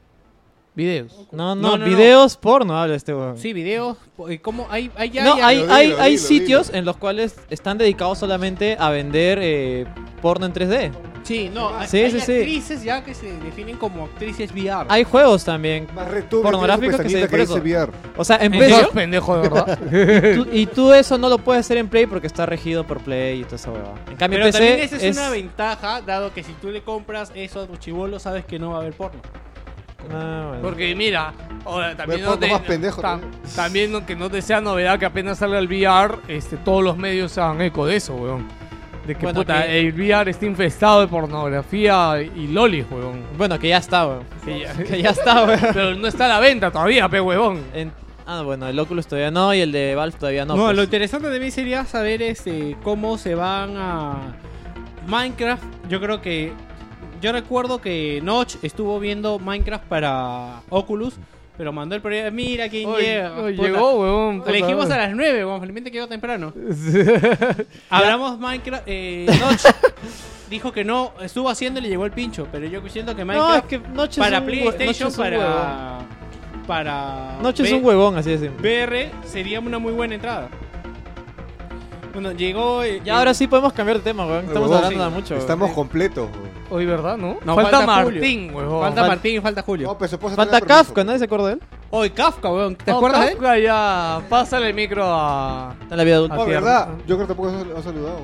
Videos.
No,
No, no,
no,
no.
videos porno habla este weón.
Sí, videos. eh, ¿Cómo? Hay, hay, ya-
no,
ya-
hay, hay, hay sitios en los cuales están dedicados solamente a vender eh, porno en 3D.
Sí, no, hay,
Sí,
hay
sí, sí.
actrices ya que se definen como actrices VR.
Hay juegos también
tiene su
pues,
pornográficos que se
pestañita que
por
dice
eso.
VR.
O sea, en
En
precio-
Dios, pendejo, de verdad.
[laughs] y, tú, y tú eso no lo puedes hacer en Play porque está regido por Play y toda esa hueva. En cambio,
Pero
en PC
también esa es, una ventaja, dado que si tú le compras eso a tu chivolo, sabes que no va a haber porno.
Ah,
Porque mira, ahora, también,
Ve por
no te-
lo más pendejo,
ta-
también.
también no- que no te sea novedad que apenas salga el VR, este, todos los medios se hagan eco de eso, weón. De que
Bueno,
puta,
que-
el VR está infestado de pornografía y lolis, weón.
Bueno, que ya está, weón.
Que ya,
Que [laughs] ya está, weón.
Pero no está a la venta todavía, pe, huevón.
Ah, bueno, el Oculus todavía no y el de Valve todavía no.
No,
pues.
lo interesante de mí sería saber este, cómo se van a Minecraft. Yo creo que yo recuerdo que Notch estuvo viendo Minecraft para Oculus, pero mandó el proyecto. Mira quién
Oy,
llega.
oy,
puta.
llegó, huevón,
Le
puta
dijimos a
madre.
las 9, huevón, felizmente llegó temprano. Hablamos Minecraft. eh, Notch
[laughs]
dijo que no, estuvo haciendo y le llegó el pincho, pero yo siento que Minecraft
es que Notch es
para
un hue- Notch
PlayStation
es un
para para
Noche es
P-
un huevón, así de simple.
VR sería una muy buena entrada. Bueno, llegó. eh,
Ya ahora sí podemos cambiar de tema, weón. Estamos
huevón,
hablando de
sí.
mucho.
Estamos
¿eh?
completos.
Hoy, ¿verdad? ¿No?
No,
falta,
falta Julio.
Martín, huevón.
Falta
Fal-
Martín y falta Julio.
No, pero se puede
Falta Kafka, nadie se acuerda de él.
Hoy Kafka, weón. ¿Te
No,
acuerdas de él?
Kafka, ya, pásale el micro a.
Está en la vida adulta.
a
No,
Pierre.
verdad. Yo creo que tampoco has- has saludado.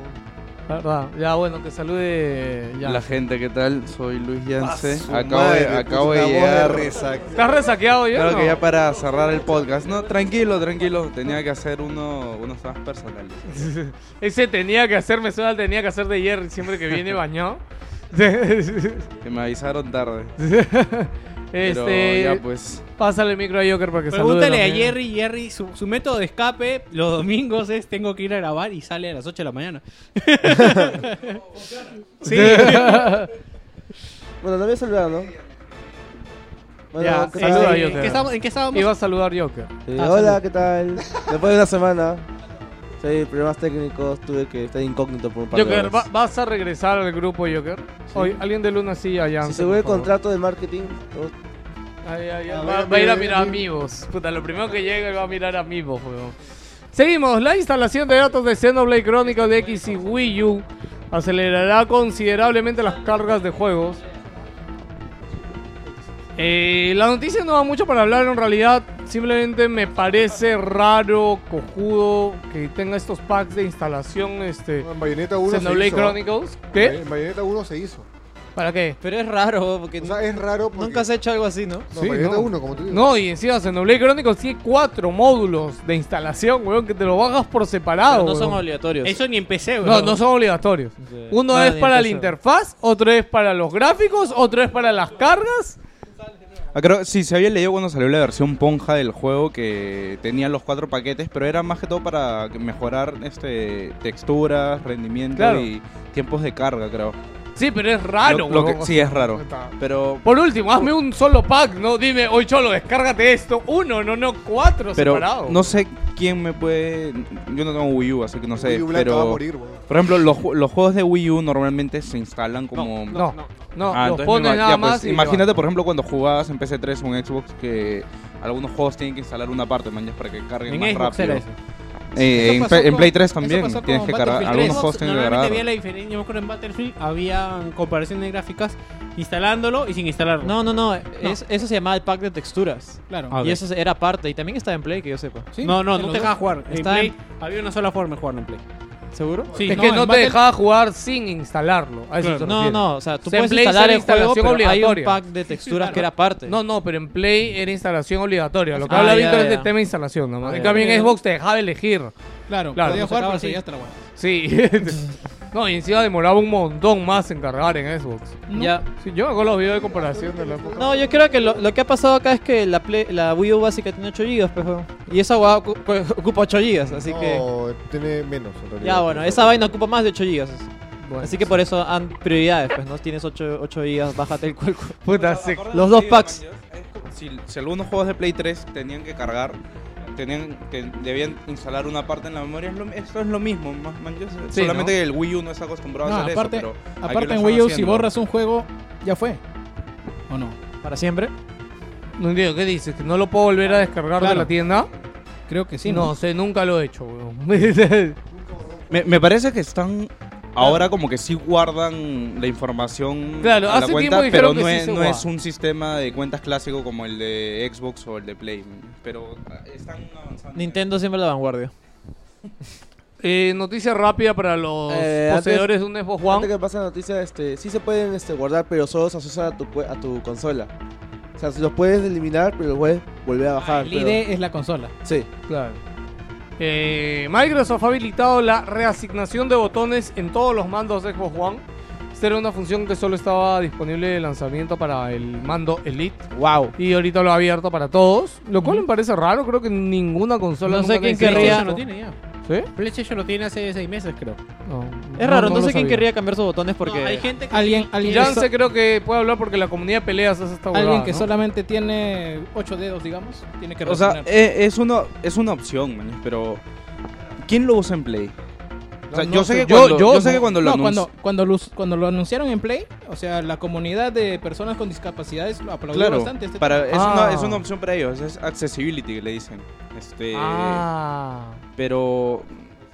Verdad. Ya, bueno, que salude. Ya.
La gente, ¿qué tal? Soy Luis Yance.
su
Acabo,
madre,
de,
puta,
acabo de
una voz de
llegar.
resaca.
¿Estás resaqueado ya?
Claro
No.
que ya para cerrar el podcast. No, tranquilo, tranquilo. Tenía que hacer uno, unos temas
[laughs]
personales.
[laughs] Ese tenía que hacer, me suena, al tenía que hacer de Jerry siempre
[laughs]
que viene bañado.
que me avisaron tarde. Pero
[laughs] Este,
ya pues.
Pásale el micro a Joker para que salude.
Pregúntale a
también.
Jerry, Jerry, su, su método de escape los domingos es tengo que ir a grabar y sale a las 8 de
[laughs]
la mañana. sí.
Bueno, también saludar, ¿no?
Ya,
¿qué
saluda
tal?
a Joker. Iba a saludar Joker.
Eh,
Ah,
hola,
salud.
¿qué tal? Después de una semana, sí, problemas técnicos, tuve que estar incógnito por un par de
Joker,
horas.
¿va- ¿vas a regresar al grupo, Joker? Oye, alguien de Luna sí allá.
Si se ve el contrato de marketing, todo-
Va, va a ir a mirar amigos. Puta, lo primero que llegue va a mirar amigos, weón. Seguimos. La instalación de datos de Xenoblade Chronicles de X y Wii U acelerará considerablemente las cargas de juegos. Eh, la noticia no da mucho para hablar en realidad. Simplemente me parece raro, cojudo, que tenga estos packs de instalación. Este,
En Bayonetta 1 se
Xenoblade
hizo. ¿ah?
Chronicles. ¿Qué?
En Bayonetta 1 se hizo.
¿Para qué?
Pero es raro, porque
es raro
nunca has hecho algo así, ¿no?
No, pero yo tengo uno, como tú dices.
No, y encima Xenoblade Chronicles tiene cuatro módulos de instalación, weón, que te lo bajas por separado.
Pero no son
weón.
obligatorios. Ah, Eso ni en PC, weón.
No, no son obligatorios. Uno
Ah,
es
ni
para la
empezó.
interfaz, otro es para los gráficos, otro es para las cargas.
Ah, creo, sí, se había leído cuando salió la versión ponja del juego que tenía los cuatro paquetes, pero era más que todo para mejorar este texturas, rendimiento
Claro.
y tiempos de carga, creo.
Sí, pero es raro,
Lo- lo
weón.
que- sí, es
[laughs]
raro. Pero
Por último, hazme un solo pack, no dime, oye Cholo, descárgate esto. Uno, no, no, cuatro
pero
separado.
no sé quién me puede. Yo no tengo Wii U, así que no sé.
Wii U blanca
pero
va a morir, weón.
por ejemplo, los, ju- los juegos de Wii U normalmente se instalan como.
no, no, no, los
entonces me
pones
ima-
nada
ya, pues,
más y
imagínate, por ejemplo, cuando jugabas en PC3 o en Xbox que algunos juegos tienen que instalar una parte, manches, para que carguen
En
más
Xbox
rápido.
era eso.
Eh,
Eso
en,
pasó
Play- en
con-
Play 3
eso
también
pasó
tienes
con
que cargar.
Battlefield
Algunos
3.
juegos tienen que
Normalmente
cargar.
había la diferencia, yo me acuerdo en Battlefield había comparaciones gráficas instalándolo y sin instalarlo.
No, no, no, es- eso se llamaba el pack de texturas.
Claro.
Y
Ah, ok.
eso era aparte, y también está en Play, que yo sepa.
No, no, no te dejaba
dejas
jugar. En
Está
Play
en-
había una sola forma de jugarlo en Play.
¿Seguro?
Sí,
es que
en
no te
Battle-
dejaba jugar sin instalarlo. A eso
Claro.
te
No,
refieres.
no, o sea, tú
sea, en
puedes
Play
instalar
era
el juego,
instalación
pero hay un
obligatoria.
pack de texturas que era aparte.
No, no, pero en Play era instalación obligatoria. Lo que
Ah,
habla
ya,
Víctor es
ya.
del tema de instalación nomás.
Ah,
En
ya.
cambio en Xbox te dejaba elegir.
Claro,
Claro.
podía
No,
jugar,
sacaba
pero
así.
ya está la hueá.
Sí. [laughs] no, y encima demoraba un montón más en cargar en Xbox.
Ya.
Sí, yo me acuerdo los videos de comparación de la época.
No, yo creo que lo, lo que ha pasado acá es que la, Play- la Wii U básica tiene 8 GB, pero- y esa guada ocu- ocu- ocupa 8 GB, así que...
No, tiene menos, en realidad.
Ya, bueno, esa vaina ocupa más de 8 GB.
Bueno,
así que por eso han prioridades, pues, ¿no? Tienes 8, 8 GB, bájate el cuerpo.
Puta, sí.
Los dos packs.
Si, si algunos juegos de Play 3 tenían que cargar, tenían que debían instalar una parte en la memoria, es lo- esto es lo mismo, más manches.
Sí,
Solamente
¿no?
que el Wii U no está acostumbrado
No,
a hacer
aparte,
eso, pero aquí lo
aparte en
están
Wii U, si
haciendo.
borras un juego, ya fue. ¿O no?
¿Para siempre?
No entiendo, ¿qué dices? ¿Que no lo puedo volver a descargar de
Claro.
la tienda?
Creo que sí,
No,
¿no?
sé, nunca lo he hecho, weón. [laughs]
[laughs] Me, me parece que están ahora como que sí guardan la información
Claro,
a la
hace
cuenta,
tiempo
pero
dijeron que
no,
sí
es,
se
no
guarda.
es un sistema de cuentas clásico como el de Xbox o el de Play. Pero ah, están avanzando.
Nintendo siempre la vanguardia.
Eh, noticia rápida para los
Eh,
poseedores
antes-
de un Xbox One.
Antes que pase la noticia, este, sí se pueden este, guardar, pero solo se asocian a tu, cue- a tu consola. O sea, si los puedes eliminar, pero los puedes volver a bajar.
El
pero-
ID es la consola.
Sí.
Claro. Eh, Microsoft ha habilitado la reasignación de botones en todos los mandos de Xbox One. Esta era una función que solo estaba disponible de lanzamiento para el mando Elite.
Wow.
Y ahorita lo ha abierto para todos. Lo cual me parece raro, creo que ninguna consola
No sé
nunca
quién
necesitó
querría.
esto.
lo tiene ya.
¿Sí?
PlayStation lo tiene hace 6 meses, creo.
No,
Es
no
raro,
lo
entonces ¿quién
sabía.
querría cambiar sus botones? Porque...
hay gente que
Alguien, alguien, que,
Yance
so-
creo que puede hablar porque la comunidad de peleas hace esta
alguien
huevada,
que
¿no?
solamente tiene 8 dedos, digamos, tiene que
O sea,
reaccionar.
eh, es, una, es una opción, man, pero ¿quién lo usa en Play? O sea,
No,
yo,
no
sé
sé.
que cuando, yo, sé que
no,
cuando lo
no,
anunci-
cuando, cuando lo, cuando lo anunciaron en Play, o sea, la comunidad de personas con discapacidades lo aplaudió
Claro,
bastante. este
para,
tema.
es, una, es una opción para ellos, es accessibility que le dicen. Este,
Ah.
Pero...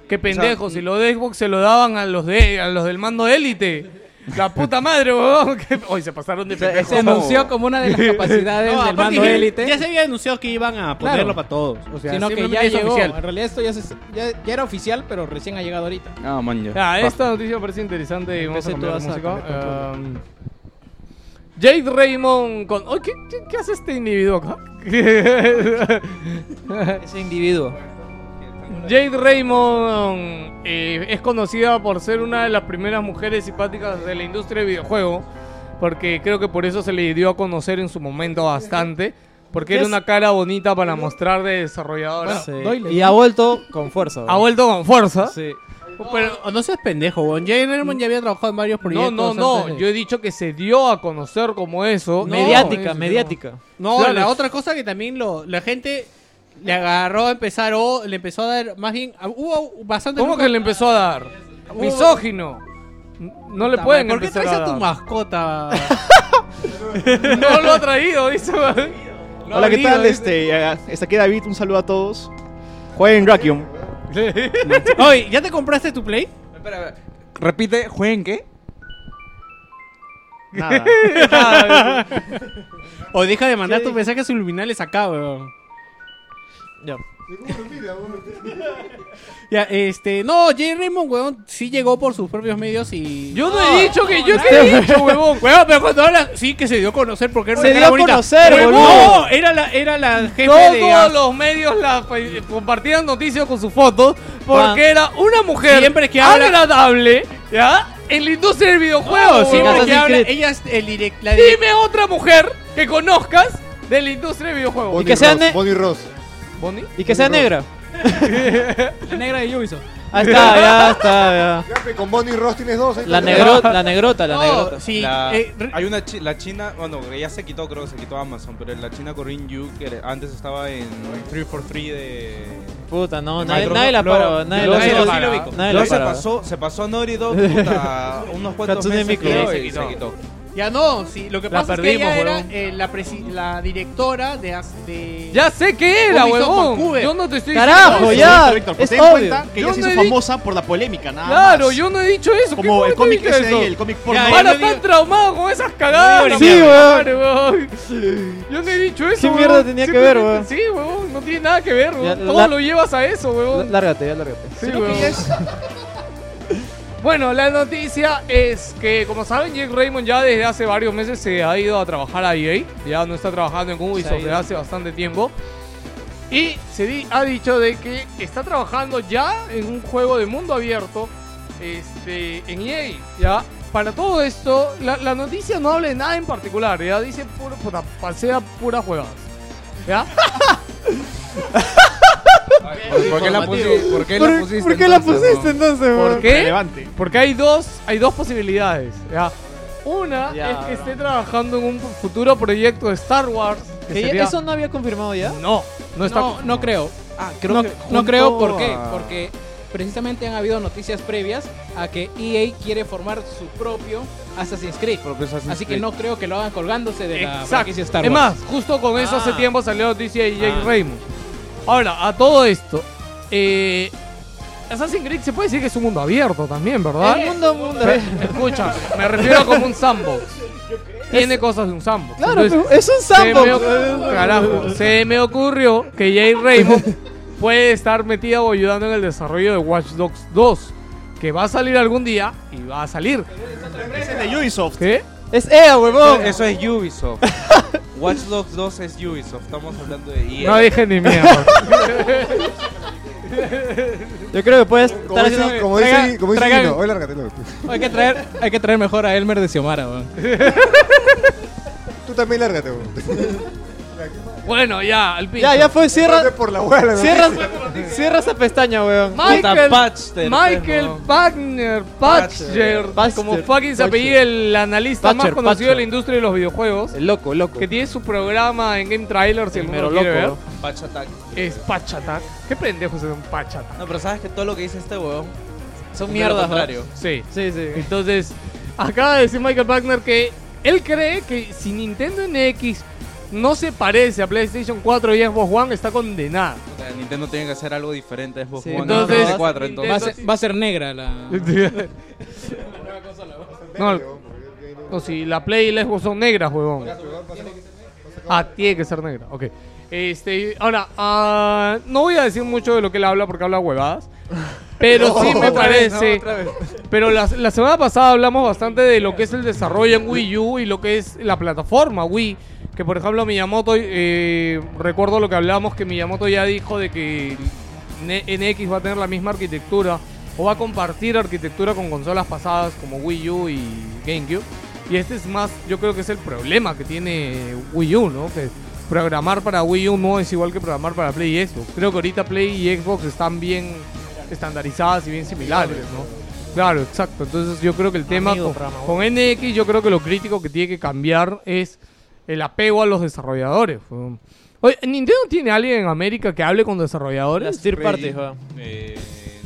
Qué pendejo,
O sea,
si lo de Xbox se lo daban a los de a los del mando élite. La puta madre, weón. [laughs] que- Hoy se pasaron de
Ah,
pendejos.
Se anunció como
[laughs]
una de las capacidades
Oh. No,
del
aparte
mando
que
élite.
Ya se había anunciado que iban a ponerlo para todos. O sea,
sino que
simplemente
ya
es
llegó.
oficial.
En realidad esto ya, se- ya- ya era oficial, pero recién ha llegado ahorita.
Ah, man, ya.
Ah,
Va.
esta noticia me parece interesante. Vamos a
Empecé
cambiar de
tú, vas a
música.
cambiar de
Um, Jade Raymond con. Oh, ¿qué, qué, qué hace este individuo acá? [laughs] Ese
individuo.
Jade Raymond eh, es conocida por ser una de las primeras mujeres simpáticas de la industria del videojuego. Porque creo que por eso se le dio a conocer en su momento bastante. Porque
¿Qué
era
es?
una cara bonita para mostrar de desarrolladora.
Sí. Y ha vuelto con fuerza.
Ha vuelto con fuerza.
Sí.
Pero Oh, no seas pendejo, weón. Jay Raymond ya había trabajado en varios
Oh, No, no,
proyectos.
no.
antes de-
Yo he dicho que se dio a conocer como eso.
Mediática,
mediática.
No,
Claro,
la otra cosa que también lo, la gente le agarró a empezar o le empezó a dar más bien a- hubo bastante
¿Cómo
nunca-
que le empezó a dar?
Hubo-
Misógino. No le
Puta
pueden
madre, ¿Por qué
empezar
traes a
dar.
tu mascota?
[laughs] No lo ha traído, dice. No ha
Hola, ¿qué
venido,
tal?
dice.
Este, ah, está aquí David, un saludo a todos. Jueguen Rakium.
Oye, ¿ya te compraste tu play?
Repite, ¿jueguen qué?
Nada.
[laughs]
o deja de mandar tus mensajes subliminales acá, weón.
Ya.
Ya, este, no, Jay Raymond, weón, sí llegó por sus propios medios y.
Yo no he dicho que yo esté [laughs] dicho, huevón.
Weón, pero cuando habla, sí que se dio a conocer porque era
Se
una
dio
cara
a
bonita.
conocer,
Pero,
boludo.
No, era la, era la jefe de.
Todos los medios la fe- compartían noticias con sus fotos porque
Ah.
era una mujer
Siempre que habla- Oh,
agradable, ¿ya? En la industria del videojuego.
No, siempre
huevón.
que habla, ella es el direct, la direct-
Dime otra mujer que conozcas de la industria del videojuego.
Bonnie Ross, Bonnie Ross.
¿Bonnie?
Y que sea negra.
La negra de Ubisoft.
Ahí está, ya está,
Ya, pe, Con Bonnie Ross tienes dos. ahí
La
está.
negro- la negrota, la negrota.
La-
eh,
hay una chi- la china, bueno, que ya se quitó, creo que se quitó Amazon, pero la china Corinne Yu, que era- antes estaba en 343 de.
Puta, no,
de
nadie-
Microsoft.
nadie la
Luego-
paró, nadie la
luego-
paró.
sí lo
Nadie
ubico.
la
Luego se
paró.
pasó, se pasó a Naughty Dog, puta, unos cuantos
Hatsune
meses
Miku.
creo,
Sí, se
y se
quitó.
quitó.
Ya no, sí, lo que
La
pasa
perdimos,
es que ella
huevón.
era eh, la, presi- la directora de, as- de.
Ya sé qué era,
Ubisoft
huevón.
Vancouver.
Yo no te estoy
Por
diciendo
supuesto,
eso.
Víctor, pues ten en cuenta que
Yo
ella se
no
hizo
he dicho-
famosa por la polémica, nada
Claro,
más.
yo no he dicho eso. ¿qué
Como el
huevón
cómic
dije
ese ahí,
eso?
el cómic porno.
Ahora
Ahora
están traumados con esas cagadas.
Sí,
la
huevón.
madre, huevón. Yo no he dicho eso.
¿Qué
huevón.
mierda tenía que
Simplemente-
ver, huevón?
Sí, huevón, no tiene nada que ver, huevón.
Ya,
Todo
la-
lo llevas a eso, huevón.
Lárgate, ya lárgate.
Sí, huevón. [laughs] Bueno, la noticia es que, como saben, Jake Raymond ya desde hace varios meses se ha ido a trabajar a EA. Ya no está trabajando en
Se
Ubisoft
ha ido.
desde hace bastante tiempo. Y se di- ha dicho de que está trabajando ya en un juego de mundo abierto este, en EA. Ya, para todo esto, la, la noticia no habla de nada en particular. Ya dice puro, puta, pasea puras juegas. ¿Ya?
¿Por, por qué la pusi- por qué la
¿Por-
pusiste?
por qué la
entonces,
pusiste
no?
entonces, ¿Por qué?
Relevante.
Porque hay dos, hay dos posibilidades. ¿ya? Una
Ya,
es que
bro.
esté trabajando en un futuro proyecto de Star Wars. que
¿Que
sería-
¿Eso no había confirmado ya?
No, no está. Ah,
No, no creo.
creo
no,
que
no
junto
creo, ¿por qué?
a-
Porque precisamente han habido noticias previas a que EA quiere formar su propio Assassin's Creed.
Assassin's
Así que
Creed.
no creo que lo hagan colgándose de la
Exacto.
franquicia Star Wars.
Es más, justo con eso hace
Ah.
tiempo salió noticia de Jake
Ah.
Raymond. Ahora, a todo esto, eh, Assassin's Creed se puede decir que es un mundo abierto también, ¿verdad?
El mundo, mundo.
Pe- Escucha, me refiero a como un sandbox. Tiene cosas de un sandbox.
Claro,
Entonces,
pero es un
se me
sandbox.
oc- carajo, se me ocurrió que Jay
[laughs]
Raymond puede estar metida o ayudando en el desarrollo de Watch Dogs 2, que va a salir algún día y va a salir.
de Ubisoft.
¿Qué?
Es EA, huevón.
Eso es Ubisoft. Watch Dogs 2 es Ubisoft. Estamos hablando de EA.
No dije
[laughs]
ni mierda.
Yo creo que puedes
Como
estar
dice,
haciendo...
como dice,
Traigan-
como dice
traigan-
Nino, hoy lárgate. no. pues.
Hay que traer, hay que traer mejor a Elmer de Xiomara, weón.
Tú también lárgate.
[laughs]
bro.
bueno, ya, al pinche.
Ya, ya fue, cierra.
Corre por la hueá, la
Cierra,
noticia.
cierra esa pestaña, weón.
Michael,
Patchter,
Michael
pues,
Wagner Patcher,
Patcher.
como fucking se
Patcher.
apellida el analista más
Patcher,
conocido de
Patcher.
la industria de los videojuegos,
El loco, el loco.
que tiene su programa en Game Trailers, si
El
alguno
mero
lo quiere
loco.
ver.
Patch Attack.
Es Patch Attack. ¿Qué pendejo es un Patch Attack?
No, pero sabes que todo lo que dice este huevón
Son
es
mierdas,
lo contrario.
Sí.
Sí, sí.
Entonces, acaba de decir Michael Wagner que él cree que si Nintendo NX no se parece a PlayStation 4 y Xbox One, está condenada.
O sea, Nintendo tiene que hacer algo diferente a Xbox
Sí,
One.
entonces-
Entonces, 4,
Va a
entonces.
ser, va a ser negra
[laughs]
la.
No, no, si la Play y la Xbox son negras, huevón. Ah, tiene que ser negra, ok. Este, ahora, ah, no voy a decir mucho de lo que él habla porque habla
[laughs]
huevadas. Pero sí me
Otra vez,
parece.
no, otra vez.
Pero la, la semana pasada hablamos bastante de lo que es el desarrollo en Wii U y lo que es la plataforma Wii. Que por ejemplo Miyamoto, eh, recuerdo lo que hablamos, que Miyamoto ya dijo de que Ne- NX va a tener la misma arquitectura o va a compartir arquitectura con consolas pasadas como Wii U y GameCube. Y este es más, yo creo que es el problema que tiene Wii U, ¿no? Que programar para Wii U no es igual que programar para Play y Xbox. Creo que ahorita Play y Xbox están bien estandarizadas y bien similares, ¿no? Claro, exacto. Entonces yo creo que el tema
Amigo
con,
programador.
con NX, yo creo que lo crítico que tiene que cambiar es el apego a los desarrolladores. weón. Oye, ¿Nintendo tiene alguien en América que hable con desarrolladores?
Las third parties, weón.
Eh,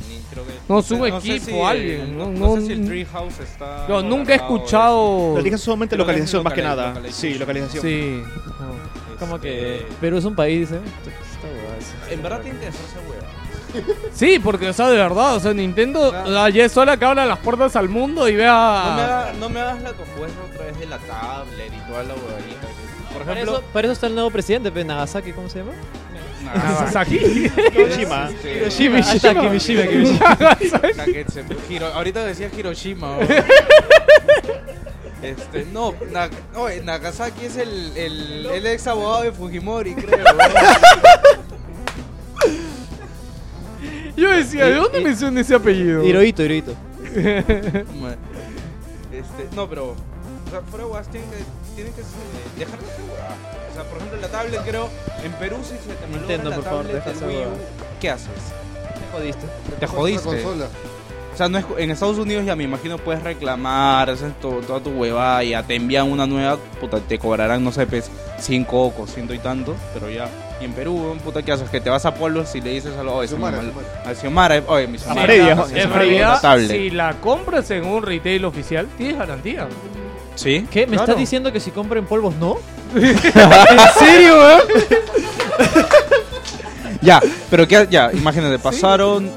ni- creo que-
No, sube
sé
equipo,
si el-
alguien,
No, no
no-
sé
no-
si el Treehouse está.
Yo nunca he
guardado,
escuchado.
Lo dije solamente
Creo que es
localización, más que
locali-
nada.
localización.
Sí, localización.
Sí.
este,
Como que Perú es un
[laughs]
país, ¿eh?
En verdad tiene que hacerse hueva.
Sí, porque, o sea, de verdad, o sea, Nintendo
Claro.
o sea, ya es sola que abra las puertas al mundo y
No me,
vea.
haga- no me hagas la cojueza otra vez de la tablet y toda la huevadita. que- Por
Para
ejemplo,
eso, para eso está el nuevo presidente, pe, Nagasaki, ¿cómo se llama?
[laughs]
[laughs]
Nagasaki.
Hiroshima.
Sí.
Hiroshima,
Hasta
Hiroshima.
Kimishima, Kimishima.
[laughs]
[laughs]
Nagetsu. este, Hiro- ahorita decía Hiroshima. weón. Este, no, Na- oye, Nagasaki es el, el, el ex abogado de Fujimori, creo.
Yo decía, ¿de dónde me suena ese apellido? [laughs]
Hirohito, Hirohito.
Ma- este, no, pero. O sea, fuera de huevas, tienen que, tienen que eh, dejar de hacer huevadas. O sea, por ejemplo, la tablet, creo, en Perú si se te malogra
Nintendo,
la
por favor,
tablet
deja
del
esa
Wii U,
huevada.
¿qué haces?
Te jodiste.
Te jodiste. O sea, no es, en Estados Unidos ya me imagino puedes reclamar, haces to- toda tu huevada, ya te envían una nueva, puta, te cobrarán, no sé, pues, 5 cocos, ciento y tantos, pero ya. Y en Perú, weón, puta, ¿qué haces? Que te vas a pueblos y le dices algo, oye,
Xiomara,
a Ah, Xiomara, oye, mi Xiomara,
En
mi Xiomara,
realidad,
la tablet.
si la compras en un retail oficial, tienes
[laughs]
garantía.
¿Sí?
¿Qué? ¿Me
Claro.
estás diciendo que si compro en polvos no?
¿En serio, eh? weón?
Ya, pero que ya, imagínate, pasaron.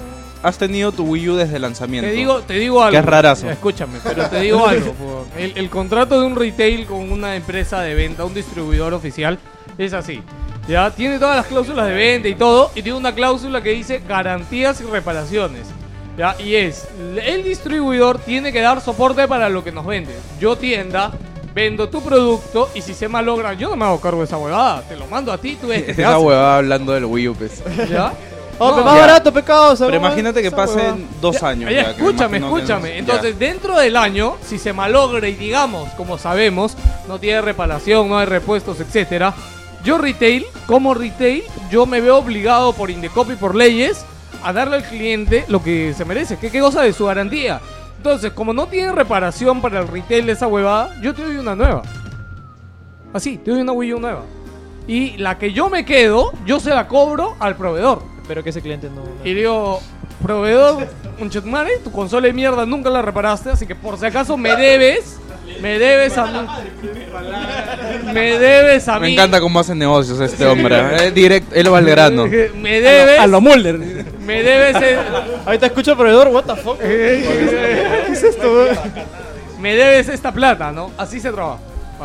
Has tenido tu Wii U desde el lanzamiento.
Te digo, te digo algo.
Que es rarazo.
Escúchame,
[laughs]
pero te digo algo. po. El, el contrato de un retail con una empresa de venta, un distribuidor oficial, es así. Ya tiene todas las cláusulas de venta y todo, y tiene una cláusula que dice garantías y reparaciones. Ya, y es, el distribuidor tiene que dar soporte para lo que nos vende. Yo tienda, vendo tu producto y si se malogra, yo no me hago cargo de esa huevada. Te lo mando a ti,
[laughs]
tú ves qué te
Esa
haces.
huevada Este hablando del Wii U, pues.
¿Ya?
Oh,
No,
pero más
ya.
barato, pecado.
Pero imagínate que pasen dos años.
Ya,
ya, que me
escúchame,
imagino que
escúchame.
no-
Entonces, dentro del año, si se malogra y digamos, como sabemos, no tiene reparación, no hay repuestos, etcétera, yo retail, como retail, yo me veo obligado por Indecopy, por leyes, a darle al cliente lo que se merece, que que goza de su garantía. Entonces, como no tiene reparación para el retail de esa huevada, yo te doy una nueva. Así, te doy una Wii U nueva. Y la que yo me quedo, yo se la cobro al proveedor.
Pero que ese cliente no.
Y digo, proveedor, un chetumare, tu consola de mierda nunca la reparaste, así que por si acaso me debes, me debes a mí. Me debes a
Me
mí.
encanta cómo hacen negocios este hombre. ¿eh? Es directo, él va al
[laughs]
grano.
Me debes.
A lo- a lo
Mulder. Me debes. el- Eh,
Ahí te escucho, proveedor, what the fuck.
¿Qué es esto? eh? Me debes esta plata, ¿no? Así se trabaja.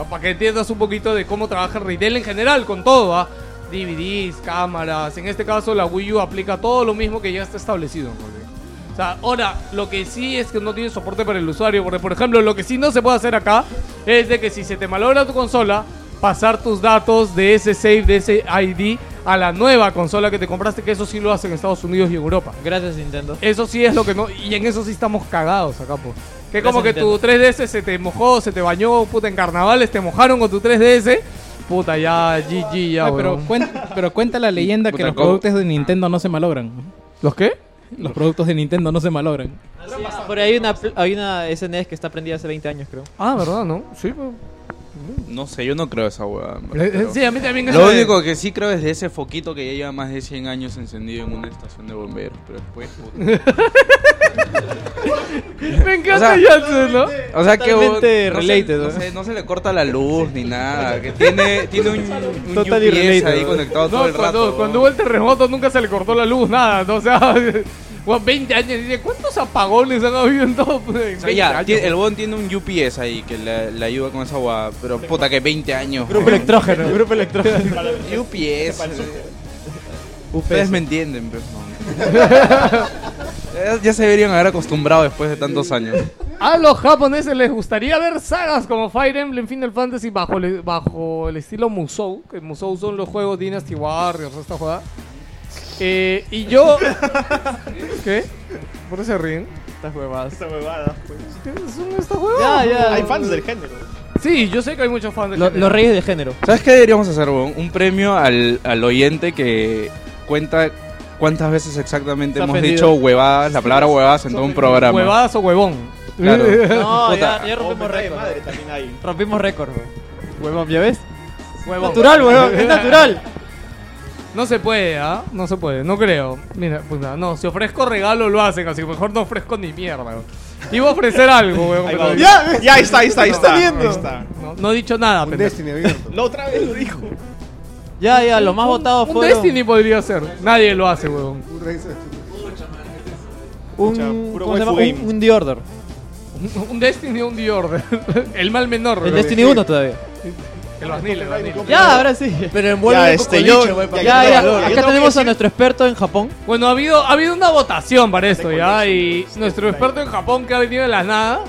Para que entiendas un poquito de cómo trabaja el retail en general, con todo, ¿ah? DVDs, cámaras. En este caso, la Wii U aplica todo lo mismo que ya está establecido. ¿no? O sea, ahora, lo que sí es que no tiene soporte para el usuario. Porque, por ejemplo, lo que sí no se puede hacer acá es de que si se te malogra tu consola, pasar tus datos de ese save, de ese ID, a la nueva consola que te compraste, que eso sí lo hacen en Estados Unidos y Europa.
Gracias, Nintendo.
Eso sí es lo que no. Y en eso sí estamos cagados acá, po. Que como que
Gracias,
tu 3DS se te mojó, se te bañó, puta, en carnavales te mojaron con tu 3DS. Puta, ya, GG, ya,
Ay, pero,
weón.
cuenta, pero cuenta la leyenda que
Puta,
los
¿cómo?
productos de Nintendo no se malogran.
¿Los qué?
Los productos de Nintendo no se malogran.
Por ahí hay una, pl- hay una SNES que está prendida hace 20 años, creo.
Ah, ¿verdad? ¿No? Sí,
No sé, yo no creo esa huevada. en
Eh, eh,
verdad, pero-
sí, a mí también
Lo
eso me-
único que sí creo es de ese foquito que ya lleva más de 100 años encendido en una estación de bomberos. Pero después.
[laughs]
puta.
Me encanta Janssen, ¿no?
O sea que vos-
Totalmente
no se-
related,
no,
¿no?
se, no se le corta la luz ni nada. Que tiene,
[laughs]
tiene un, un
Total
UPS
irrelated,
ahí
¿no?
conectado
No,
todo el
cuando,
rato.
Cuando hubo el terremoto nunca se le cortó la luz, nada. No, o sea, [laughs] weón, 20 años. Dice, ¿cuántos apagones han habido en todo? pues, En
O sea,
20
ya,
años,
ti- el bon tiene un UPS ahí que le, le ayuda con esa guada, pero puta que 20 años.
Grupo
weón.
electrógeno,
[laughs]
grupo electrógeno.
UPS.
UPS.
Ustedes me entienden, pero [laughs] ya, ya se deberían haber acostumbrado después de tantos años.
A los japoneses les gustaría ver sagas como Fire Emblem, Final Fantasy bajo el, bajo el estilo Musou, que Musou son los juegos Dynasty Warriors, esta jugada. Eh,
[laughs]
y yo... ¿Qué? ¿Por qué se ríen? Estas huevadas. Estas huevadas. Son estas huevadas.
Hay fans del género.
Sí, yo sé que hay muchos fans del
Lo-
género.
los reyes
de género.
¿Sabes qué deberíamos hacer, weón? Un premio al, al oyente que cuenta cuántas veces exactamente
Se ha
hemos
ofendido.
dicho huevadas, la palabra huevadas en todo un programa.
Huevadas o huevón.
Claro.
[laughs] No,
Puta.
ya, ya rompimos récord. Rompimos récord, weón.
Huevón, ¿ya ves? Huevón.
Natural, [laughs]
[laughs]
huevón, es natural.
No se puede, ¿ah? No se puede, no creo. Mira, pues nada, no, si ofrezco regalo lo hacen, así que mejor no ofrezco ni mierda, weón. Iba a ofrecer algo, weón.
Ahí
pero-
va. Ya, ya, ahí está, ahí está, ahí está. Ahí está.
No, no he dicho nada, pendejo.
No, otra vez lo dijo.
Ya, ya, lo más votado
un
fueron-
Destiny podría ser. Nadie lo hace, weón.
Un,
puro
¿cómo se llama?
waifu
Un,
game.
un The
[laughs]
Order.
Un Destiny, un The Order. [laughs] El mal menor,
El
weón.
Destiny 1 todavía.
El barnil, el barnil.
Ya, ahora sí.
Pero envuelve Ya, el este, yo- cocoliche, güey, para
Ya,
que
ya,
tenga valor. Yo
Acá
tengo
tenemos
que
a nuestro experto en Japón.
Bueno, ha habido, ha habido una votación para esto, ¿ya? Y nuestro experto en Japón, que ha venido de la nada,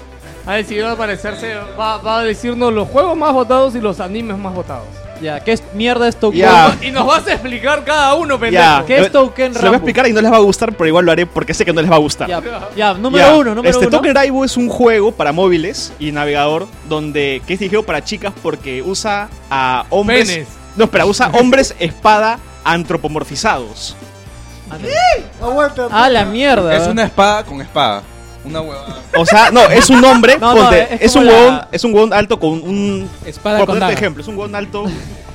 ha decidido aparecerse, va, va a decirnos los juegos más votados y los animes más votados.
Ya, ¿qué es mierda es Touken?
Ya.
Y nos vas a explicar cada uno, pendejo.
Ya.
¿Qué es
Lo-
Touken
Se lo voy a
Rambo?
explicar y no les va a gustar, pero igual lo haré porque sé que no les va a gustar.
Ya, ya, número
Ya.
uno, número
este,
uno.
Token Raibu es un juego para móviles y navegador donde que es dirigido para chicas porque usa a hombres.
Penes.
No, espera, usa
[laughs]
hombres espada antropomorfizados.
¡Ah! Aguanta.
Ah, la mierda.
Es una espada con espada. Una huevada.
O sea, no, es un
[laughs]
hombre,
No, no,
ponte,
es
es,
como
un
la-
huevón, es un huevón alto con un
Espada
por
con
ponerte
daga.
ejemplo, es un huevón alto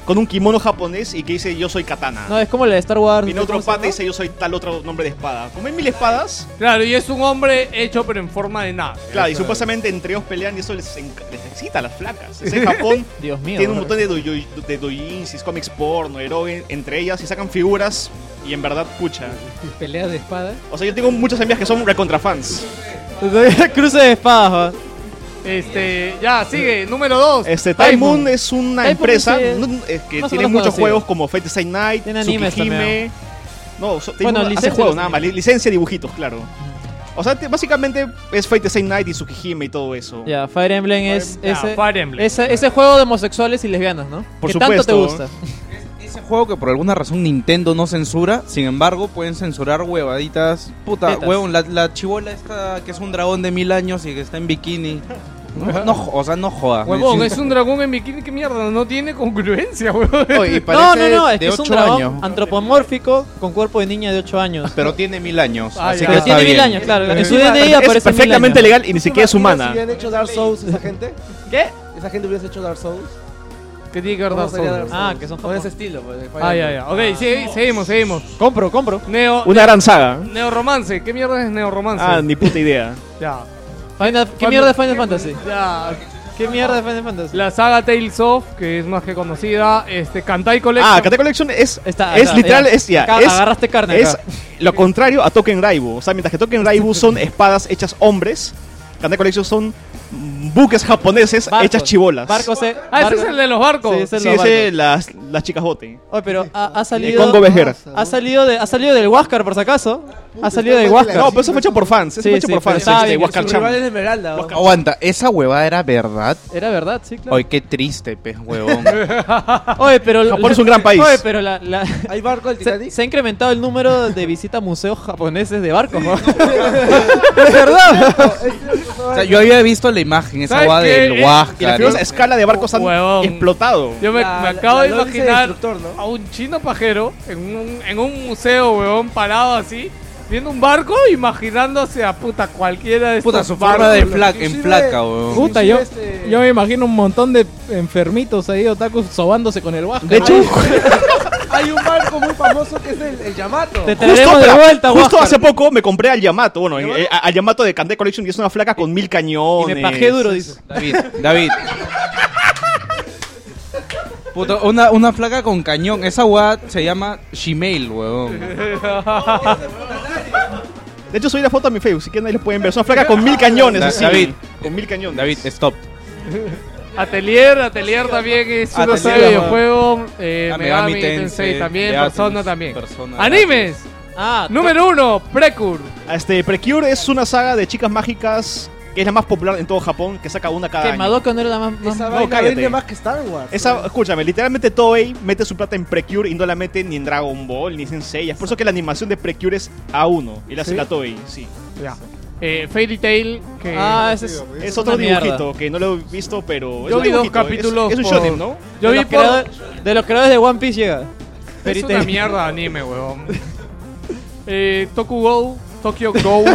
con un kimono japonés y que dice yo soy katana.
No, es como la de Star Wars.
Viene otro pata y dice yo soy tal otro nombre de espada. Como hay mil espadas,
Claro, y es un hombre hecho pero en forma de nada.
Claro, y
Eso.
supuestamente entre ellos pelean y eso les, enc- les excita a las flacas. Es en Japón.
[laughs] Dios mío.
Tiene un montón de doyo- de doujins, y cómics porno, erogen, entre ellas, y sacan figuras y en verdad, pucha.
Peleas de espada.
O sea, yo tengo muchas amigas que son recontra fans.
[laughs] Cruce de espadas,
Este, ya, sigue, número 2.
Este, Time Moon es una
Time Moon
empresa
es-
no- es que
más o
tiene
menos
muchos
conocido.
juegos como Fate Stay Night,
Tiene animes
Tsukihime.
también.
No, so,
Bueno,
bueno, hace
licencia
juegos
los
nada más, li- licencia dibujitos, claro. O sea, te- básicamente es Fate Stay Night y Tsukihime y todo eso.
Ya, Fire Emblem es
Emblem.
ese,
Ya, Ah, Fire Emblem.
ese, ese juego de homosexuales y lesbianas, ¿no?
Por
que tanto
supuesto.
te gusta.
Ese juego que por alguna razón Nintendo no censura, sin embargo, pueden censurar huevaditas. Puta,
Tetas.
huevón, la, la chibola esta que es un dragón de mil años y que está en bikini. No, no, jo- o sea, no joda.
Ah, Huevón,
Sí.
es un dragón en bikini, qué mierda, no tiene congruencia, huevón.
[laughs]
no, no, no, es que es un dragón [laughs] antropomórfico con cuerpo de niña de 8 años.
Pero tiene mil años.
Ah,
así
ya.
que
Pero
está
tiene mil
bien.
años, claro. En su
Eh, Es
DNI aparece
perfectamente
mil años.
legal y ni siquiera es humana.
Si han hecho Dark Souls esa gente?
¿Qué?
¿Esa gente hubiese hecho Dark Souls?
¿Qué tiene que ver
¿Cómo
Dark
sería
Souls? Ah,
Souls?
que son
Con
Japón.
ese estilo, pues. de Fire
Ah, ya,
Emblem.
ya. Ok, sí, seguimos, seguimos.
Compro, compro.
Neo,
Una gran saga.
Neoromance, ¿qué mierda es Neoromance?
Ah, ni puta idea.
Ya.
Final- ¿Qué mierda es Final Fantasy?
Ya.
¿Qué mierda es Final Fantasy?
La saga Tales of, que es más que conocida, este Kantai Collection.
Ah, Kate Collection es,
Está,
es
está,
literal,
Ah, ya.
es ya.
Acá
es-
agarraste carne
Es
acá.
lo contrario a Token Raibu. O sea, mientras que Token Raibu son espadas hechas hombres, Kate Collection son buques japoneses hechas chibolas.
Barcos, eh,
Ah, ese
barcos.
es el de los barcos.
Sí, ese es
Sí,
los
ese,
barcos.
las, las chicas bote.
Oye, pero ha, ha
El
salido.
Congo Vejera.
Ha salido, de, ha salido del Huáscar, por si acaso. Ha salido del
No,
Huáscar.
pero eso fue hecho por fans. Eso
Sí,
fue hecho
sí,
por
pero
fans.
estaba
este,
bien,
Huáscar
su
Cham.
rival es de Esmeralda, ¿no?
Aguanta, esa huevada era verdad.
Era verdad, sí, claro.
Ay, qué triste, pez huevón.
Oye, pero
Japón es un gran país.
Oye, pero la, la- se, se ha incrementado el número de visitas a museos japoneses de barcos. ¿no? [laughs] de verdad.
o sea, yo había visto la imagen, esa
¿Sabes
huevada
qué?
del
Es-
Huáscar.
Eh,
eh.
Y las figuras a escala de barcos han explotado.
Eh, Yo me,
La-
me acabo
la
de
Lordi se
imaginar
destruyó.
a un chino pajero en un, en un museo, huevón, parado así, viendo un barco, imaginándose a puta cualquiera de
Puta,
estos
su forma
barcos.
de flaca, en flaca, huevón.
Puta, yo,
este
este-
yo me imagino un montón de enfermitos ahí, otakus, sobándose con el Huáscar.
De hecho,
Hay un barco muy famoso que es el, el Yamato.
Justo, espera, Justo
Huáscar.
hace poco me compré al Yamato. Bueno, en- eh, al Yamato de Kandai Collection y es una flaca con mil cañones.
me pajé duro, dice.
David,
[laughs]
David. Puta, una, una flaca con cañón. Esa hueá se llama Gmail, huevón.
De hecho, subí la foto a mi Facebook, si quieren ahí les pueden ver. Es una flaca con mil cañones,
Da-
así.
David.
Con mil cañones.
David, stop.
Atelier, Atelier también es una
Atelier,
saga de
huevón.
videojuego. Eh,
Ah,
Megami, Tensei, también,
Beatles,
Persona también.
Persona.
¡Animes!
Ah,
Número uno, Precure.
Este, Precure es una saga de chicas mágicas que es la más popular en todo Japón, que saca una cada
Que
año.
Madoka no era la más. más-
Esa
No,
vaina
cállate.
vende más que Star Wars.
Esa, escúchame, literalmente Toei mete su plata en Precure y no la mete ni en Dragon Ball, ni en Sensei. Es por eso que la animación de Precure es A1 y la hace
¿Sí?
la Toei, sí.
Ya. Eh, Fairy Tail, que.
Ah, ese es-
Es otro
una mierda.
dibujito que no lo he visto, pero. es
Yo
un
vi dos
dibujito, es-
capítulos.
Es, un
por-
shonen, ¿no?
Yo
de,
vi
los
por.
creadores, de los creadores de One Piece llega.
Es
Fairy
una
Tail.
mierda de anime,
[laughs]
huevón. Eh, Toku Go, Tokyo Go.
[laughs]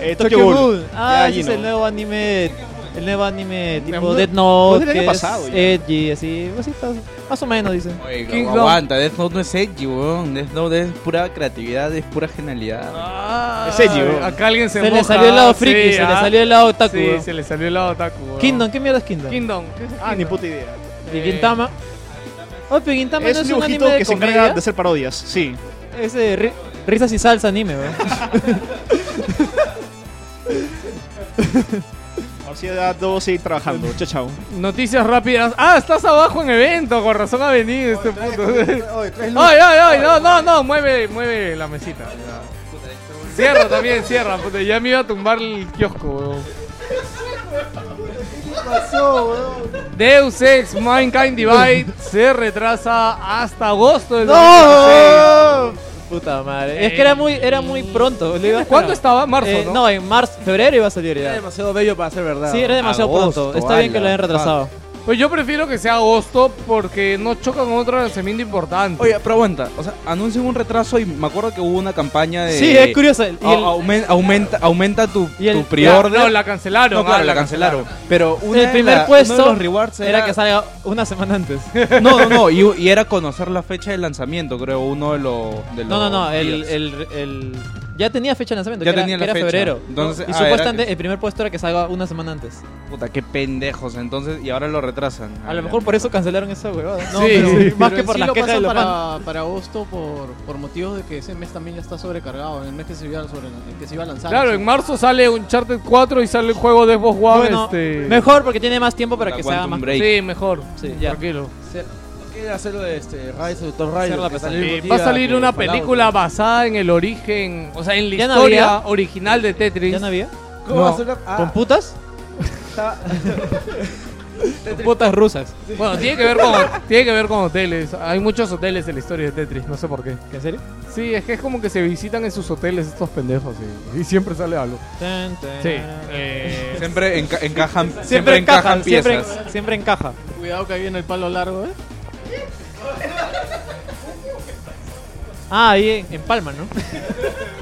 Eh,
Tokyo Ghoul.
Ya,
Ah, ese es
Gino.
el nuevo anime. El nuevo anime tipo
Muy-
Dead
muy
Note.
del
que
año
es
pasado ya.
Edgy, así. cositas. Más o menos, dicen.
Kingdom.
Aguanta, Death Note no es edgy, huevón. Death Note es pura creatividad, es pura genialidad.
Es
edgy, huevón.
Acá alguien se
Se le
moja.
salió el lado friki, se le
ah.
salió el lado otaku,
Sí,
huevón.
se le salió el lado otaku. huevón.
Kingdom, ¿qué mierda es Kingdom?
Kingdom. ¿Qué es
Ah, ni puta idea.
Y Gintama.
Eh,
Oh, pero Gintama
Es
no
un
es un
dibujito
anime de
que se
comedia.
encarga de hacer parodias, sí.
Es de ri- risas y salsa anime, weón.
Ahora sí,
Ah,
a dos seguir trabajando. Chao, chao.
Noticias rápidas. Ah, estás abajo en evento, con razón ha venido este punto. Ay,
traes luz.
ay, ay, no, no, no, mueve, mueve la mesita. Cierra también, cierra, puta, ya me iba a tumbar el kiosco, weón.
¿Qué pasó, weón?
Deus Ex Mankind Divide se retrasa hasta agosto del
¡No!
2016.
Puta madre. Es que era muy, era muy pronto. lo iba a
¿Cuándo
esperar.
estaba? Marzo,
Eh,
¿no?
no, en marzo, febrero iba a salir
Era
ya.
demasiado bello para ser verdad.
Sí, era demasiado
Agosto,
pronto. Está bien
ala.
que lo hayan retrasado.
Pues yo prefiero que sea agosto porque no choca con otro lanzamiento importante.
Oye, pero aguanta, o sea, anuncian un retraso y me acuerdo que hubo una campaña de...
Sí, es curioso, y
Au-
el-
aumen- aumenta, aumenta tu, tu
peor
pre-order.
No, la cancelaron.
No, claro,
ah,
la cancelaron. Pero una
el
de
primer
la-
puesto
uno de los rewards
era... que salga una semana antes.
[laughs] No, no, no, y, y era conocer la fecha de lanzamiento, creo, uno de los... de
No, no,
los
no, el,
días.
el, el- ya tenía fecha de lanzamiento,
Ya
que,
tenía
era, que
la
era
fecha.
febrero.
Entonces,
y
ah, era
supuestamente el primer puesto era que salga una semana antes.
Puta, qué pendejos, entonces, y ahora lo retrasan.
A lo mejor por eso cancelaron esa huevada. No,
Ah, Sí,
pero
sí,
más
pero
que por
sí
la
lo
queja de
Pasa
los fans.
para, para agosto por, por motivos de que ese mes también ya está sobrecargado, en el mes que se iba, sobre, el que se iba a lanzar.
Claro,
Sí.
en marzo sale Uncharted 4 y sale el juego de Xbox One.
Bueno,
este...
Mejor porque tiene más tiempo para que se haga más.
Sí, mejor.
Sí, ya.
Tranquilo.
¿Qué hacer lo de este Rise of the
Hacer la
Rider? que
pesada.
salió el
Sí,
mismo
Va a
día
salir
que
una
Fallout.
película basada en el origen, o sea, en la
¿Ya no
historia
había?
original de Tetris.
¿Ya no había?
¿Cómo va a ser una- ah.
¿Con
[laughs]
putas?
Tetris.
Putas rusas.
Bueno, tiene que ver con tiene que ver con hoteles. Hay muchos hoteles en la historia de Tetris, no sé por qué.
¿En serio?
Sí, es que es como que se visitan en sus hoteles estos pendejos y, y siempre sale algo.
Tan, tan.
[laughs] Sí. eh,
Siempre enca- encajan-
Siempre,
siempre
encajan,
encajan
siempre,
piezas.
siempre encaja.
Cuidado que ahí viene el palo largo, ¿eh?
Ah, ahí en, en Palma, ¿no?
[laughs]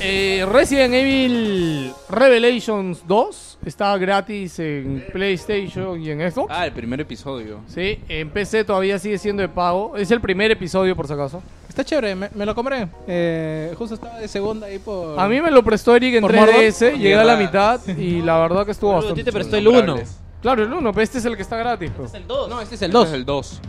Eh, Resident Evil Revelations 2 está gratis en PlayStation y en Xbox.
Ah, el primer episodio.
Sí, en PC todavía sigue siendo de pago. Es el primer episodio, por si acaso.
Está chévere, me, me lo compré. Eh, justo estaba de segunda ahí por.
A mí me lo prestó Eric en
Por Mordor.
3DS, llegué a la mitad y la verdad que estuvo
Boludo, a
bastante.
ti te prestó
chévere.
el uno.
Claro, el 1, pero este es el que está gratis. pues.
El 2. No,
Este
este
es el 2.
el 2.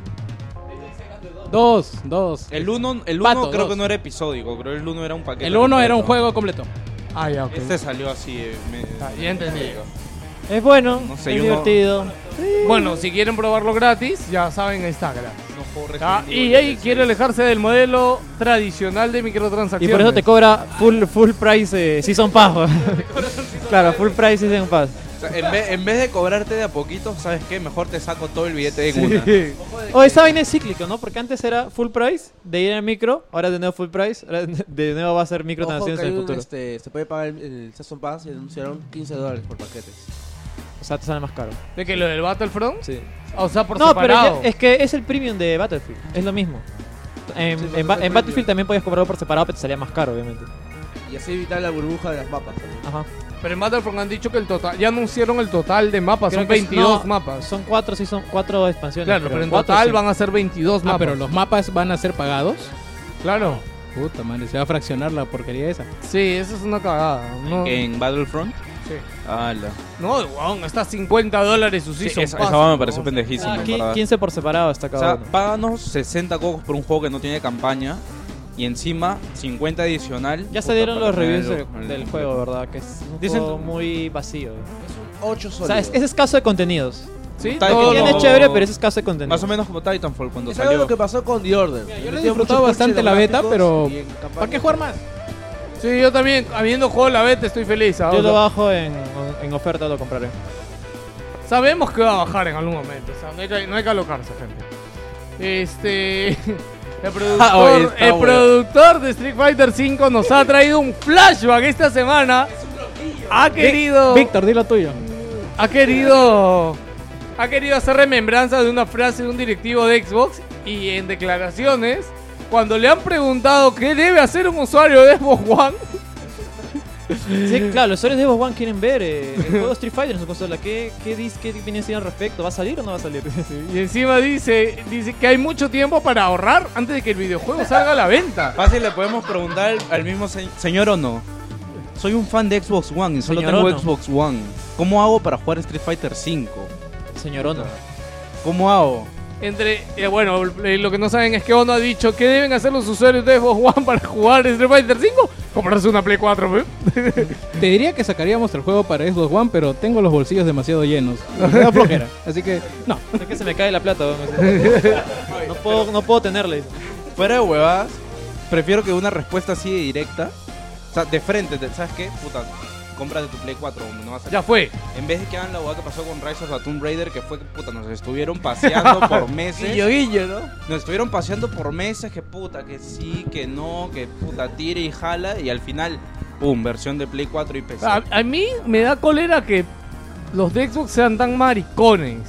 Dos, dos.
El 1 el
Pato,
uno creo
dos.
que no era episódico, creo que el 1 era un paquete.
El 1 era un
completo.
juego completo.
Ah, ya, ok.
Este salió así. eh, me-
ya entendí.
Ah, Es bueno,
No sé,
es
yo no-
divertido.
Bueno, si quieren probarlo gratis, ya saben, ahí está gratis. Ah,
Resident Evil
y EA quiere alejarse del modelo tradicional de microtransacciones.
Y por eso te cobra full, full price eh, Season Pass. [laughs] claro, full price Season Pass.
O sea, en, vez, en vez de cobrarte de a poquito, ¿sabes qué? Mejor te saco todo el billete en una.
[laughs] O esa vaina es cíclico, ¿no? Porque antes era full price de ir al micro, ahora de nuevo full price, ahora de de nuevo va a ser
Ojo, que
microtransacciones en
hay
el
un,
futuro.
este, se puede pagar el, el Season Pass y anunciaron 15 dólares por paquetes.
O sea, te sale más caro.
¿De que lo del Battlefront? Ah,
Sí.
O sea, por
no,
separado.
pero ya- es que es el premium de Battlefield, es lo mismo. En, en Ba- en Battlefield también podías comprarlo por separado, pero te salía más caro, obviamente.
Y así evitar la burbuja de las mapas. también.
Ajá.
Pero en Battlefront han dicho que el total. Ya anunciaron el total de mapas.
Creo
son
que es-
22
no,
mapas.
Son cuatro, sí, son cuatro expansiones.
Claro,
creo.
pero en
Cuatro,
total
sí.
van a ser 22
Ah,
mapas.
pero los mapas van a ser pagados.
Claro.
Puta madre, se va a fraccionar la porquería esa.
Sí, eso es una cagada. No,
¿En Battlefront?
Sí.
Ala.
no weón, está 50 dólares su
Sí,
season
esa,
pass,
esa vaina me
weón.
pareció pendejísima.
Ah,
en
qui-
verdad.
15 por separado está
O
cada
sea,
uno.
páganos 60 cocos por un juego que no tiene campaña. Y encima, 50 adicional.
Ya
Puta,
salieron
para
los
tener
reviews
el-
de-
el-
del juego, ¿verdad? Que es un
Dicen-
juego muy vacío.
8
O sea, es, es escaso de contenidos.
Sí,
Lo que tiene es chévere, pero es escaso de contenido.
Más o menos como Titanfall cuando
Es algo
salió.
lo que pasó con The Order.
Yo le he
Metieron
disfrutado
mucho
bastante
parche
la
en los
beta,
gráficos
pero.
y en campaña.
¿Para qué jugar más?
Sí, yo también. Habiendo jugado la beta, estoy feliz. ahora.
Yo lo bajo en, en oferta, lo compraré.
Sabemos que va a bajar en algún momento. O sea, no hay que, no hay que alocarse, gente. Este. [laughs] El productor,
Ah, oye, está
el
bueno.
productor de Street Fighter V nos ha traído un flashback esta semana. Ha querido.
Víctor, di lo tuyo.
Ha querido. Ha querido hacer remembranza de una frase de un directivo de Xbox y en declaraciones, cuando le han preguntado qué debe hacer un usuario de Xbox One,
Sí, claro, los usuarios de Xbox One quieren ver eh, el juego Street Fighter en su consola. ¿Qué, qué, dis- qué viene al respecto? ¿Va a salir o no va a salir?
[laughs] y encima dice, dice que hay mucho tiempo para ahorrar antes de que el videojuego salga a la venta.
Fácil, le podemos preguntar al, al mismo se- señor o no. Soy un fan de Xbox One y solo
Señor
tengo
Ono.
Xbox One. ¿Cómo hago para jugar Street Fighter 5?
Señor Ono.
¿Cómo hago?
Entre, eh, bueno, eh, lo que no saben es que Ono ha dicho que deben hacer los usuarios de Xbox One para jugar Street Fighter 5. Comprarse una Play ¿eh? 4, ¿ve?
Te diría que sacaríamos el juego para Xbox One, pero tengo los bolsillos demasiado llenos. Me
[laughs]
da flojera. Así que,
[laughs]
no.
Es que se me cae la plata. weón. No puedo, no puedo tenerle.
Fuera de huevadas, prefiero que una respuesta así de directa, o sea, de frente, te- ¿sabes qué? Puta, cómprate tu Play 4, hombre, no vas a
Ya fue.
En vez de que hagan la huevada que pasó con Rise of the Tomb Raider, que fue que, puta, nos estuvieron paseando por meses.
Guillo, guillo, ¿no?
Nos estuvieron paseando por meses, que puta, que sí, que no, que puta, tire y jala, y al final, pum, versión de Play 4 y PC.
A, a mí me da cólera que los de Xbox sean tan maricones.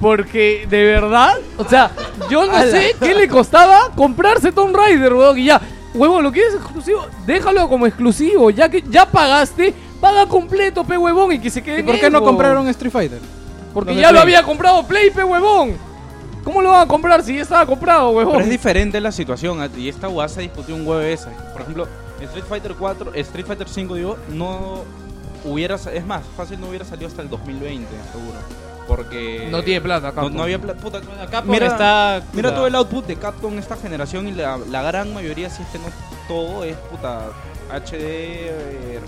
Porque de verdad, o sea, yo no
Ala.
sé qué le costaba comprarse Tomb Raider, weón. Y ya, huevón, lo quieres exclusivo, déjalo como exclusivo. Ya que ya pagaste, paga completo, pe huevón, y que se quede.
¿Y por qué no compraron Street Fighter?
Porque
los de
ya lo
Play?
había comprado Play, pe huevón. ¿Cómo lo van a comprar si ya estaba comprado, huevón?
Pero es diferente la situación ah, y esta weá se discutió un huevo esa. Por ejemplo, Street Fighter 4, Street Fighter 5 digo, no hubiera, sa- es más, fácil no hubiera salido hasta el 2020, seguro. Porque
No tiene plata,
No,
Capcom.
no había plata, puta.
Capcom
mira,
está-
mira
puta.
todo el output de Capcom esta generación y la, la gran mayoría si es que no todo es puta HD eh,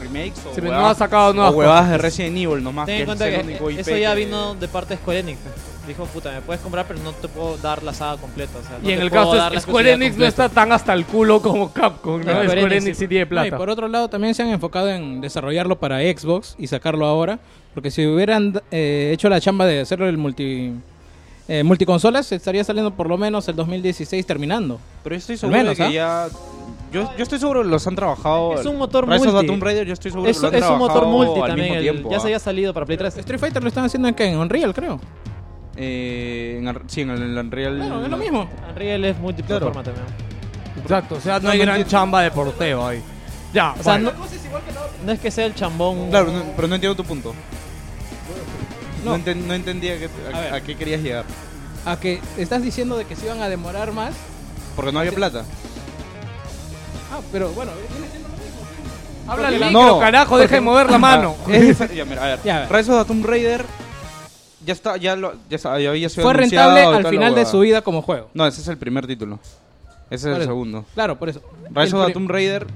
remakes o
Sí, pero no
huevadas-
ha sacado
o
nuevas
huevadas de
cosas.
Resident Evil nomás
Ten
que
en
es
cuenta
el
que
único IP
eso ya
que-
vino de parte de Square Enix. pues. Dijo, puta, me puedes comprar, pero no te puedo dar la saga completa. o sea, no
Y en
te
el
puedo
caso
dar la
es- Square
exclusividad
Enix no
completa.
está tan hasta el culo como Capcom, ¿no? Square, Enix sí tiene plata.
No, y por otro lado, también se han enfocado en desarrollarlo para Xbox y sacarlo ahora. Porque si hubieran eh, hecho la chamba de hacerlo el multi. eh, multiconsolas estaría saliendo por lo menos el 2016 terminando.
Pero yo estoy
Al
seguro
menos,
de que ya.
¿ah?
Yo, yo estoy seguro que los han trabajado.
Es un motor
Rise of the
multi.
Tomb Raider, yo estoy seguro
es,
que lo han
es un motor
trabajado
multi
al
también.
mismo
el-
tiempo,
ya
¿ah?
se había salido para Play 3.
Street Fighter lo están haciendo en qué? En Unreal, creo.
Eh, en, Unre- sí, en el en Unreal.
Claro, es lo mismo.
Unreal es multiplataforma también.
Exacto, o sea, no hay gran chamba de porteo ahí. Ya,
O sea,
Ah, bueno.
no, no es que sea el chambón.
Claro, no- pero no entiendo tu punto. No, enten- no entendía que- a, a qué querías llegar.
A Ah, que estás diciendo de que se iban a demorar más.
Porque no había plata.
Ah, pero bueno, viene siendo lo mismo.
Háblale al micro, carajo, deja de mover
[laughs]
la mano.
[laughs] Es difer- ya, mira, a ver.
Ya, a ver.
Rise of the Tomb Raider. Ya está, ya lo. Ya, está- ya había sido
Fue
anunciado
rentable
y toda
al
la
final de
huevada.
su vida como juego.
No, ese es el primer título. Ese es
Por
el
eso.
segundo.
Claro, por eso.
Rise
El
of the
pri-
Tomb Raider.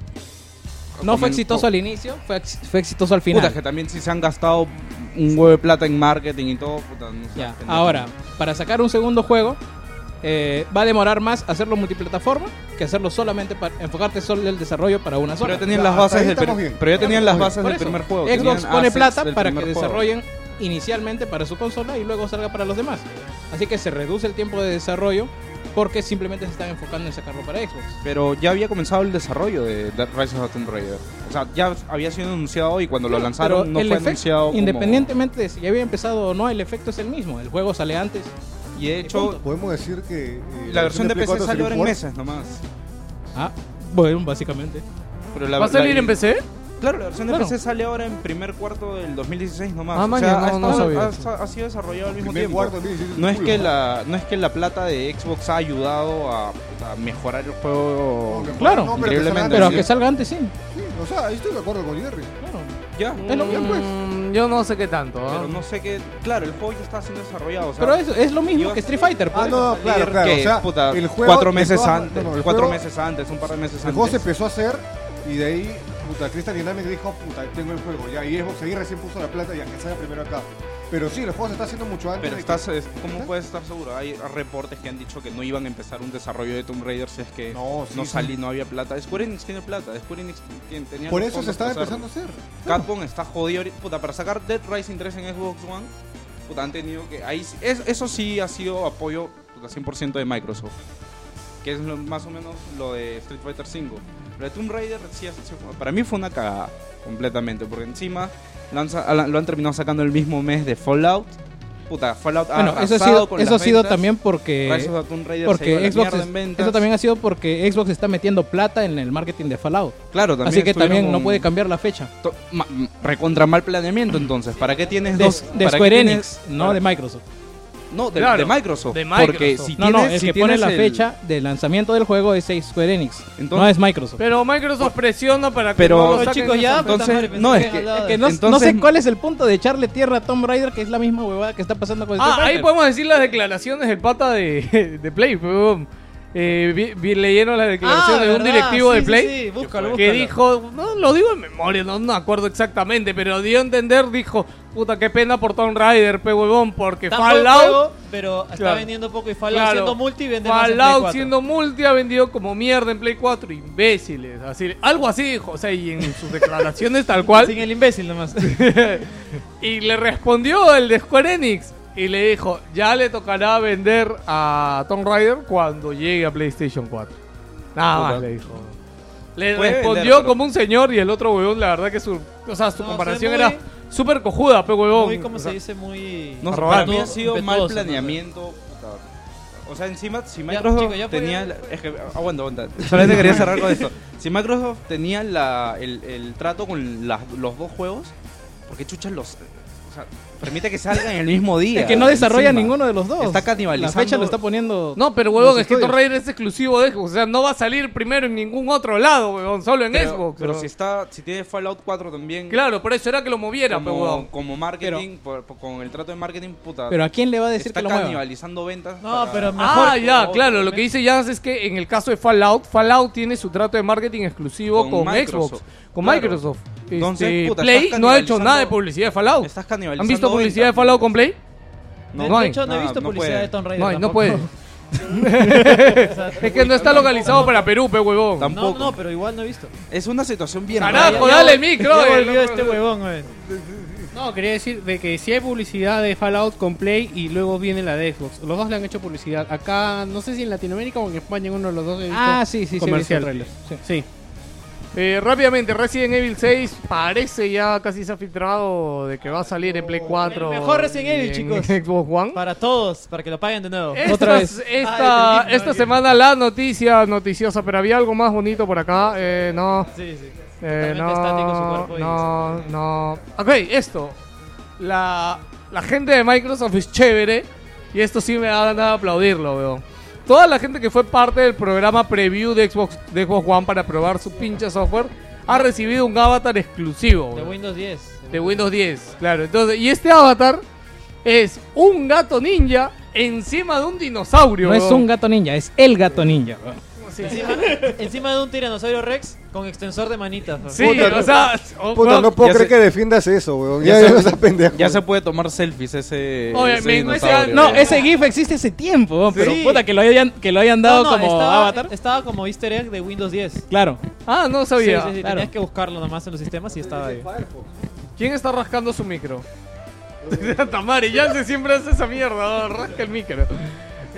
No fue
comen-
exitoso al inicio, fue, ex- fue exitoso al final.
Puta, es que también si se han gastado un huevo de plata en marketing y todo, pues, puta, no sé,
Ya,
pendejo.
ahora, para sacar un segundo juego, eh, va a demorar más hacerlo multiplataforma que hacerlo solamente para enfocarte solo en el desarrollo para una sola.
Pero ya tenían las bases del prim- pero ya tenían las bases del primer juego.
Xbox
tenían
pone
assets
plata
del
para que
primer juego.
desarrollen inicialmente para su consola y luego salga para los demás. Así que se reduce el tiempo de desarrollo porque simplemente se están enfocando en sacarlo para Xbox.
Pero ya había comenzado el desarrollo de de Rise of the Tomb Raider. O sea, ya había sido anunciado y cuando lo
Pero
lanzaron no
el
fue
efecto,
anunciado. como-
independientemente de si ya había empezado o no, el efecto es el mismo. El juego sale antes.
Y de hecho,
podemos decir que. eh,
La versión de PC salió ahora en meses
meses
nomás.
Ah, bueno, básicamente.
Pero la-
¿Va a
la-
salir en PC?
Claro, la versión de
Claro.
PC sale ahora en primer cuarto del 2016 nomás.
Ah,
o
maña,
sea, ha,
no, no
estado-
sabía
ha
eso.
esta- ha sido desarrollado al mismo
Primer
tiempo.
cuarto del 2016
No es, que
culo.
la, no es que la plata de Xbox ha ayudado a, a mejorar el juego
Claro,
No, pero que
increíblemente.
pero
¿sí?
que salga antes, sí.
Sí, o sea, ahí estoy de acuerdo con Jerry.
Ya,
Es lo mismo, pues.
Mm, Yo no sé qué tanto. ¿ah?
Pero no sé qué. Claro, el juego ya está siendo desarrollado. o sea,
Pero eso es lo mismo
iba-
que Street Fighter. pues. por
Ah,
eso.
no, claro, claro.
pues. que,
o sea,
puta,
el juego
cuatro
de
meses
todas-
antes,
no, no, el
cuatro
juego-
meses antes, un par de meses
El juego se
antes.
empezó a hacer y de ahí, puta, Crystal Dynamics dijo, puta, tengo el juego ya. Y Xbox ahí recién puso la plata y que salga primero acá. Pero sí, el juego se está haciendo mucho antes.
Pero
de
estás,
que-
es- ¿cómo puedes estar seguro? Hay reportes que han dicho que no iban a empezar un desarrollo de Tomb Raider si es que no,
sí, sí.
salí, no había plata. Square Enix tiene plata, Square Enix tiene- tenía
Por
los
eso se
fondos
estaba
para
empezando a hacer.
Capcom está jodido ahorita. Puta, para sacar Dead Rising 3 en Xbox One, puta, han tenido que... Ahí, sí- es- eso sí ha sido apoyo puta, 100% de Microsoft. Que es lo- más o menos lo de Street Fighter 5. Pero de Tomb Raider sí, ha- sí fue- para mí fue una cagada completamente. Porque encima lo han, sa- lo han terminado sacando el mismo mes de Fallout. Puta, Fallout ha
Bueno, eso ha
arrasado
sido,
Ah, con
eso ha
las
sido
ventas.
también porque.
Rise of the Tomb Raider se
Porque
iba a la
Xbox.
mierda
es-
en ventas.
eso también ha sido porque Xbox está metiendo plata en el marketing de Fallout.
Claro, también
Así que
estuvieron
también no
con-
puede cambiar la fecha.
To- ma- m- recontra mal planeamiento entonces. ¿Para qué tienes
De,
dos?
de
para qué
Square
tienes-
Enix, no
para-
de Microsoft.
No, de,
Claro,
de Microsoft.
de
Porque si
no,
tienes,
no, el
si
que pone
tienes
la
el-
fecha de lanzamiento del juego es Square Enix, no
Entonces-
es Microsoft.
Pero Microsoft presiona para que
Pero-
no lo
Pero,
saquen
chicos,
en
ya,
esa
puta
fecha.
madre,
No, es que,
Es que no,
entonces,
no sé cuál [laughs] es el punto de echarle tierra a Tomb Raider, que es la
pues,
misma huevada que está pasando con Street
Ah, ahí [laughs]
Fighter.
podemos decir las declaraciones del pata de, de Play. pues, weón. eh, vi- vi- leyendo la declaración de un
Ah, ¿verdad?
directivo
Sí,
de
sí,
Play
sí, búscalo,
que
búscalo.
dijo, no lo digo en memoria, no me acuerdo exactamente, pero dio a entender, dijo, puta, qué pena por Tomb Raider, pe huevón, porque
Está fuera de
Fallout...
juego, pero está
Claro.
vendiendo poco y Fallout
Claro.
siendo multi vende más en Play
Fallout
4.
siendo multi ha vendido como mierda en Play 4, imbéciles. Así, algo así dijo, o sea, y en
[laughs]
sus declaraciones tal cual.
Sin el imbécil nomás.
[laughs] y le respondió el de Square Enix y le dijo, ya le tocará vender a Tomb Raider cuando llegue a PlayStation 4. Nada
Puta.
más le dijo. Le
Puede vender,
respondió
pero-
como un señor y el otro huevón, la verdad que su, o sea, su
No,
comparación
o sea,
era
muy-
súper cojuda, pe huevón.
Muy, como
O sea,
se dice, muy.
No,
Arrogante.
para mí ha sido mal
Impetuoso,
planeamiento. puta. O sea, encima, si
Ya,
Microsoft
chico, ya puede-
tenía... la- es que, aguanta, aguanta. Solamente quería cerrar con esto. Si Microsoft tenía la, el, el trato con las- los dos juegos, ¿por qué chuchas los... O sea, permite que salgan el mismo día.
Es que no desarrolla
encima?
ninguno de los dos.
Está canibalizando.
La fecha lo está poniendo.
No, pero huevón,
los
es que Tomb
estudios.
Raider es exclusivo de Xbox. O sea, no va a salir primero en ningún otro lado, huevón, solo en
Pero-
Xbox.
Pero
huevón.
si está, si tiene Fallout 4 también...
Claro, por eso era que lo moviera, pe huevón.
Como, como marketing, por- por- con el trato de marketing, puta.
Pero ¿a quién le va a decir
está
que lo mueva?
canibalizando ventas.
No, pero
ah, ya, claro. Lo que dice Jazz es que en el caso de Fallout, Fallout tiene su trato de marketing exclusivo con,
Con Microsoft.
Xbox, con
Claro.
Microsoft.
Entonces,
Este,
puta,
Play
estás
no ha hecho
canibalizando-
nada de publicidad de Fallout.
Estás
¿Han
canibalizando
visto publicidad de
ventas.
Fallout con Play?
No.
hay.
De hecho, no he No, visto no publicidad puede. de Tomb Raider
No, hay, no
tampoco. [laughs]
[laughs]
puede. es que no está localizado para Perú, pe huevón.
Tampoco.
No, pero igual no he visto.
Es una situación bien rara.
Carajo, dale el micro.
Ya
eh,
volvió
no-
este huevón, güey.
No, quería decir de que si hay publicidad de Fallout con Play y luego viene la de Xbox. Los dos le han hecho publicidad. Acá, no sé si en Latinoamérica o en España, en uno de los dos. he visto
Ah, sí, sí, sí, he visto
comercial.
trailers,
Sí.
Eh, rápidamente, Resident Evil 6 parece ya casi se ha filtrado de que va a salir en Play 4.
Mejor Resident
y
Evil,
en
chicos.
Xbox One.
Para todos, para que lo paguen de nuevo.
Estas-
Ah,
Esta, esta semana la noticia noticiosa, pero había algo más bonito por acá. Eh, no.
Sí, sí.
Eh,
Totalmente
no,
estático su cuerpo y-
no, no. Ok, esto. La, la gente de Microsoft es chévere. Y esto sí me da ganas de aplaudirlo, weón. Toda la gente que fue parte del programa preview de Xbox, de Xbox One para probar su pinche software ha recibido un avatar exclusivo.
De
weón.
Windows 10.
De Windows 10, claro. Entonces, y este avatar es un gato ninja encima de un dinosaurio.
No es
weón.
un gato ninja, es el gato ninja. weón.
Encima, encima de un tiranosaurio Rex con extensor de manitas. güey.
Sí, Puta, o sea, oh,
Puta, no puedo
Ya
creer
se-
que defiendas eso, weón. Ya,
Ya
ya
se-
no
[laughs]
seas pendejo.
Ya se puede tomar selfies ese.
Oye,
ese
me-
dinosaurio.
No, ese GIF existe hace tiempo, weón, pero
Sí.
puta que lo hayan, que lo hayan dado
No, no,
como
estaba,
avatar.
Estaba como easter egg de Windows 10.
Claro.
Ah, no sabía.
Sí, sí, sí,
Claro.
Tenías que buscarlo nomás en los sistemas y estaba ahí.
¿Quién está rascando su micro? [laughs] Tamari, ya se siempre hace esa mierda, rasca el micro.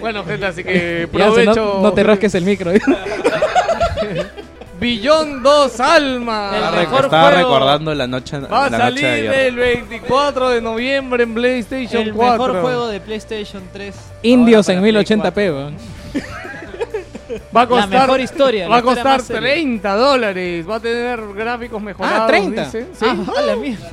Bueno, gente, así que
[laughs] Ya, si no-
Eh, provecho.
no, te rasques el micro. [laughs]
[laughs] Billón 2 Alma.
Estaba rec- Estaba recordando la noche.
Va a
la noche de
salir
ayer.
el 24 de noviembre en PlayStation
El
4.
mejor juego de PlayStation 3.
Indios
ahora
en
para Play
1080p,
4.
weón.
Va a costar,
La mejor historia.
Va a
la historia
costar
más seria.
30 dólares. Va a tener gráficos mejorados.
Ah, 30.
dice. Sí.
Ah, a la mierda.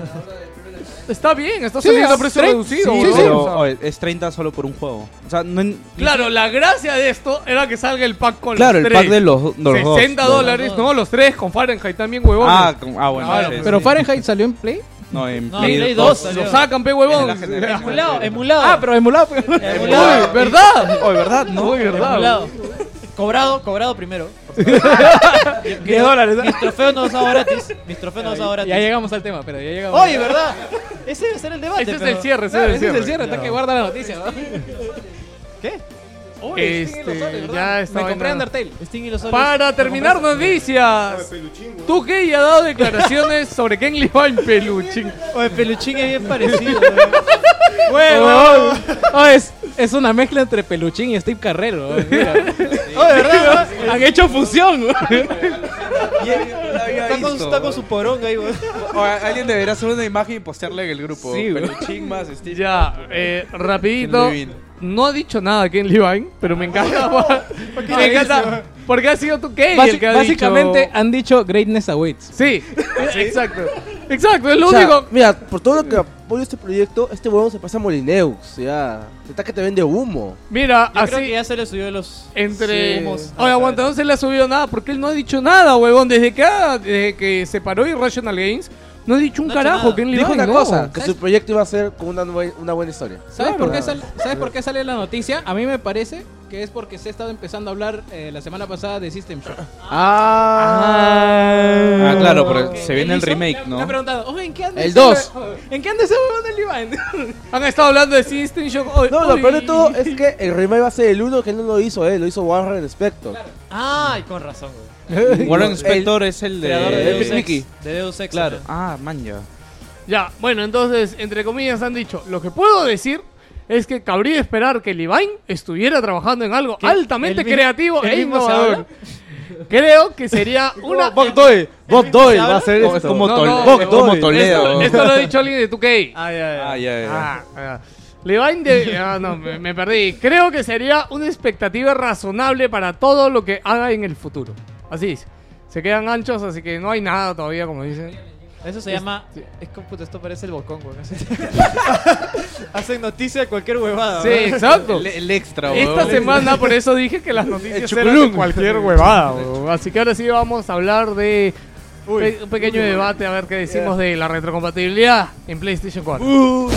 Está bien, está
Sí,
saliendo a
es
precio
30,
reducido.
Sí,
boludo.
pero,
O sea,
oye, es 30 solo por un juego. O sea, no en-
Claro, la gracia de esto era que salga el pack con
Claro,
los
el
tres.
pack de los- de los dos.
60 dólares, no, los tres con Fahrenheit también, pues huevón.
Ah, con- ah, bueno, sí, sí.
Pero Fahrenheit salió en Play.
No, en
No,
Play,
Play
2.
2. salió.
Lo sacan, pe huevón.
Emulado, emulado.
Ah, pero emulado.
emulado.
Uy,
[laughs]
¿Verdad?
Oye, ¿verdad? No,
Uy, ¿verdad?
Emulado. Cobrado, cobrado primero.
10 dólares.
Mis trofeos no los hago gratis. Mis trofeos no los hago gratis.
Ya llegamos al tema, pero ya llegamos.
Oye, ¿verdad? Ese debe ser el debate.
Ese es
pero-
el cierre, ese
Claro,
es el cierre.
está que guarda la noticia. ¿no?
[laughs] ¿Qué?
Uy,
Este, ya está
Me compré
vaina.
Undertale.
Sting y los Soles.
Para terminar noticias. Tú que ya ha dado
[laughs]
declaraciones sobre Ken Levine Peluchín.
Oye, peluchín es
[laughs]
bien parecido. weón.
Bueno, Eh, Ah, es, es una mezcla entre Peluchín y Steve
[laughs]
Carrero. weón, mira.
Oye, ¿verdad?
[laughs]
weón?
Han hecho fusión. weón.
Está con, su- está con su poronga ahí, weón.
O a- alguien debería hacer una imagen y postearla en el grupo.
Sí, güey.
Peluchín más Steve.
Ya, eh, rapidito.
Ken Levine.
No ha dicho nada Ken Levine, pero me
[laughs]
encanta. me encanta. Porque ha sido tú Ken el
Basi-
que ha
básicamente
dicho.
han dicho Greatness Awaits.
Sí, [laughs] exacto. Exacto, es lo
O sea,
único.
Mira, por todo lo que apoyo este proyecto, este huevón se pasa a Molineux. O sea, se está que te vende humo.
Mira,
Yo
así.
creo que ya se le subió los
Entre.
humos.
Oye, aguanta, no se le ha subido nada porque él no ha dicho nada, huevón. Desde que, ha- desde que se paró Irrational Games, no ha dicho un
No ha hecho
carajo.
nada.
Ken
Dijo
Levine,
una
no.
cosa, que su proyecto iba a ser con una, nue- una buena historia.
¿Sabes,
Claro.
por qué sal- ¿Sabes por qué sale la noticia? A mí me parece que es porque se ha estado empezando a hablar eh, la semana pasada de System Shock.
Ah, claro, pero se viene el
hizo?
remake,
Me ha
¿no?
preguntado, "Oye, ¿en qué anda
El
ese
dos.
hue- ¿En qué anda ese huevón del Iván? [laughs] Han estado
hablando de System Shock hoy.
No, lo
hoy.
peor de todo es que el remake va a ser el uno que no lo hizo él, lo hizo Warren Spector.
Ay, con razón,
[laughs]
güey.
Warren Spector es el de,
creador de Deus Ex,
Mickey.
de Deus Ex,
Claro.
ajá.
Ah, man, ya.
Ya, bueno, entonces, entre comillas han dicho, lo que puedo decir es que cabría esperar que Levine estuviera trabajando en algo altamente
¿El mi-
creativo
el
e
mismo se
innovador.
habla?
Creo que
[laughs]
sería una...
Bob Doyle, Bob Doyle va a hacer
No,
esto.
es como
No,
Tol-
no,
Bob
es
Doyle.
como
[laughs] Esto-
Toledo.
Esto lo ha dicho alguien de 2K.
Ah, ya, ya.
Ah, ah. Levine
[laughs]
de... ah, no, me, me perdí. Creo que sería una expectativa razonable para todo lo que haga en el futuro. Así es. Se quedan anchos, así que no hay nada todavía, como dicen.
Eso se
Es-
llama. Es como puta, esto parece el bocón, [laughs] güey. Hacen noticia de cualquier huevada.
Sí,
güey.
exacto. Esta
huevón.
semana, por eso dije que las noticias
El
eran de
chuculum.
cualquier huevada. huevón. Así que ahora sí vamos a hablar de pe- un pequeño debate, a ver qué decimos de la retrocompatibilidad en PlayStation 4.
Uh.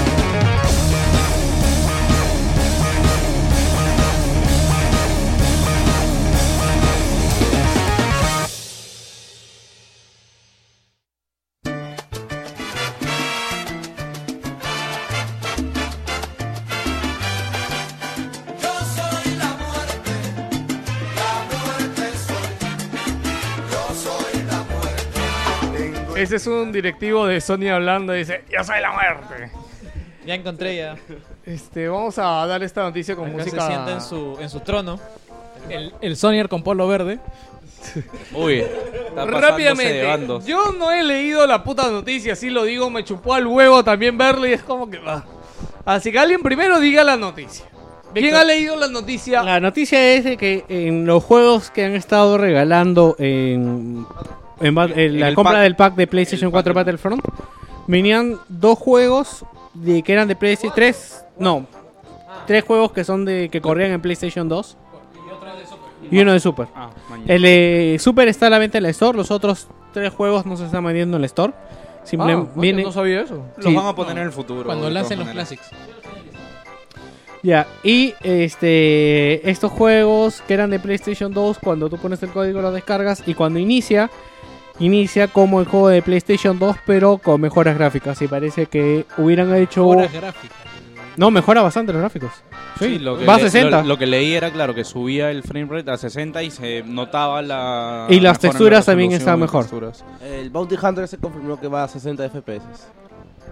Yo soy la muerte, la muerte soy. Yo soy la muerte.
Ese es un directivo de Sony hablando, dice, yo soy la muerte.
Ya encontré ya.
Este, vamos a dar esta noticia con
Acá
música.
se sienta en su, en su trono. El,
El Sonyer con
[laughs]
polo verde.
Uy,
[laughs]
está pasándose de
Rápidamente,
bandos.
yo no he leído la puta noticia, así lo digo, me chupó al huevo también verlo y es como que va. Así que alguien primero diga la noticia. ¿Quién
Víctor.
ha leído la noticia?
La noticia es de que en los juegos que han estado regalando en, en ba- en la
el
compra
pack.
del pack de PlayStation 4 Battlefront, venían dos juegos de que eran de PlayStation 3, no, tres juegos que son de que corrían en PlayStation 2 y uno de Super.
Ah, mañana.
El de Super está a la venta en la Store, los otros tres juegos no se están vendiendo en la Store. Simplemente
Ah,
viene-
no sabía eso.
Los
Sí.
van a poner en el futuro.
Cuando
de
lancen los
todas maneras.
clásicos.
Ya, y este estos juegos que eran de PlayStation 2, cuando tú pones el código lo descargas y cuando inicia, inicia como el juego de PlayStation 2, pero con mejoras gráficas. Y parece que hubieran hecho.
Mejoras gráficas.
No, mejora bastante los gráficos. Sí,
Sí, lo que,
va a
le-
60.
Lo, lo que leí era, claro, que subía el frame rate a 60 y se notaba la. mejora
Y las
en la
texturas también
resolución,
están mejor.
texturas.
El Bounty Hunter se confirmó que va a 60 FPS.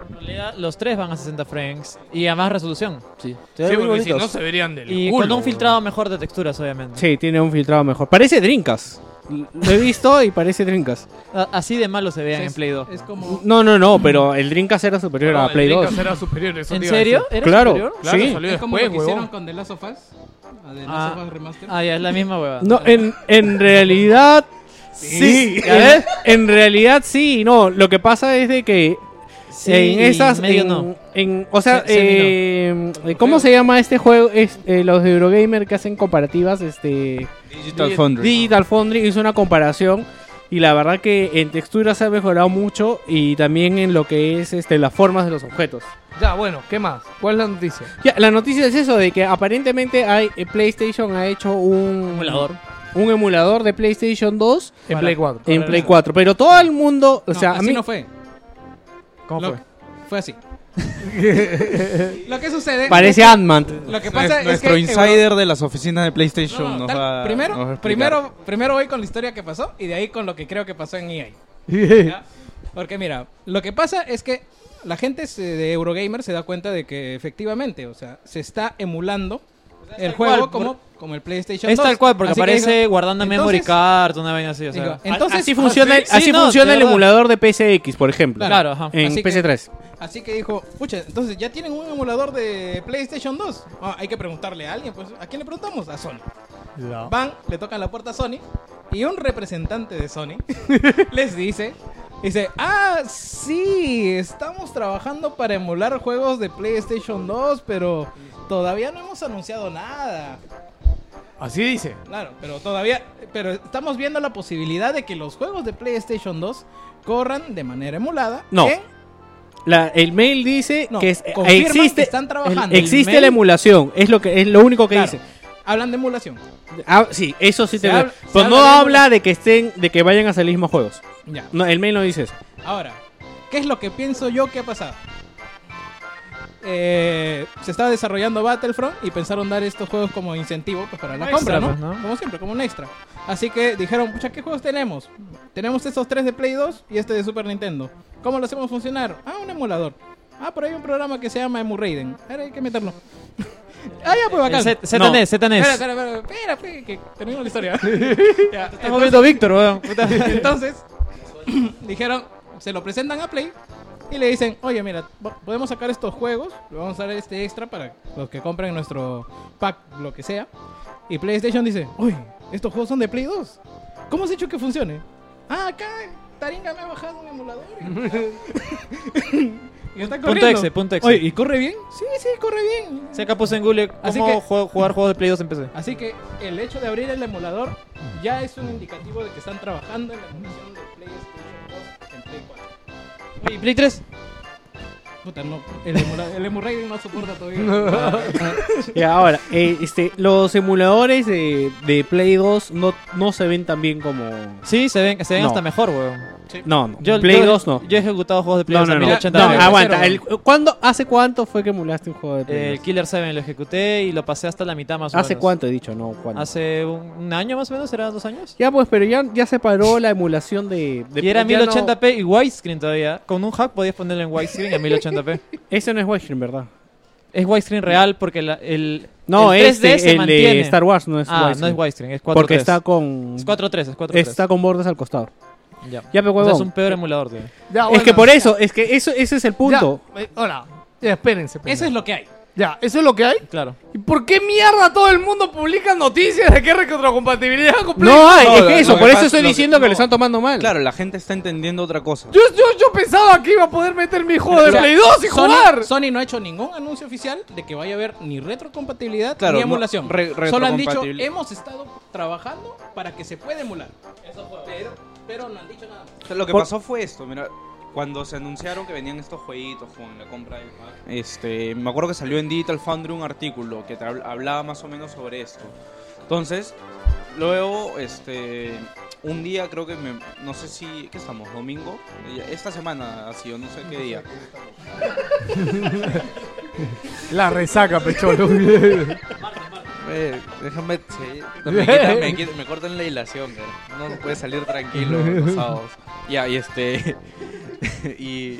En realidad, los tres van a 60 frames y a más resolución.
Sí,
Sí,
porque si no se verían del
Y
culo,
con un
güey.
filtrado mejor de texturas, obviamente.
Sí, tiene un filtrado mejor. Parece Drinkas. Lo he visto y parece Drinkas.
A- Así de malo se vean en Play Ah. 2.
Es como.
No, no, no, pero el Drinkas era superior
No,
a
el
Play 2.
Dreamcast era superior, eso
¿En
te iba a
serio?
decir.
¿Era
Claro,
superior?
Claro, sí.
Es como lo
después,
que
huevón.
hicieron con The Last of Us. a The Last
Ah.
of Us Remastered.
Ah, ya es la misma hueva.
No, en, en realidad sí.
¿Ya ves?
En, en realidad sí, no. Lo que pasa es de que
Sí,
en esas,
y medio
en-
no.
en- o sea,
Se- semi no.
eh, ¿cómo se llama este juego? Es, eh, los de Eurogamer que hacen comparativas, este
Digital Foundry.
Digital Foundry hizo una comparación y la verdad que en textura se ha mejorado mucho y también en lo que es este las formas de los objetos.
Ya, bueno, ¿qué más? ¿Cuál es la noticia?
Ya, la noticia es eso, de que aparentemente hay, eh, PlayStation ha hecho un
Emulador.
un emulador de PlayStation 2
En Play 4.
en Play 4. Pero todo el mundo, o
No,
sea, a
así
mí
no fue.
¿Cómo
[laughs] Lo-
fue?
[laughs]
Fue así. lo que sucede.
Parece Ant-Man.
Lo que pasa es
Nuestro
que
insider
Euro-
de las oficinas de PlayStation
No,
nos
tal-
va-
primero,
nos va a explicar.
primero, primero voy con la historia que pasó y de ahí con lo que creo que pasó
[laughs]
en EA. ¿Ya? Porque mira, lo que pasa es que la gente se- de Eurogamer se da cuenta de que efectivamente, o sea, se está emulando el
Pues
juego
tal cual,
como,
por-
como el PlayStation
Es
2.
tal cual, porque
Así que
aparece
dijo,
guardando memory
entonces-
card, una vaina así. O sea.
Digo, entonces-
así
Ah,
funciona, el-
Sí,
así
no,
funciona
de
el
verdad.
emulador de PSX, por ejemplo.
Claro, ajá.
En
Así que-
PS3.
Así que dijo, pucha, entonces ya tienen un emulador de PlayStation 2. Ah, hay que preguntarle a alguien, pues, ¿a quién le preguntamos? A Sony. Van, le tocan la puerta a Sony y un representante
[laughs]
de Sony les dice, dice, ah, sí, estamos trabajando para emular juegos de PlayStation 2, pero todavía no hemos anunciado nada.
Así dice.
Claro, pero todavía, pero estamos viendo la posibilidad de que los juegos de PlayStation 2 corran de manera emulada.
No.
en-
La- el mail dice
No,
que es- eh,
confirman
existe,
que están trabajando.
el- existe
El
la
mail-
emulación, es lo que es lo único que dice.
hablan de emulación.
Ah, sí, eso sí
Se
te veo.
habla-
Pero
se
no
habla de-
habla de que estén, de que vayan a salir más juegos.
Ya.
No, el mail no dice eso.
Ahora, ¿qué es lo que pienso yo que ha pasado? Eh, se estaba desarrollando Battlefront y pensaron dar estos juegos como incentivo pues, para la
Extra,
compra, ¿no?
pues, ¿no?
Como siempre, como un extra. Así que dijeron, pucha, ¿qué juegos tenemos? Tenemos estos tres de Play 2 y este de Super Nintendo. ¿Cómo lo hacemos funcionar? Ah, un emulador. Ah, pero hay un programa que se llama Emuraiden. Ahora hay que meterlo. [laughs] ah, ya, pues bacán.
Z- ZNES,
No.
ZNES.
Espera, espera, espera, espera, pues, que termino la historia. Ya,
Estamos viendo a Víctor, weón. Puta.
[laughs] Entonces, dijeron, se lo presentan a Play y le dicen, oye, mira, po- podemos sacar estos juegos, le vamos a dar este extra para los que compren nuestro pack, lo que sea. Y PlayStation dice, uy, estos juegos son de Play 2. ¿Cómo has hecho que funcione? Ah, acá Taringa me ha bajado
[laughs]
un emulador. [laughs] y está
Punto
corriendo.
exe, punto exe.
Oye, ¿y corre bien? Sí, sí, corre bien.
Se acá puse en Google cómo
Así que-
jue- jugar juegos de Play 2 en PC.
Así que el hecho de abrir el emulador ya es un indicativo de que están trabajando en la emulación de PlayStation 2 en Play 4.
¿Y Play 3?
Puta, no. El, emula- el emulator no soporta [laughs] todavía. [laughs]
Ya, ahora, eh, este, los emuladores de, de Play 2 no, no se ven tan bien como.
Sí, se ven, se ven
No.
hasta mejor, weón.
No, no.
Yo,
Play
yo-
2 no.
Yo he ejecutado juegos de Play
No,
2
no,
a
no.
1080
No,
p.
aguanta. El- ¿cuándo, ¿Hace cuánto fue que emulaste un juego de Play
El
2?
Killer 7 lo ejecuté y lo pasé hasta la mitad más o menos.
¿Hace cuánto he dicho? No, ¿cuándo?
Hace un, un año más o menos, ¿será dos años?
Ya, pues, pero ya, ya se paró la emulación de. de
y era
ya no-
1080p y widescreen todavía. Con un hack podías ponerlo en widescreen
[laughs]
a 1080p.
Ese no es widescreen, ¿verdad?
Es widescreen real porque la- el,
No,
el 3D
este,
se
el de
mantiene.
Star Wars no es
ah,
widescreen.
no es widescreen, es 4.3.
Porque está con.
Es 4.3, es 4.3.
Está con bordes al costado.
Ya,
Ya, pero
O sea, es
huevón.
un peor emulador, tío.
es que por eso, es que eso, ese es el punto.
Hola, ya, espérense. Eso
es lo que hay.
Ya, ¿eso es lo que hay?
Claro.
¿Y por qué mierda todo el mundo publica noticias de que retrocompatibilidad con Play?
No hay,
No,
es
lo-
que eso,
lo que
por eso
pasa-
estoy
lo que-
diciendo que
no.
lo están tomando mal.
Claro, la gente está entendiendo otra cosa.
Yo, yo, yo pensaba que iba a poder meter mi juego de
O sea,
Play 2 y
Sony-
jugar.
Sony no ha hecho ningún anuncio oficial de que vaya a haber ni retrocompatibilidad
Claro,
ni
no,
emulación.
re-
Solo han dicho,
retrocompatibil-
hemos estado trabajando para que se pueda emular. Pero, pero no han dicho nada.
O sea, lo que
Por-
pasó fue esto, mira, cuando se anunciaron que venían estos jueguitos con la compra del pack, este, me acuerdo que salió en Digital Foundry un artículo que te habl- hablaba más o menos sobre esto. Entonces, luego, este, un día creo que me, no sé si, ¿qué estamos? ¿Domingo? Ya- Esta semana ha sido, no sé qué día.
La resaca, pecholo.
[laughs]
Eh, déjame, sí, me, quitan- me quitan- me cortan la hilación, cara. Uno no puede salir tranquilo los sábados. Ya, y este. [laughs] y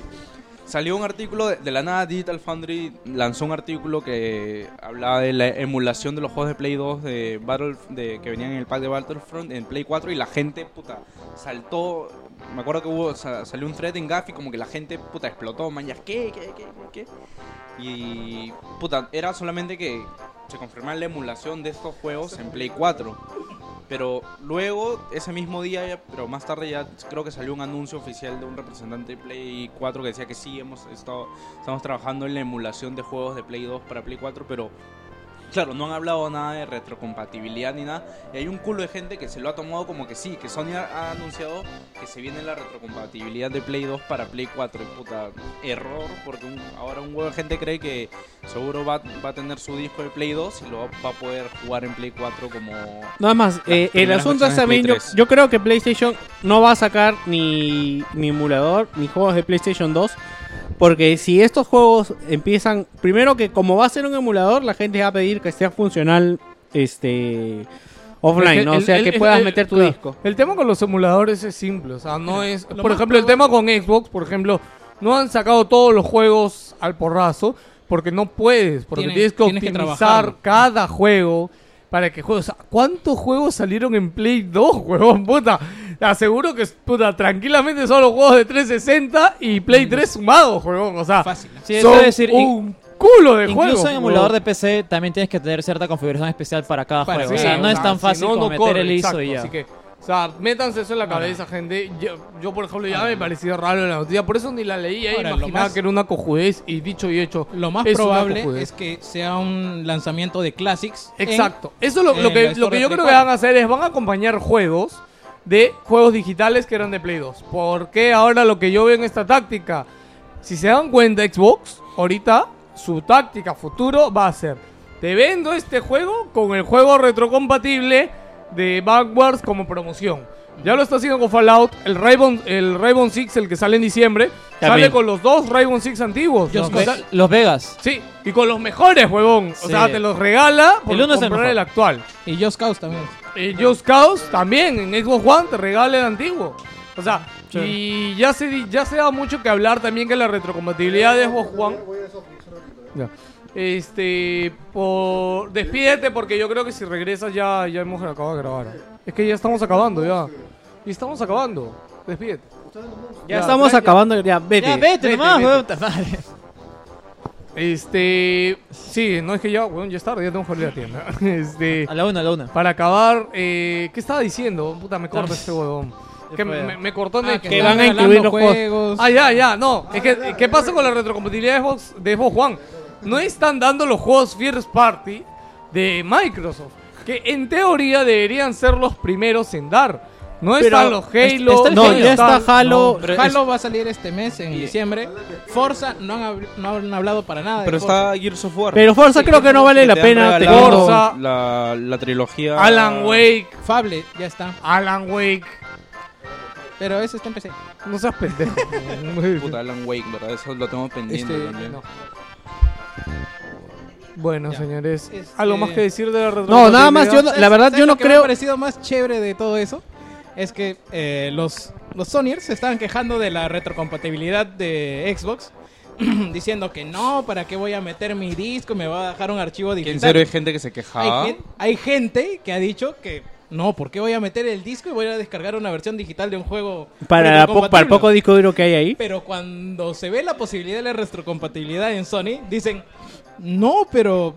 salió un artículo de, de la nada. Digital Foundry lanzó un artículo que hablaba de la emulación de los juegos de Play 2 de Battle, de, que venían en el pack de Battlefront en Play 4. Y la gente, puta, saltó. Me acuerdo que hubo, sa- salió un thread en Gaff y como que la gente, puta, explotó. Mañas, ¿qué? ¿Qué? ¿Qué? ¿Qué? Y puta, era solamente que se confirmaba la emulación de estos juegos en Play 4. Pero luego, ese mismo día, ya- pero más tarde ya creo que salió un anuncio oficial de un representante de Play 4 que decía que sí, hemos estado, estamos trabajando en la emulación de juegos de Play 2 para Play 4, pero claro, no han hablado nada de retrocompatibilidad ni nada. Y hay un culo de gente que se lo ha tomado como que sí, que Sony ha, ha anunciado que se viene la retrocompatibilidad de Play 2 para Play 4. Y puta, error, porque un- ahora un huevo de gente cree que seguro va, va a tener su disco de Play 2 y lo va, va a poder jugar en Play 4 como...
Nada más,
las
eh, el
primeras
asunto
versiones
es
de Play
también, yo,
3.
yo creo que PlayStation no va a sacar ni, ni emulador, ni juegos de PlayStation 2, porque si estos juegos empiezan, primero que como va a ser un emulador, la gente va a pedir que sea funcional este offline, ¿no? o sea, que puedas meter tu disco.
El tema con los emuladores es simple. O sea, no es.
Lo
por
más
ejemplo, el tema con Xbox, por ejemplo, no han sacado todos los juegos al porrazo porque no puedes. Porque
Tienes-
tienes que
tienes que
optimizar
trabajarlo.
cada juego para que juegues. O sea, ¿cuántos juegos salieron en Play 2, [laughs] huevón? Puta. Te aseguro que, puta, tranquilamente son los juegos de 360 y
Mm.
Play 3 sumados, huevón. O sea,
Sí, eso
son
es decir, in-
un culo de juegos.
Incluso en
huevón.
emulador de PC también tienes que tener cierta configuración especial para cada
Para-
juego. o
sí,
sea, no es tan
si
fácil
no,
como
no
meter
corre,
el ISO
exacto,
y ya.
Así que, o sea, métanse eso en la cabeza, gente. Yo, yo, por ejemplo, ya
Ah.
me pareció raro la noticia. Por eso ni la leí. Ahí
Ahora, lo
imaginaba
más-
que era una cojudez. Y dicho y hecho,
Lo más
es una
probable
cojudez.
es que sea un lanzamiento de Classics. en-
Exacto. Eso es lo, lo
en la
que, lo
store
que
de
yo
Play
creo que
4.
van a hacer es van a acompañar juegos de juegos digitales que eran de Play 2. Porque ahora lo que yo veo en esta táctica, si se dan cuenta Xbox, ahorita su táctica futuro va a ser Te vendo este juego con el juego retrocompatible de Backwards como promoción. Ya lo está haciendo con Fallout, el Raven, el Raven Six, el que sale en diciembre, sale
También.
con los dos Raven Six antiguos.
Los,
O sea,
Ve- Los Vegas.
Sí, y con los mejores, huevón. O
Sí.
sea, te los regala por
El uno es el
comprar
mejor.
el actual.
Y Just Cause también.
Y Just Cause también, en Xbox One te regala el antiguo. O sea, y ya se, di- ya se da mucho que hablar también que la retrocompatibilidad de Xbox One. Este, por... despídete porque yo creo que si regresas ya, ya hemos acabado de grabar. Es que ya estamos acabando, ya. Y estamos acabando. Despídete.
Ya estamos acabando, ya, vete.
Ya,
Vete nomás, huevón,
vete. Este. Sí, no es que ya, weón, ya es tarde, ya tengo que ir a la tienda. [laughs] Este,
a la una, a la una.
Para acabar, eh, ¿qué estaba diciendo? Puta, me corta este huevón. Que
fue.
me, me cortó en
Ah,
el
que Que van a están incluir regalando los juegos. juegos.
Ah, ya, ya, no. Es que, ¿qué pasa con la retrocompatibilidad de Xbox, de Xbox One? No están dando los juegos First Party de Microsoft, que en teoría deberían ser los primeros en dar. No
Pero
están los
es-
Halo.
está el
no
Halo.
están-
No,
no,
pero Halo va a salir este mes, en diciembre. Forza no han, habl- no han hablado para nada. de
Pero
Forza.
está Gears of War.
Pero Forza creo que no vale
te
la
han
pena,
regalado
teniendo- Forza.
La, la trilogía.
Alan Wake.
Fable, ya está.
Alan Wake.
Pero ese está en PC.
No seas
[laughs]
pendejo.
Puta, Alan Wake, ¿verdad? Eso lo tengo pendiente
Este,
también.
Bueno, señores,
Este,
¿algo más que decir de la
Eh, No, nada más, yo,
retrocompatibilidad?
la verdad yo no creo...
creo-
Me ha parecido más chévere de todo eso es que eh, los, los Sonyers se estaban quejando de la retrocompatibilidad de Xbox, [clears throat] diciendo que no, ¿para qué voy a meter mi disco? Me va a dejar un archivo digital.
En serio, hay gente que se quejaba.
Hay, gen- hay gente que ha dicho que no, ¿por qué voy a meter el disco y voy a descargar una versión digital de un juego?
Para, la po- para el
retrocompatible?
poco disco duro que hay ahí.
Pero cuando se ve la posibilidad de la retrocompatibilidad en Sony, dicen, no, pero...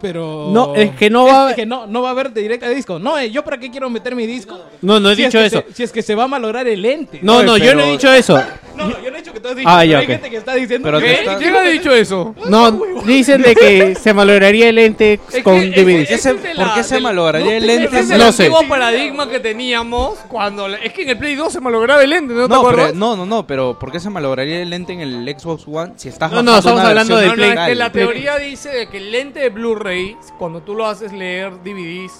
Pero...
No, es que no va-
es que no, no va a haber de directa de disco. No, eh, yo para qué quiero meter mi disco.
No, no he
es
dicho
que
eso.
se- si es que se va a malograr el ente.
No, no, yo no he dicho eso.
No, no, yo no he dicho que tú has dicho.
Ah,
pero
ya,
hay
ok.
gente que está diciendo
Pero te
que...
estás-
¿Quién ha dicho eso?
No, dicen de que se valoraría el ente con DVD.
Eh, ¿Por qué se malograría el
Ese
lente?
es el antiguo paradigma que teníamos cuando... la- Es que en el Play 2 se malograba el lente, ¿no, te
No,
acuerdas?
pero, no, no, no, pero ¿por qué se malograría el lente en el Xbox One si estás
No, no,
bajando
estamos
una
hablando
versión
del Play.
legal?
Que la teoría dice de que el lente de Blu-ray, cuando tú lo haces leer DVDs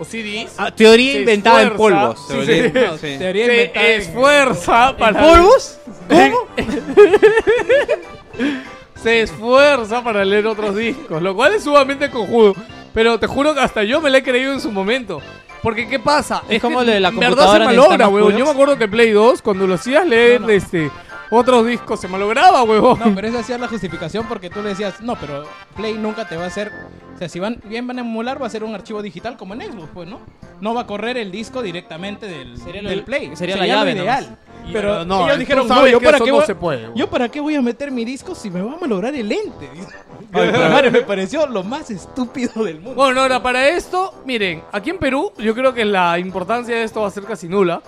o CDs...
Ah, teoría
se
inventada en
esfuerza- [laughs]
polvos.
Sí,
Teoría-
sí,
no,
sí.
teoría
Se
inventada en-
esfuerza para...
polvos?
¿Cómo? [laughs] se esfuerza para leer otros discos, lo cual es sumamente conjudo. Pero te juro que hasta yo me la he creído en su momento. Porque, ¿qué pasa?
Es
que
como lo de la
en verdad
computadora
se
necesita
malogra,
más
weón. Yo
coolos.
me acuerdo que Play 2, cuando lo hacías leer este, otros discos, se malograba, weón.
No, pero esa hacía la justificación porque tú le decías, no, pero Play nunca te va a hacer. O sea, si van, bien van a emular, va a ser un archivo digital como en Xbox, pues, ¿no? No va a correr el disco directamente del,
Sería
del
lo-
Play.
sería la llave,
lo
¿no?
ideal. Pero
Y- pero no,
ellos
tú
dijeron,
sabes
no, yo
que
para
eso
qué
no
voy-
se puede, güey".
¿Yo para qué voy a meter mi disco si me va a malograr el
[laughs]
lente?
pero-
Madre, me pareció lo más estúpido del mundo.
Bueno, ahora para esto, miren, aquí en Perú yo creo que la importancia de esto va a ser casi nula.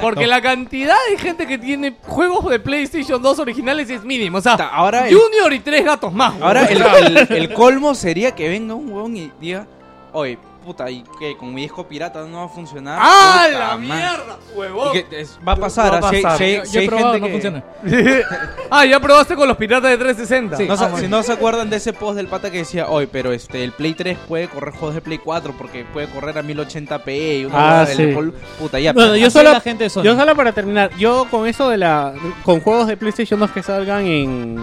Porque la cantidad de gente que tiene juegos de PlayStation 2 originales es mínima. O sea,
ahora el-
Junior y tres gatos más. güey.
Ahora,
O
el,
sea,
el-
[laughs]
el colmo sería que venga un huevón y diga, oye, puta, ¿y qué? Con mi disco pirata no va a funcionar.
¡Ah,
Puta
la
madre.
mierda, huevón!
Y que es- va a pasar,
Va a
así hay-
pasar.
si hay-
Yo-
si
yo he
hay
probado,
gente
no
que-
funciona. [laughs] ah, ya probaste con los piratas de 360.
No se-
Ah, bueno.
Si no se acuerdan de ese post del pata que decía, oye, pero este, el Play 3 puede correr juegos de Play 4 porque puede correr a 1080p y una
Ah,
huevada
sí.
del col- Puta, ya.
Bueno,
pero-
yo solo, yo solo para terminar, yo con eso de la. con juegos de PlayStation 2 que salgan en.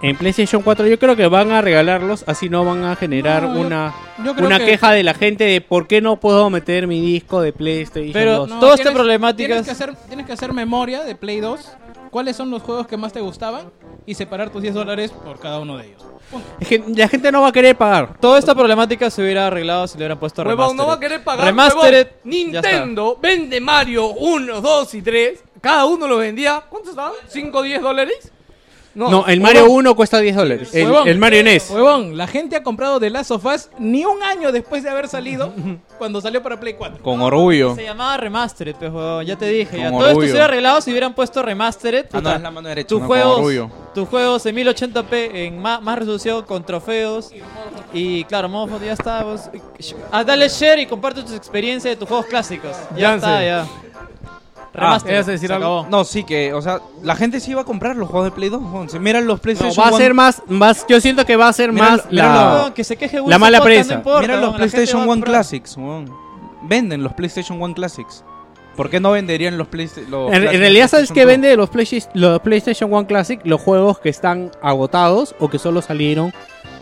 en PlayStation 4, yo creo que van a regalarlos, así no van a generar
No, yo-
una.
yo creo
una
que-
queja de la gente de por qué no puedo meter mi disco de PlayStation
Pero este
2.
No,
todas estas
tienes-
problemáticas-
Tienes que, hacer, tienes que hacer memoria de Play 2. ¿Cuáles son los juegos que más te gustaban? Y separar tus 10 dólares por cada uno de ellos.
Es que la gente no va a querer pagar.
Toda esta problemática se hubiera arreglado si le hubieran puesto
Huevón, no va a
remastered.
querer pagar.
Remastered.
huevón. Nintendo vende Mario 1, 2 y 3. Cada uno lo vendía. ¿Cuánto estaban? ¿5 10 dólares?
No, el Mario 1 cuesta 10 dólares. El,
Huevón,
el Mario E NES.
Huevón, la gente ha comprado The Last of Us ni un año después de
[laughs]
haber salido cuando salió para Play 4.
Con orgullo.
Se llamaba Remastered, pues, huevón, ya te dije. Ya.
Con
Todo esto
orgullo.
se hubiera arreglado si hubieran puesto Remastered.
Ah, no,
puta,
es la mano derecha,
Tus
no, con orgullo.
juegos, tus juegos en 1080p, en ma- más, resolución, con trofeos. Y claro, modo foto, ya está. Vos, Ah, dale share y comparte tus experiencias de tus juegos clásicos. Ya
Yance.
está, ya.
Ah,
Remaster.
ibas a decir
Se
algo.
acabó. No, sí que, o sea, la gente sí va a comprar los juegos de Play 2. weón. Se miran los PlayStation
va a
1.
ser más, más. Yo siento que va a ser
Mira
más
lo- mira
la,
lo- que se queje
la mala prensa.
Mira los PlayStation One Classics, weón. Venden los PlayStation One Classics. ¿Por qué no venderían los PlayStation
En, en realidad, ¿sabes qué vende de los, Playsta- los PlayStation One Classic? Los juegos que están agotados o que solo salieron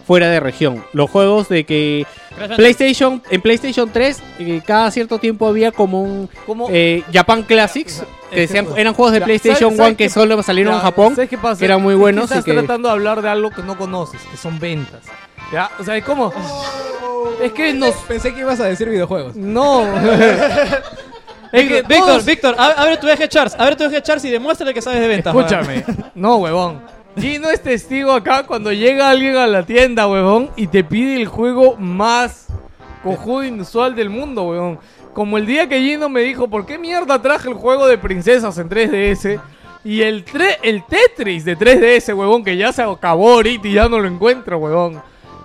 fuera de región. Los juegos de que
Bandicoot.
PlayStation en PlayStation 3 eh, cada cierto tiempo había como un
Como-
eh, Japan Classics que sean- eran juegos de
Ya,
PlayStation
¿sabes- sabes
One que
qué-
solo salieron en
ya,
Japón,
¿sabes qué pasa?
que eran muy
Es que
buenos y
Estás
que
tratando de hablar de algo que no conoces, que son ventas. Ya, o sea, es como. Es que nos. Pensé que ibas a decir videojuegos. [laughs] No. Es que
[laughs] Víctor, Víctor,
todos-
Víctor, a- abre tu eje Charles, abre tu eje Charles y demuéstrale que sabes de ventas.
Escúchame.
[laughs]
No, huevón. Gino es testigo acá cuando llega alguien a la tienda, huevón, y te pide el juego más cojudo e inusual del mundo, huevón. Como el día que Gino me dijo, ¿por qué mierda traje el juego de princesas en 3DS? Y el, tre- el Tetris de 3DS, huevón, que ya se acabó ahorita y ya no lo encuentro, huevón.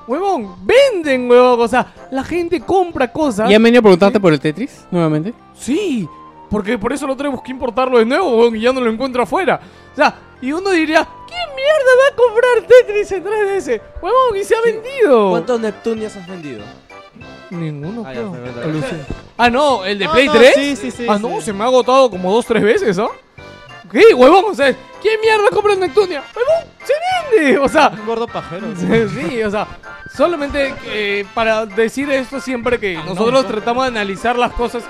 Huevón, venden, huevón. O sea, la gente compra cosas.
¿Y han venido a preguntarte por el Tetris nuevamente?
Sí, porque por eso lo tenemos que importarlo de nuevo, weón, y ya no lo encuentro afuera. O sea, y uno diría, ¿quién mierda va a comprar Tetris en 3DS? Huevón, y se ha vendido.
¿Cuántos Neptunias has vendido?
Ninguno,
Ah, ya,
creo.
fue verdad.
Alucin- Ah, no, el de
No,
Play
no,
3.
sí, sí, sí,
ah,
sí.
no, se me ha agotado como dos, tres veces, ¿ah? ¿Qué, huevón? O sea, ¿quién mierda compra Neptunia? ¡Huevón! ¡Se vende! [laughs] O sea.
gordo pajero.
[laughs] sí, o sea. Solamente eh, para decir esto siempre
Ah,
que nosotros tratamos de analizar las cosas.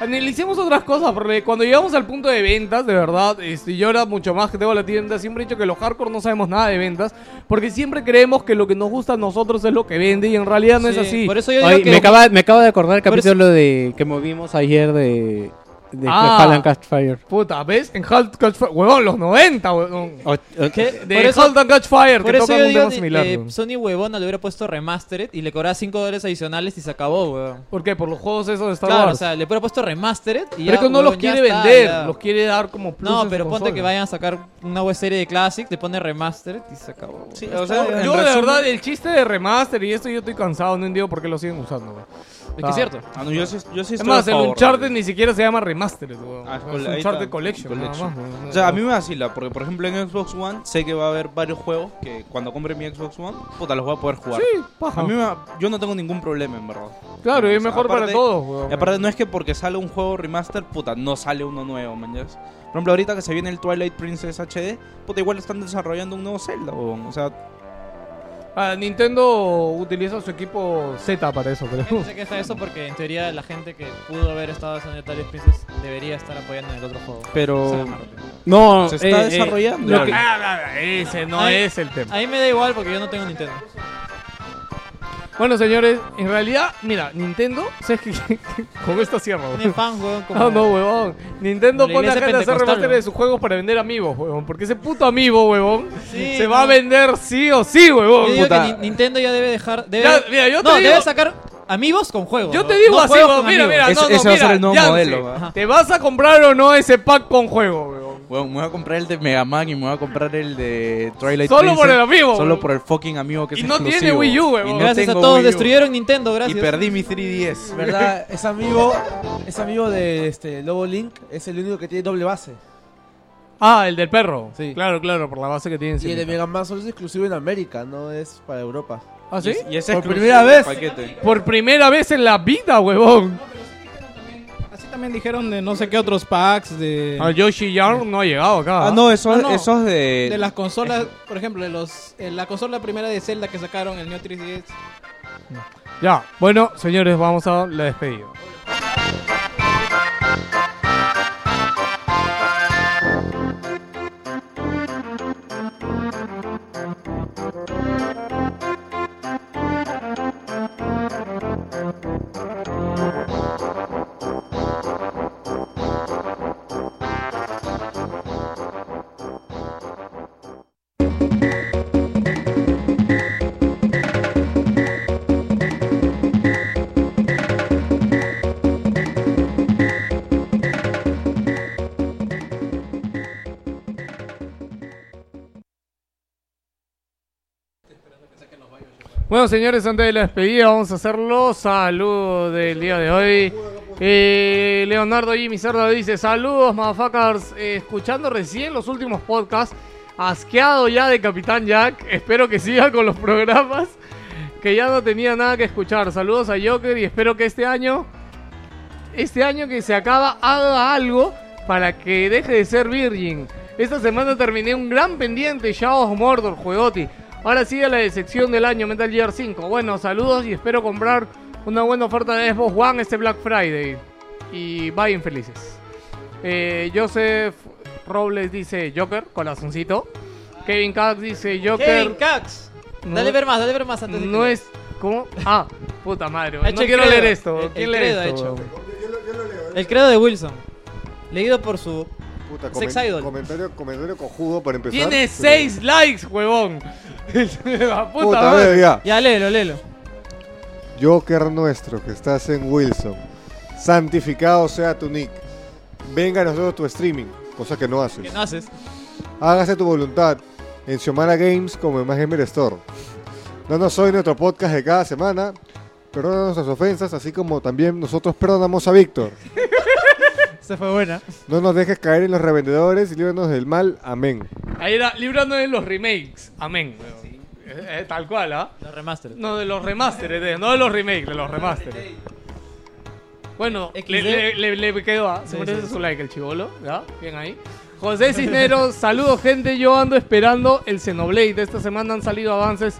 Analicemos otras cosas, porque cuando llegamos al punto de ventas, de verdad, este, yo era mucho más que tengo la tienda, siempre he dicho que los hardcore no sabemos nada de ventas, porque siempre creemos que lo que nos gusta a nosotros es lo que vende y en realidad no es
Sí,
así.
por eso yo
Ay, me, acaba, me acabo de acordar el capítulo de que movimos ayer de, de
Ah.
Fallen Catch Fire.
Puta, ¿ves? En Halt Catch Fire. Huevón, los 90, huevón.
eh,
¿Qué?
De Halt and Catch Fire,
por
que
eso
tocan
yo
un
digo,
tema
ni-
similar.
eh,
huevón.
Sony huevona le hubiera puesto remastered y le cobraba 5 dólares adicionales y se acabó, huevón.
¿Por qué? Por los juegos esos de Star
claro,
Wars.
o sea, le hubiera puesto remastered
Pero
y ya,
es que no los
huevón, ya
quiere
está,
vender,
ya.
los quiere dar como plus en
No,
su
pero ponte
consola.
que vayan a sacar una web serie de Classic, le pone remastered y se acabó. huevón.
Sí,
Ya
o
está,
sea,
huevón.
yo de verdad, el chiste de remaster y esto yo estoy cansado, no entiendo por qué lo siguen usando. weón.
Es que es cierto.
Ah, no, yo sí- yo sí estoy
Además,
a
el
favor,
Uncharted ni siquiera se llama remastered, weón.
Ah,
es
col- ahí
Uncharted
está,
Collection.
Collection.
nada más, weón.
o sea, a mí me vacila, porque por ejemplo en Xbox One sé que va a haber varios juegos que cuando compre mi Xbox One, puta, los voy a poder jugar.
Sí, paja.
A mí me- yo no tengo ningún problema, en verdad.
Claro, y es mejor para todos, weón.
Y aparte no es que porque sale un juego remaster, puta, no sale uno nuevo, man. ¿ya ves? Por ejemplo, ahorita que se viene el Twilight Princess HD, puta, igual están desarrollando un nuevo Zelda, weón. O sea,
Ah, Nintendo utiliza su equipo Z para eso, pero.
Pensé que está eso porque en teoría la gente que pudo haber estado en Twilight Princess debería estar apoyando en el otro juego.
Pero-
Se llama Marvel.
No,
Se está eh, eh, desarrollando. lo que-
Ah, ah, ah, ese no
Ahí-
es el tema.
A mí me da igual porque yo no tengo Nintendo.
Bueno, señores, en realidad, mira, Nintendo, ¿sabes qué? [laughs] Con esta cierra, weón.
Tiene fan, weón, como-
[laughs] No, Ah, no, weón. Nintendo
como la
pone a gente a
iglesia
hacer
pentecostal,
remaster de
weón.
sus juegos para vender amigos, weón. Porque ese puto amigo, weón,
Sí,
se va a
no.
vender sí o sí,
Yo
weón.
digo
Puta.
que Ni- Nintendo ya debe dejar. Debe,
Ya, mira, yo te
no,
digo-
debe sacar amigos con juegos.
Yo te
weón.
digo
No
así,
juegos
weón.
con
Mira,
amigos.
mira,
Ese-
no, no,
ese va a ser
mira,
el nuevo
Yance,
modelo, weón.
¿Te vas a comprar o no ese pack con juego, weón?
Weón, me voy a comprar el de Mega Man y me voy a comprar el de Twilight
Solo
Princess,
por el amigo,
Solo
weón.
por el fucking amigo que
Y
es
no tiene
exclusivo.
Wii U, weón.
Y no
Gracias a
tengo
todos
Wii U.
destruyeron Nintendo, gracias.
Y perdí mi [laughs] 3DS.
[laughs] ¿Verdad? Es amigo, es amigo de este Lobo Link, es el único que tiene doble base.
Ah, el del perro. Claro, claro, por la base que tienen.
Y el de Mega Man solo es exclusivo en América, no es para Europa.
¿Ah, sí?
Y Por primera vez.
Por primera vez en la vida, huevón.
Así también dijeron de no sé qué otros packs de.
Ah, Yoshi Yarn no ha llegado acá.
Ah, no, eso- eso es de-
De las consolas, por ejemplo, de los, eh, la consola primera de Zelda que sacaron, el Neo 3DS.
Ya, bueno, señores, vamos a la despedida. Bueno, señores, antes de la despedida vamos a hacer los saludos del día de hoy. Eh, Leonardo Jimmy Cerda dice: Saludos, motherfuckers. Eh, escuchando recién los últimos podcasts, asqueado ya de Capitán Jack. Espero que siga con los programas, que ya no tenía nada que escuchar. Saludos a Joker y espero que este año, este año que se acaba, haga algo para que deje de ser Virgin. Esta semana terminé un gran pendiente, Shadow of Mordor, juegoti. Ahora sigue la decepción del año, Metal Gear 5. Bueno, saludos y espero comprar una buena oferta de Xbox One este Black Friday. Y vayan felices. Eh, Joseph Robles dice Joker, corazoncito. Kevin Cax dice Joker.
Kevin Cax. Dale ver más, dale ver más antes de que
No
leas.
es. ¿Cómo? Ah, puta
[laughs]
madre.
Ha
No
hecho el
quiero
credo.
leer esto.
El-
¿Quién
el
lee
credo ha
esto?
hecho. El credo de Wilson. Leído por su
Puta, comen-
sex idol.
Comentario, comentario cojudo para empezar.
Tiene
Pero-
6 likes, huevón. [laughs] La puta,
Puta,
madre.
madre, ya.
léelo, léelo.
Joker nuestro que estás en Wilson, santificado sea tu nick. Venga a nosotros tu streaming, cosa que no haces.
¿Qué no haces?
Hágase tu voluntad en Xiomara Games como en Más Gamer Store. Danos hoy nuestro podcast de cada semana. Perdona nuestras ofensas, así como también nosotros perdonamos a
[laughs]
Víctor.
Se fue buena.
No nos dejes caer en los revendedores y líbranos del mal. Amén.
Ahí era, librando de los remakes. Amén, huevón. Eh, eh, tal cual, ¿ah?
Los remasteres.
No, de los remasteres, de- no de los remakes, de los remasteres. Bueno, le, le, le- le quedó, ¿ah? Se
Sí,
merece
sí.
su like el chivolo, ¿ya? Bien ahí.
[laughs]
José Cisneros, saludos gente, yo ando esperando el Xenoblade. Esta semana han salido avances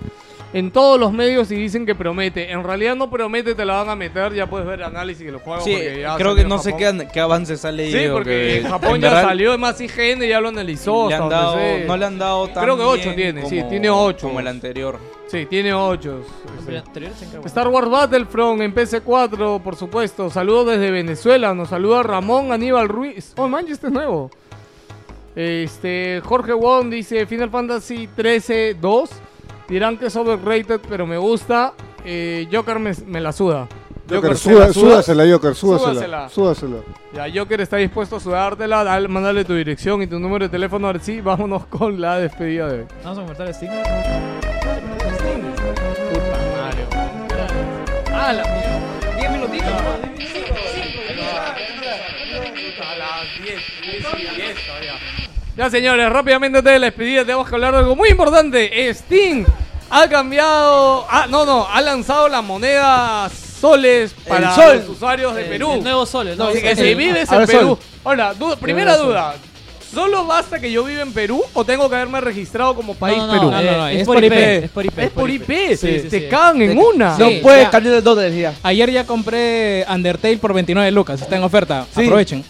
en todos los medios y dicen que promete. En realidad no promete, te la van a meter, ya puedes ver análisis de los juegos.
Sí,
porque ya
creo
salió
que
en
no sé
Japón.
qué, an- qué avance sale
Sí, porque en Japón ya salió, además IGN ya lo analizó.
Le han
hasta donde
dado-
sé.
no le han dado tan
Creo que 8
bien
tiene, sí,
como-
tiene 8.
como el anterior.
Sí, tiene 8.
el anterior se encargó.
Star Wars Battlefront en PC4, por supuesto. Saludos desde Venezuela. Nos saluda Ramón Aníbal Ruiz. Oh, man, este es nuevo. Este, Jorge Wong dice Final Fantasy 13 2. Dirán que es overrated, pero me gusta. Eh, Joker me, me la suda.
Joker,
¿se la
suda- súdasela, Joker,
Súdasela.
súdasela. Súdasela.
Ya, Joker está dispuesto a sudártela, dale, mándale tu dirección y tu número de teléfono. Ahora sí, vámonos [laughs] con la despedida de hoy.
Vamos a convertir el Steam.
Ah, la mierda.
10 minutitos.
A las 10, Ya, señores, rápidamente antes de la despedida tenemos que hablar de algo muy importante. Steam ha cambiado... Ah, no, no, ha lanzado la moneda soles para
sol.
los usuarios de
El-
Perú.
el nuevo sol, el
No,
nuevo
que
sol.
si
El-
vives en
ahora sol.
Perú... Ahora, du- primera
Ahora sol.
duda. ¿Solo basta que yo viva en Perú o tengo que haberme registrado como país
no, no,
Perú?
no, no, no, es Es por por IP, IP. es por IP,
Es
es por
por
IP.
IP.
Sí,
te-
sí,
te
sí.
cagan en
Te-
una.
No Sí, puedes ya.
cambiar el dólares ya.
Ayer ya compré Undertale por 29 lucas, está en oferta.
Sí.
Aprovechen.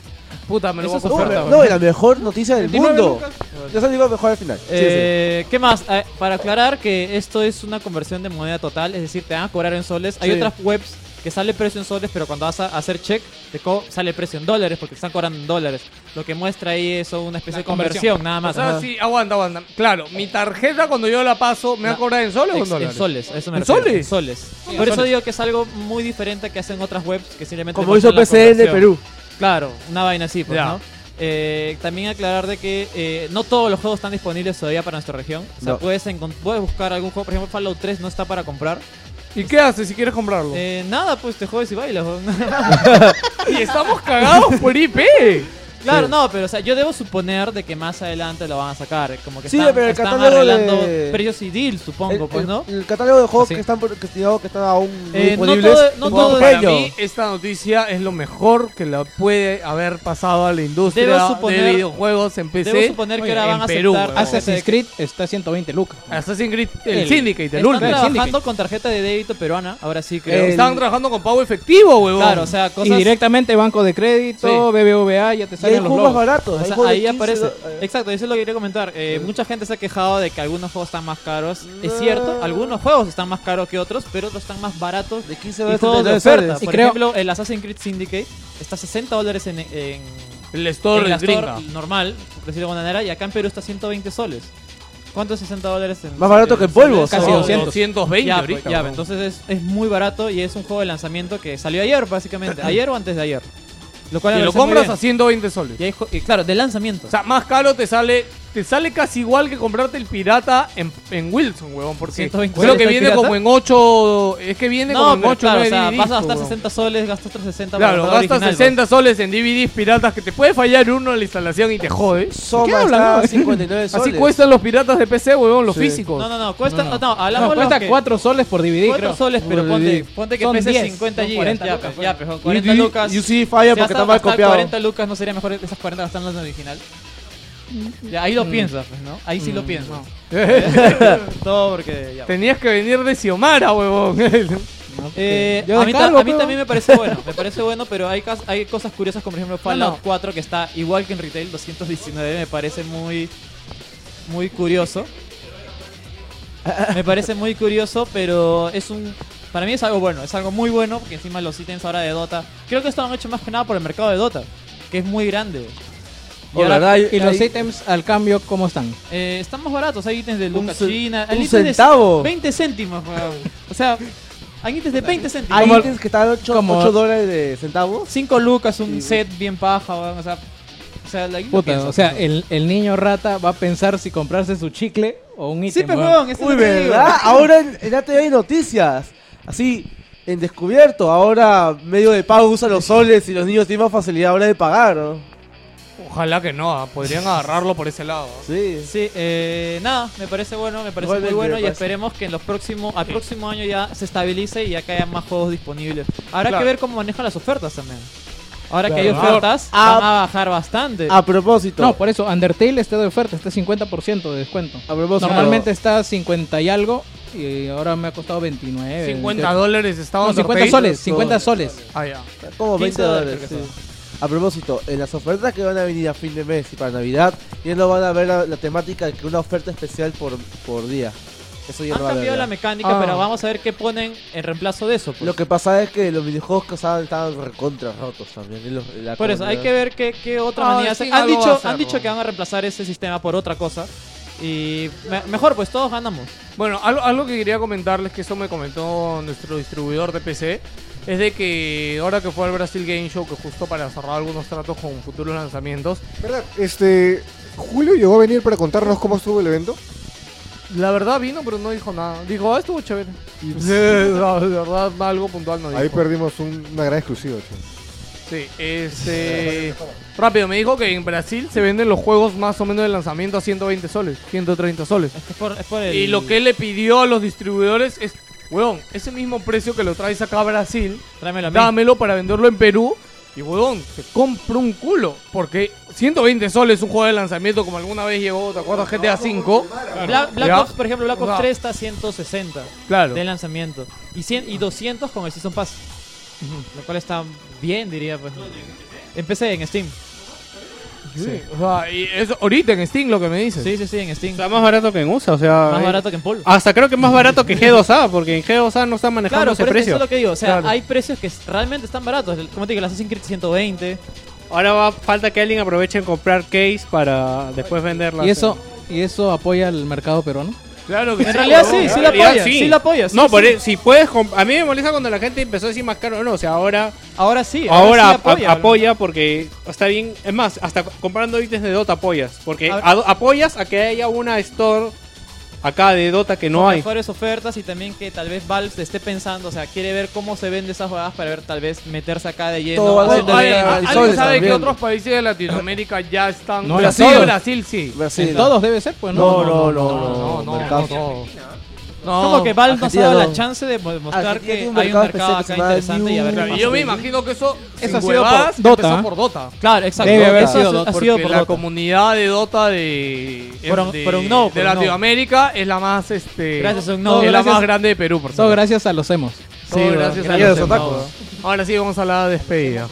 Puta, me lo voy a
Eso es
comprar.
oferta,
No,
weón.
y la mejor noticia del
29
mundo.
lucas.
Ya salió mejor al final. Sí,
Eh, ¿Qué más? Eh, para aclarar que esto es una conversión de moneda total, es decir, te van a cobrar en soles. Hay
Sí.
otras webs que sale el precio en soles, pero cuando vas a hacer check, te co- sale el precio en dólares porque te están cobrando en dólares. Lo que muestra ahí es una especie de conversión, nada más.
O sea,
Ajá.
sí, aguanta, aguanta. Claro, mi tarjeta cuando yo la paso, ¿me va a cobrar en soles o en
Ex-
dólares?
En soles, a eso me
¿En
refiero,
soles?
en soles.
Sí,
Por
en
eso
soles.
digo que es algo muy diferente que hacen otras webs que simplemente.
Como hizo PCN
PCN
de Perú.
Claro, una vaina así, pues,
Ya.
¿no? Eh, también aclarar de que eh, no todos los juegos están disponibles todavía para nuestra región. O sea,
No.
puedes, encon- puedes buscar algún juego, por ejemplo, Fallout 3 no está para comprar.
¿Y qué haces si quieres comprarlo?
Eh, nada, pues te jodes y bailas. ¿no?
[laughs] y estamos cagados por IP.
Claro,
Sí.
no, pero o sea, yo debo suponer de que más adelante lo van a sacar. Como que
Sí,
están,
pero el
están
catálogo
arreglando
de-
precios y deals, supongo,
El-
pues,
el-
¿no?
El, catálogo de juegos
Así.
que están, por- que, digamos que están aún
Eh, no
disponibles.
todo- no
es
todo-
pequeño.
Para mí, esta noticia es lo mejor que la puede haber pasado a la industria
Debo suponer-
de videojuegos en PC.
debo suponer que
Oye,
ahora
en
van a
Perú,
aceptar-
weón. Ah,
Assassin's Creed está a 120 lucas.
Assassin's Creed, el, Syndicate, el
Están
Ultimate.
trabajando con tarjeta de débito peruana, ahora sí creo.
El- Están trabajando con pago efectivo, huevón.
Claro, o sea, cosas...
Y directamente Banco de Crédito,
Sí.
BBVA, ya te salen los logos.
O sea, ahí aparece.
eh.
Exacto, eso es lo que quería comentar. Eh, mucha gente se ha quejado de que algunos juegos están más caros. Es cierto, algunos juegos están más caros que otros, pero otros están más baratos. De 15
dólares
Y juegos de
a 39
oferta.
dólares.
Por
Y creo-
ejemplo, el Assassin's Creed Syndicate está a 60 dólares en. en-
El store
en la
en gringa.
normal, por decirlo de alguna manera, y acá en Perú está a 120 soles. ¿Cuánto es 60 dólares en
Más barato que en polvo,
Casi
son
200.
220
ya,
ahorita,
pues, ya,
weón.
entonces es, es muy barato y es un juego de lanzamiento que salió ayer,
[laughs]
básicamente. Ayer o antes de ayer. Lo cual
Y
me
lo
parece muy
compras
bien.
a 120 soles.
Y hay jo- y claro, de lanzamiento.
O sea, más caro te sale te sale casi igual que comprarte el pirata en, en Wilson, huevón. Porque
120
creo que
soles el
viene
pirata.
como en 8. Es que viene como
No,
en
pero
8
claro, o
9
sea,
DVDs,
vas a gastar
huevón.
60 soles, gastas otros 60 para
Claro,
comprar
gastas
original, pues.
60 soles en DVDs piratas que te puede fallar uno en la instalación y te jode.
Soma
¿Qué hablas,
está
huevón?
59 soles.
[laughs] Así cuestan los piratas de PC, huevón, los
Sí.
físicos.
No, no, no, cuesta, no, no, hablamos
No,
los
cuesta
que-
4 soles por DVD,
Cuatro
creo.
soles, pero
Por
ponte,
DVD.
ponte que
Son
pese
10,
50
son
gigas.
40
ya,
lucas,
pues,
pues.
ya, pues,
Y-
40
y-
lucas.
y sí, falla porque
Si vas a
está mal
gastar
copiado.
40 lucas, ¿no sería mejor esas 40 gastarlas en el original? Ya, ahí lo
Mm.
piensas, pues, ¿no? Ahí sí lo
Mm,
piensas.
no.
[laughs]
[laughs]
Todo porque ya.
Tenías que venir de Xiomara, huevón. [laughs]
Eh,
Yo
a, mí ta-
descargo,
a mí
pero-
también me parece bueno, me parece bueno, pero hay, cas- hay cosas curiosas como por ejemplo Fallout
no.
4 que está igual que en retail, 219, me parece muy, muy curioso. Me parece muy curioso, pero es un... Para mí es algo bueno, es algo muy bueno, porque encima los ítems ahora de Dota... Creo que esto lo han hecho más que nada por el mercado de Dota, que es muy grande.
Y, ahora- y los
ítems
ítems al cambio, ¿cómo están?
eh, están más baratos, hay ítems de Luca
ce-
China, hay
un
ítems de
centavo.
20 céntimos, weón. O sea, hay ítems de 20 céntimos.
Hay ítems que están 8,
como-
dólares de centavos.
5 lucas, un set bien paja, weón. O sea, o sea, la-
Puta,
piensa,
o sea, eh,
pues,
el, el niño rata va a pensar si comprarse su chicle o un ítem.
pues,
weón.
weón, ese
Uy, ¿verdad? Ah, Ahora en, en ATV hay noticias. Así, en descubierto. Ahora, medio de pago usa los soles y los niños tienen más facilidad ahora de pagar. ¿no?
Ojalá que no, ah, podrían agarrarlo por ese lado.
Sí.
Sí, eh, nada, me parece bueno, me parece
Igualmente,
muy bueno
me
y
parece.
esperemos que en los próximos, al próximo año ya se estabilice y ya que haya más juegos disponibles. Habrá
Claro.
que ver cómo manejan las ofertas también. Ahora que
Claro.
hay ofertas,
Ah.
van a bajar bastante.
A propósito.
No, por eso, Undertale está de oferta, está 50% de descuento. Normalmente está 50 y algo y ahora me ha costado 29.
50
28.
dólares estaba
No, 50
Undertale.
soles, 50 soles.
Ah, ya.
Como 20
15 dólares,
dólares.
creo que
sí. A propósito, en las ofertas que van a venir a fin de mes y para Navidad, ya no van a ver la, la temática de que una oferta especial por, por día. Eso ya
Han
no va a
cambiado
haber,
la
ya.
mecánica,
Ah.
pero vamos a ver qué ponen en reemplazo de eso. pues.
Lo que pasa es que los videojuegos que usaban estaban recontra rotos también. y los- la
Por eso, hay
comunidad-
que ver qué, qué otra
Ah,
manera.
sí,
han,
algo va a
dicho,
hacer,
han dicho que van a reemplazar ese sistema por otra cosa. Y me- mejor, pues todos ganamos.
Bueno, algo, algo que quería comentarles, que eso me comentó nuestro distribuidor de PC, es de que ahora que fue al Brasil Game Show, que justo para cerrar algunos tratos con futuros lanzamientos,
¿Verdad? Este. Julio llegó a venir para contarnos cómo estuvo el evento.
la verdad vino, pero no dijo nada. Dijo, ah, estuvo chévere. [laughs] No, de verdad, algo puntual no dijo.
Ahí perdimos un- una gran exclusiva, che.
Sí, este. Rápido, me dijo que en Brasil se venden los juegos más o menos de lanzamiento a 120 soles, 130 soles. Y lo que él le pidió a los distribuidores es, weón, ese mismo precio que lo traes acá a Brasil,
Tráemelo a mí.
dámelo para venderlo en Perú. Y weón, te compro un culo. Porque 120 soles un juego de lanzamiento como alguna vez llegó, ¿te acuerdas? GTA V.
Black, Black
¿Ya?
Ops, por ejemplo, Black
O
Ops
sea,
3 está a 160
Claro.
de lanzamiento. Y, 100, y 200 con el Season Pass. Lo cual está bien, diría. Pues. Empecé en Steam.
Sí. O sea, y eso ahorita en Steam lo que me dices.
Sí, sí, sí, en Steam.
Está más barato que en USA, o sea.
Más
eh,
barato que en Polo.
Hasta creo que más barato que G2A, porque en G2A no está manejando
Claro,
ese
pero es que
precio.
eso es lo que digo. O sea,
Claro.
hay precios que realmente están baratos. Como te digo, el Assassin's Creed 120.
Ahora va, falta que alguien aproveche en comprar case para después venderla.
¿Y eso, ¿Y eso apoya al mercado peruano?
Claro
que En sí, realidad huevón. sí, sí la
En realidad
apoya, sí la apoya, sí,
no, por
sí.
e- si puedes. comp- A mí me molesta cuando la gente empezó a decir más caro. No, o sea, ahora.
Ahora sí.
Ahora,
sí
ap- apoya,
apoya,
porque está bien. Es más, hasta comprando ítems de Dota apoyas. Porque a- apoyas a que haya una store acá de Dota que no
con
hay.
mejores ofertas y también que tal vez Valve se esté pensando, o sea, quiere ver cómo se venden esas jugadas para ver tal vez meterse acá de lleno.
Todo
Haciendo
vale,
bien.
¿Alguien sabe que otros países de Latinoamérica ya están?
No,
Brasil,
todos.
Brasil sí.
Brasil.
En
Todos debe ser, pues, ¿no?
No, no, no,
No,
no, no,
no,
no, no. No.
Como que Valve nos ha
Argentina
dado la
no.
chance de mo- mostrar
Argentina
que
tiene un
hay un
mercado
mercado acá
especial que se llama
interesante y a ver qué
New.
pasa.
Yo me imagino que eso,
Eso ha
sin
sido
huevadas,
por Dota,
empezó
¿eh?
por Dota.
Claro, exacto. Debe haber Eso ha sido- sido- ha sido
porque
por
la
Dota.
comunidad de Dota de,
Por un-
de-
por un no, por
de
un no.
Latinoamérica es la más este
Gracias a un no.
es la
Gracias-
más grande de Perú, por
Todo gracias a los hemos.
Todo gracias a los otakus. Ahora sí vamos a la despedida.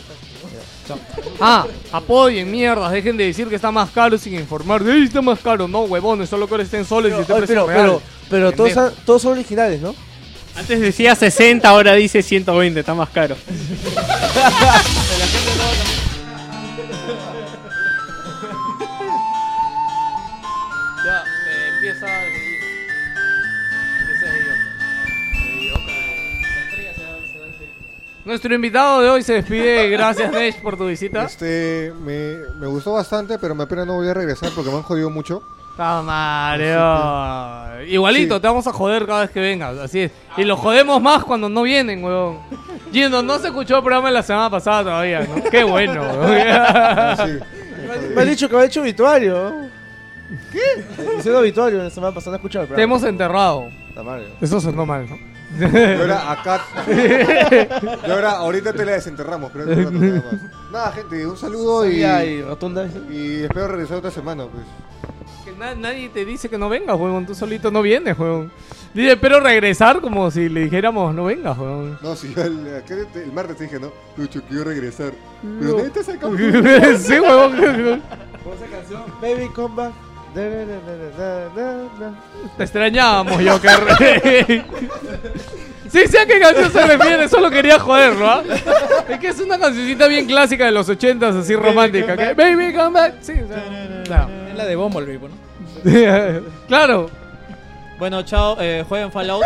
Ah, apoyen, mierdas, dejen de decir que está más caro sin informar. ¡Ey, está más caro! No, huevones, solo que ahora está en soles y está en
Oye, pero,
precio real.
pero, pero todos,
Pendejo.
han- todos son originales, ¿no?
Antes decía 60, ahora dice 120, está más caro.
Ya, eh, empieza a seguir. Empieza a seguir. Nuestro invitado de hoy se despide. Gracias, Nesh, por tu visita.
Este, me, me gustó bastante, pero me pena no voy a regresar porque me han jodido mucho.
Mario. Igualito, te vamos a joder cada vez que vengas, así es. Y lo jodemos más cuando no vienen, weón. Gino, no se escuchó el programa de la semana pasada todavía, ¿no? Qué [laughs]
[laughs]
bueno, weón.
Me ha dicho que me ha hecho obituario. ¿Qué? Hice un obituario la semana pasada, no he escuchado el
Te hemos enterrado.
Está mal.
Eso sonó mal, ¿no?
Yo era acá. Yo era, ahorita te la desenterramos, pero en un rato nada más.
[laughs]
Nada, gente, un saludo y.
Sabía, y rotunda.
Y espero regresar otra semana, pues.
[laughs] Que na- nadie te dice que no vengas, weón. Tú solito no vienes, weón. Dice, pero regresar como si le dijéramos, no vengas, weón.
No, si yo el, aquel- el martes te dije, no, Lucho, quiero regresar. Pero este nadie te saca.
[laughs] sí, huevón.
Con esa canción, Baby Come Back. Da, da, da, da, da, da, da.
Te extrañábamos, [laughs] Joker. sí, sé a qué canción se refiere, solo quería joderlo, ¿ah? Es que es una cancioncita bien clásica de los ochentas, así romántica. que- Baby, come back. Sí, o sea, claro.
Es la de Bumblebee, ¿no?
claro.
Bueno, chao. eh, jueguen Fallout.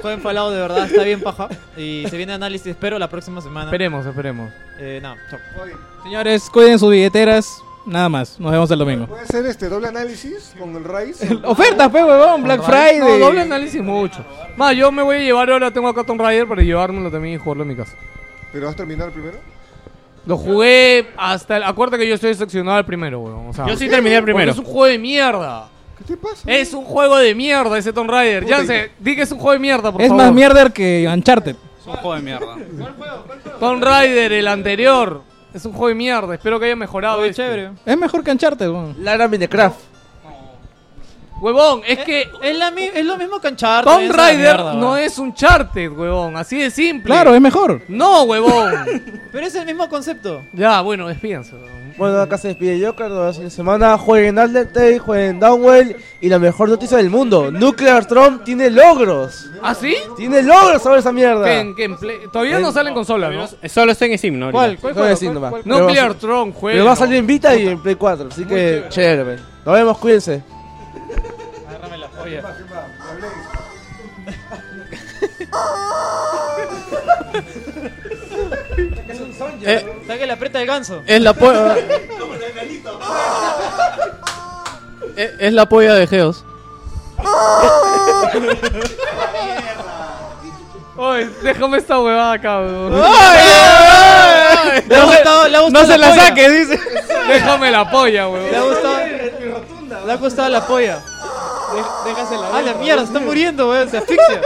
Jueguen Fallout, de verdad. Está bien paja. Y se viene análisis, espero, la próxima semana.
Esperemos, esperemos.
Eh, no, chao.
Señores, cuiden sus billeteras. Nada más. Nos vemos el domingo.
¿Puede hacer este doble análisis con el Rice?
Ofertas, pe, huevón. Black Friday.
No, doble análisis mucho. Más, yo me voy a llevar ahora, tengo a Cotton Rider para llevármelo también y jugarlo en mi casa.
¿Pero vas a terminar primero?
Lo jugué hasta el. Acuérdate que yo estoy decepcionado al primero, weón. o sea,
Yo sí terminé el
porque
primero.
Es un juego de mierda.
¿Qué te pasa?
Es un juego de mierda ese Tomb Raider. Ya sé, di que es un juego de mierda, por
Es
favor.
más mierder que Uncharted.
Es un juego de mierda.
Tomb Raider, el anterior. Es un juego de mierda. Espero que haya mejorado. este. Es chévere.
Es mejor que Uncharted, weón.
Lara Minecraft.
Huevón, es que.
Eh, Es, la mi- es lo mismo que Uncharted.
Tomb
esa
Raider
mierda,
no es un Uncharted, huevón. Así de simple.
Claro, es mejor.
No, huevón.
[laughs] Pero es el mismo concepto.
ya, bueno, despídense.
[laughs] Bueno, acá se despide Joker, nos vemos en la semana. Jueguen Undertale, jueguen Downwell y la mejor noticia del mundo, Nuclear Throne tiene logros.
¿Ah, sí?
Tiene logros sobre esa mierda.
Que en- que en Play- Todavía no
En-
sale en consola, ¿no?
Solo está en Steam, ¿no?
¿Cuál?
Ahorita.
¿Cuál juego?
Steam nomás.
cuál-
Pero
Nuclear
va a-
Throne, juego.
Pero va a salir en Vita y en Play 4, así que chévere. man. Nos vemos, cuídense.
Agárrame la polla.
Eh, Saque la preta del ganso.
Es la polla.
[laughs]
es, es la polla de Geos.
[laughs]
Oye, déjame esta huevada acá, weón.
Le ha gustado- le ha gustado polla. [laughs]
Déjame la polla, weón.
Le ha gustado. Le ha gustado la polla. Déjasela. Ah, la mierda, se está muriendo, weón. Se asfixia.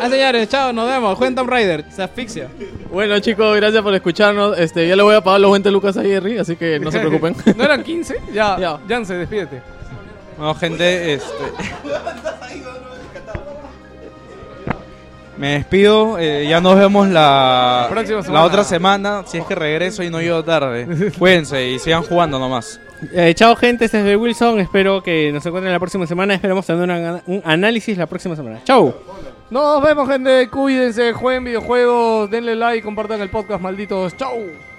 Ah, señores, chao, nos vemos. Juegan Tomb Raider.
Se asfixia.
Bueno, chicos, gracias por escucharnos. Este, ya le voy a pagar los 20 lucas a Jerry, así que Eh, no se preocupen.
[laughs] ¿No eran 15? Ya, Janse, despídete.
Bueno, gente, este. Me despido, eh, ya nos vemos la,
Próxima
la
semana.
otra semana, si es que regreso y no llego [laughs] tarde. Cuídense y sigan jugando nomás.
Eh, chao, gente. Este es de Wilson. Espero que nos encuentren la próxima semana. Esperamos tener una- un análisis la próxima semana. Chao.
Nos vemos, gente. Cuídense, jueguen videojuegos, denle like, compartan el podcast, malditos. Chau.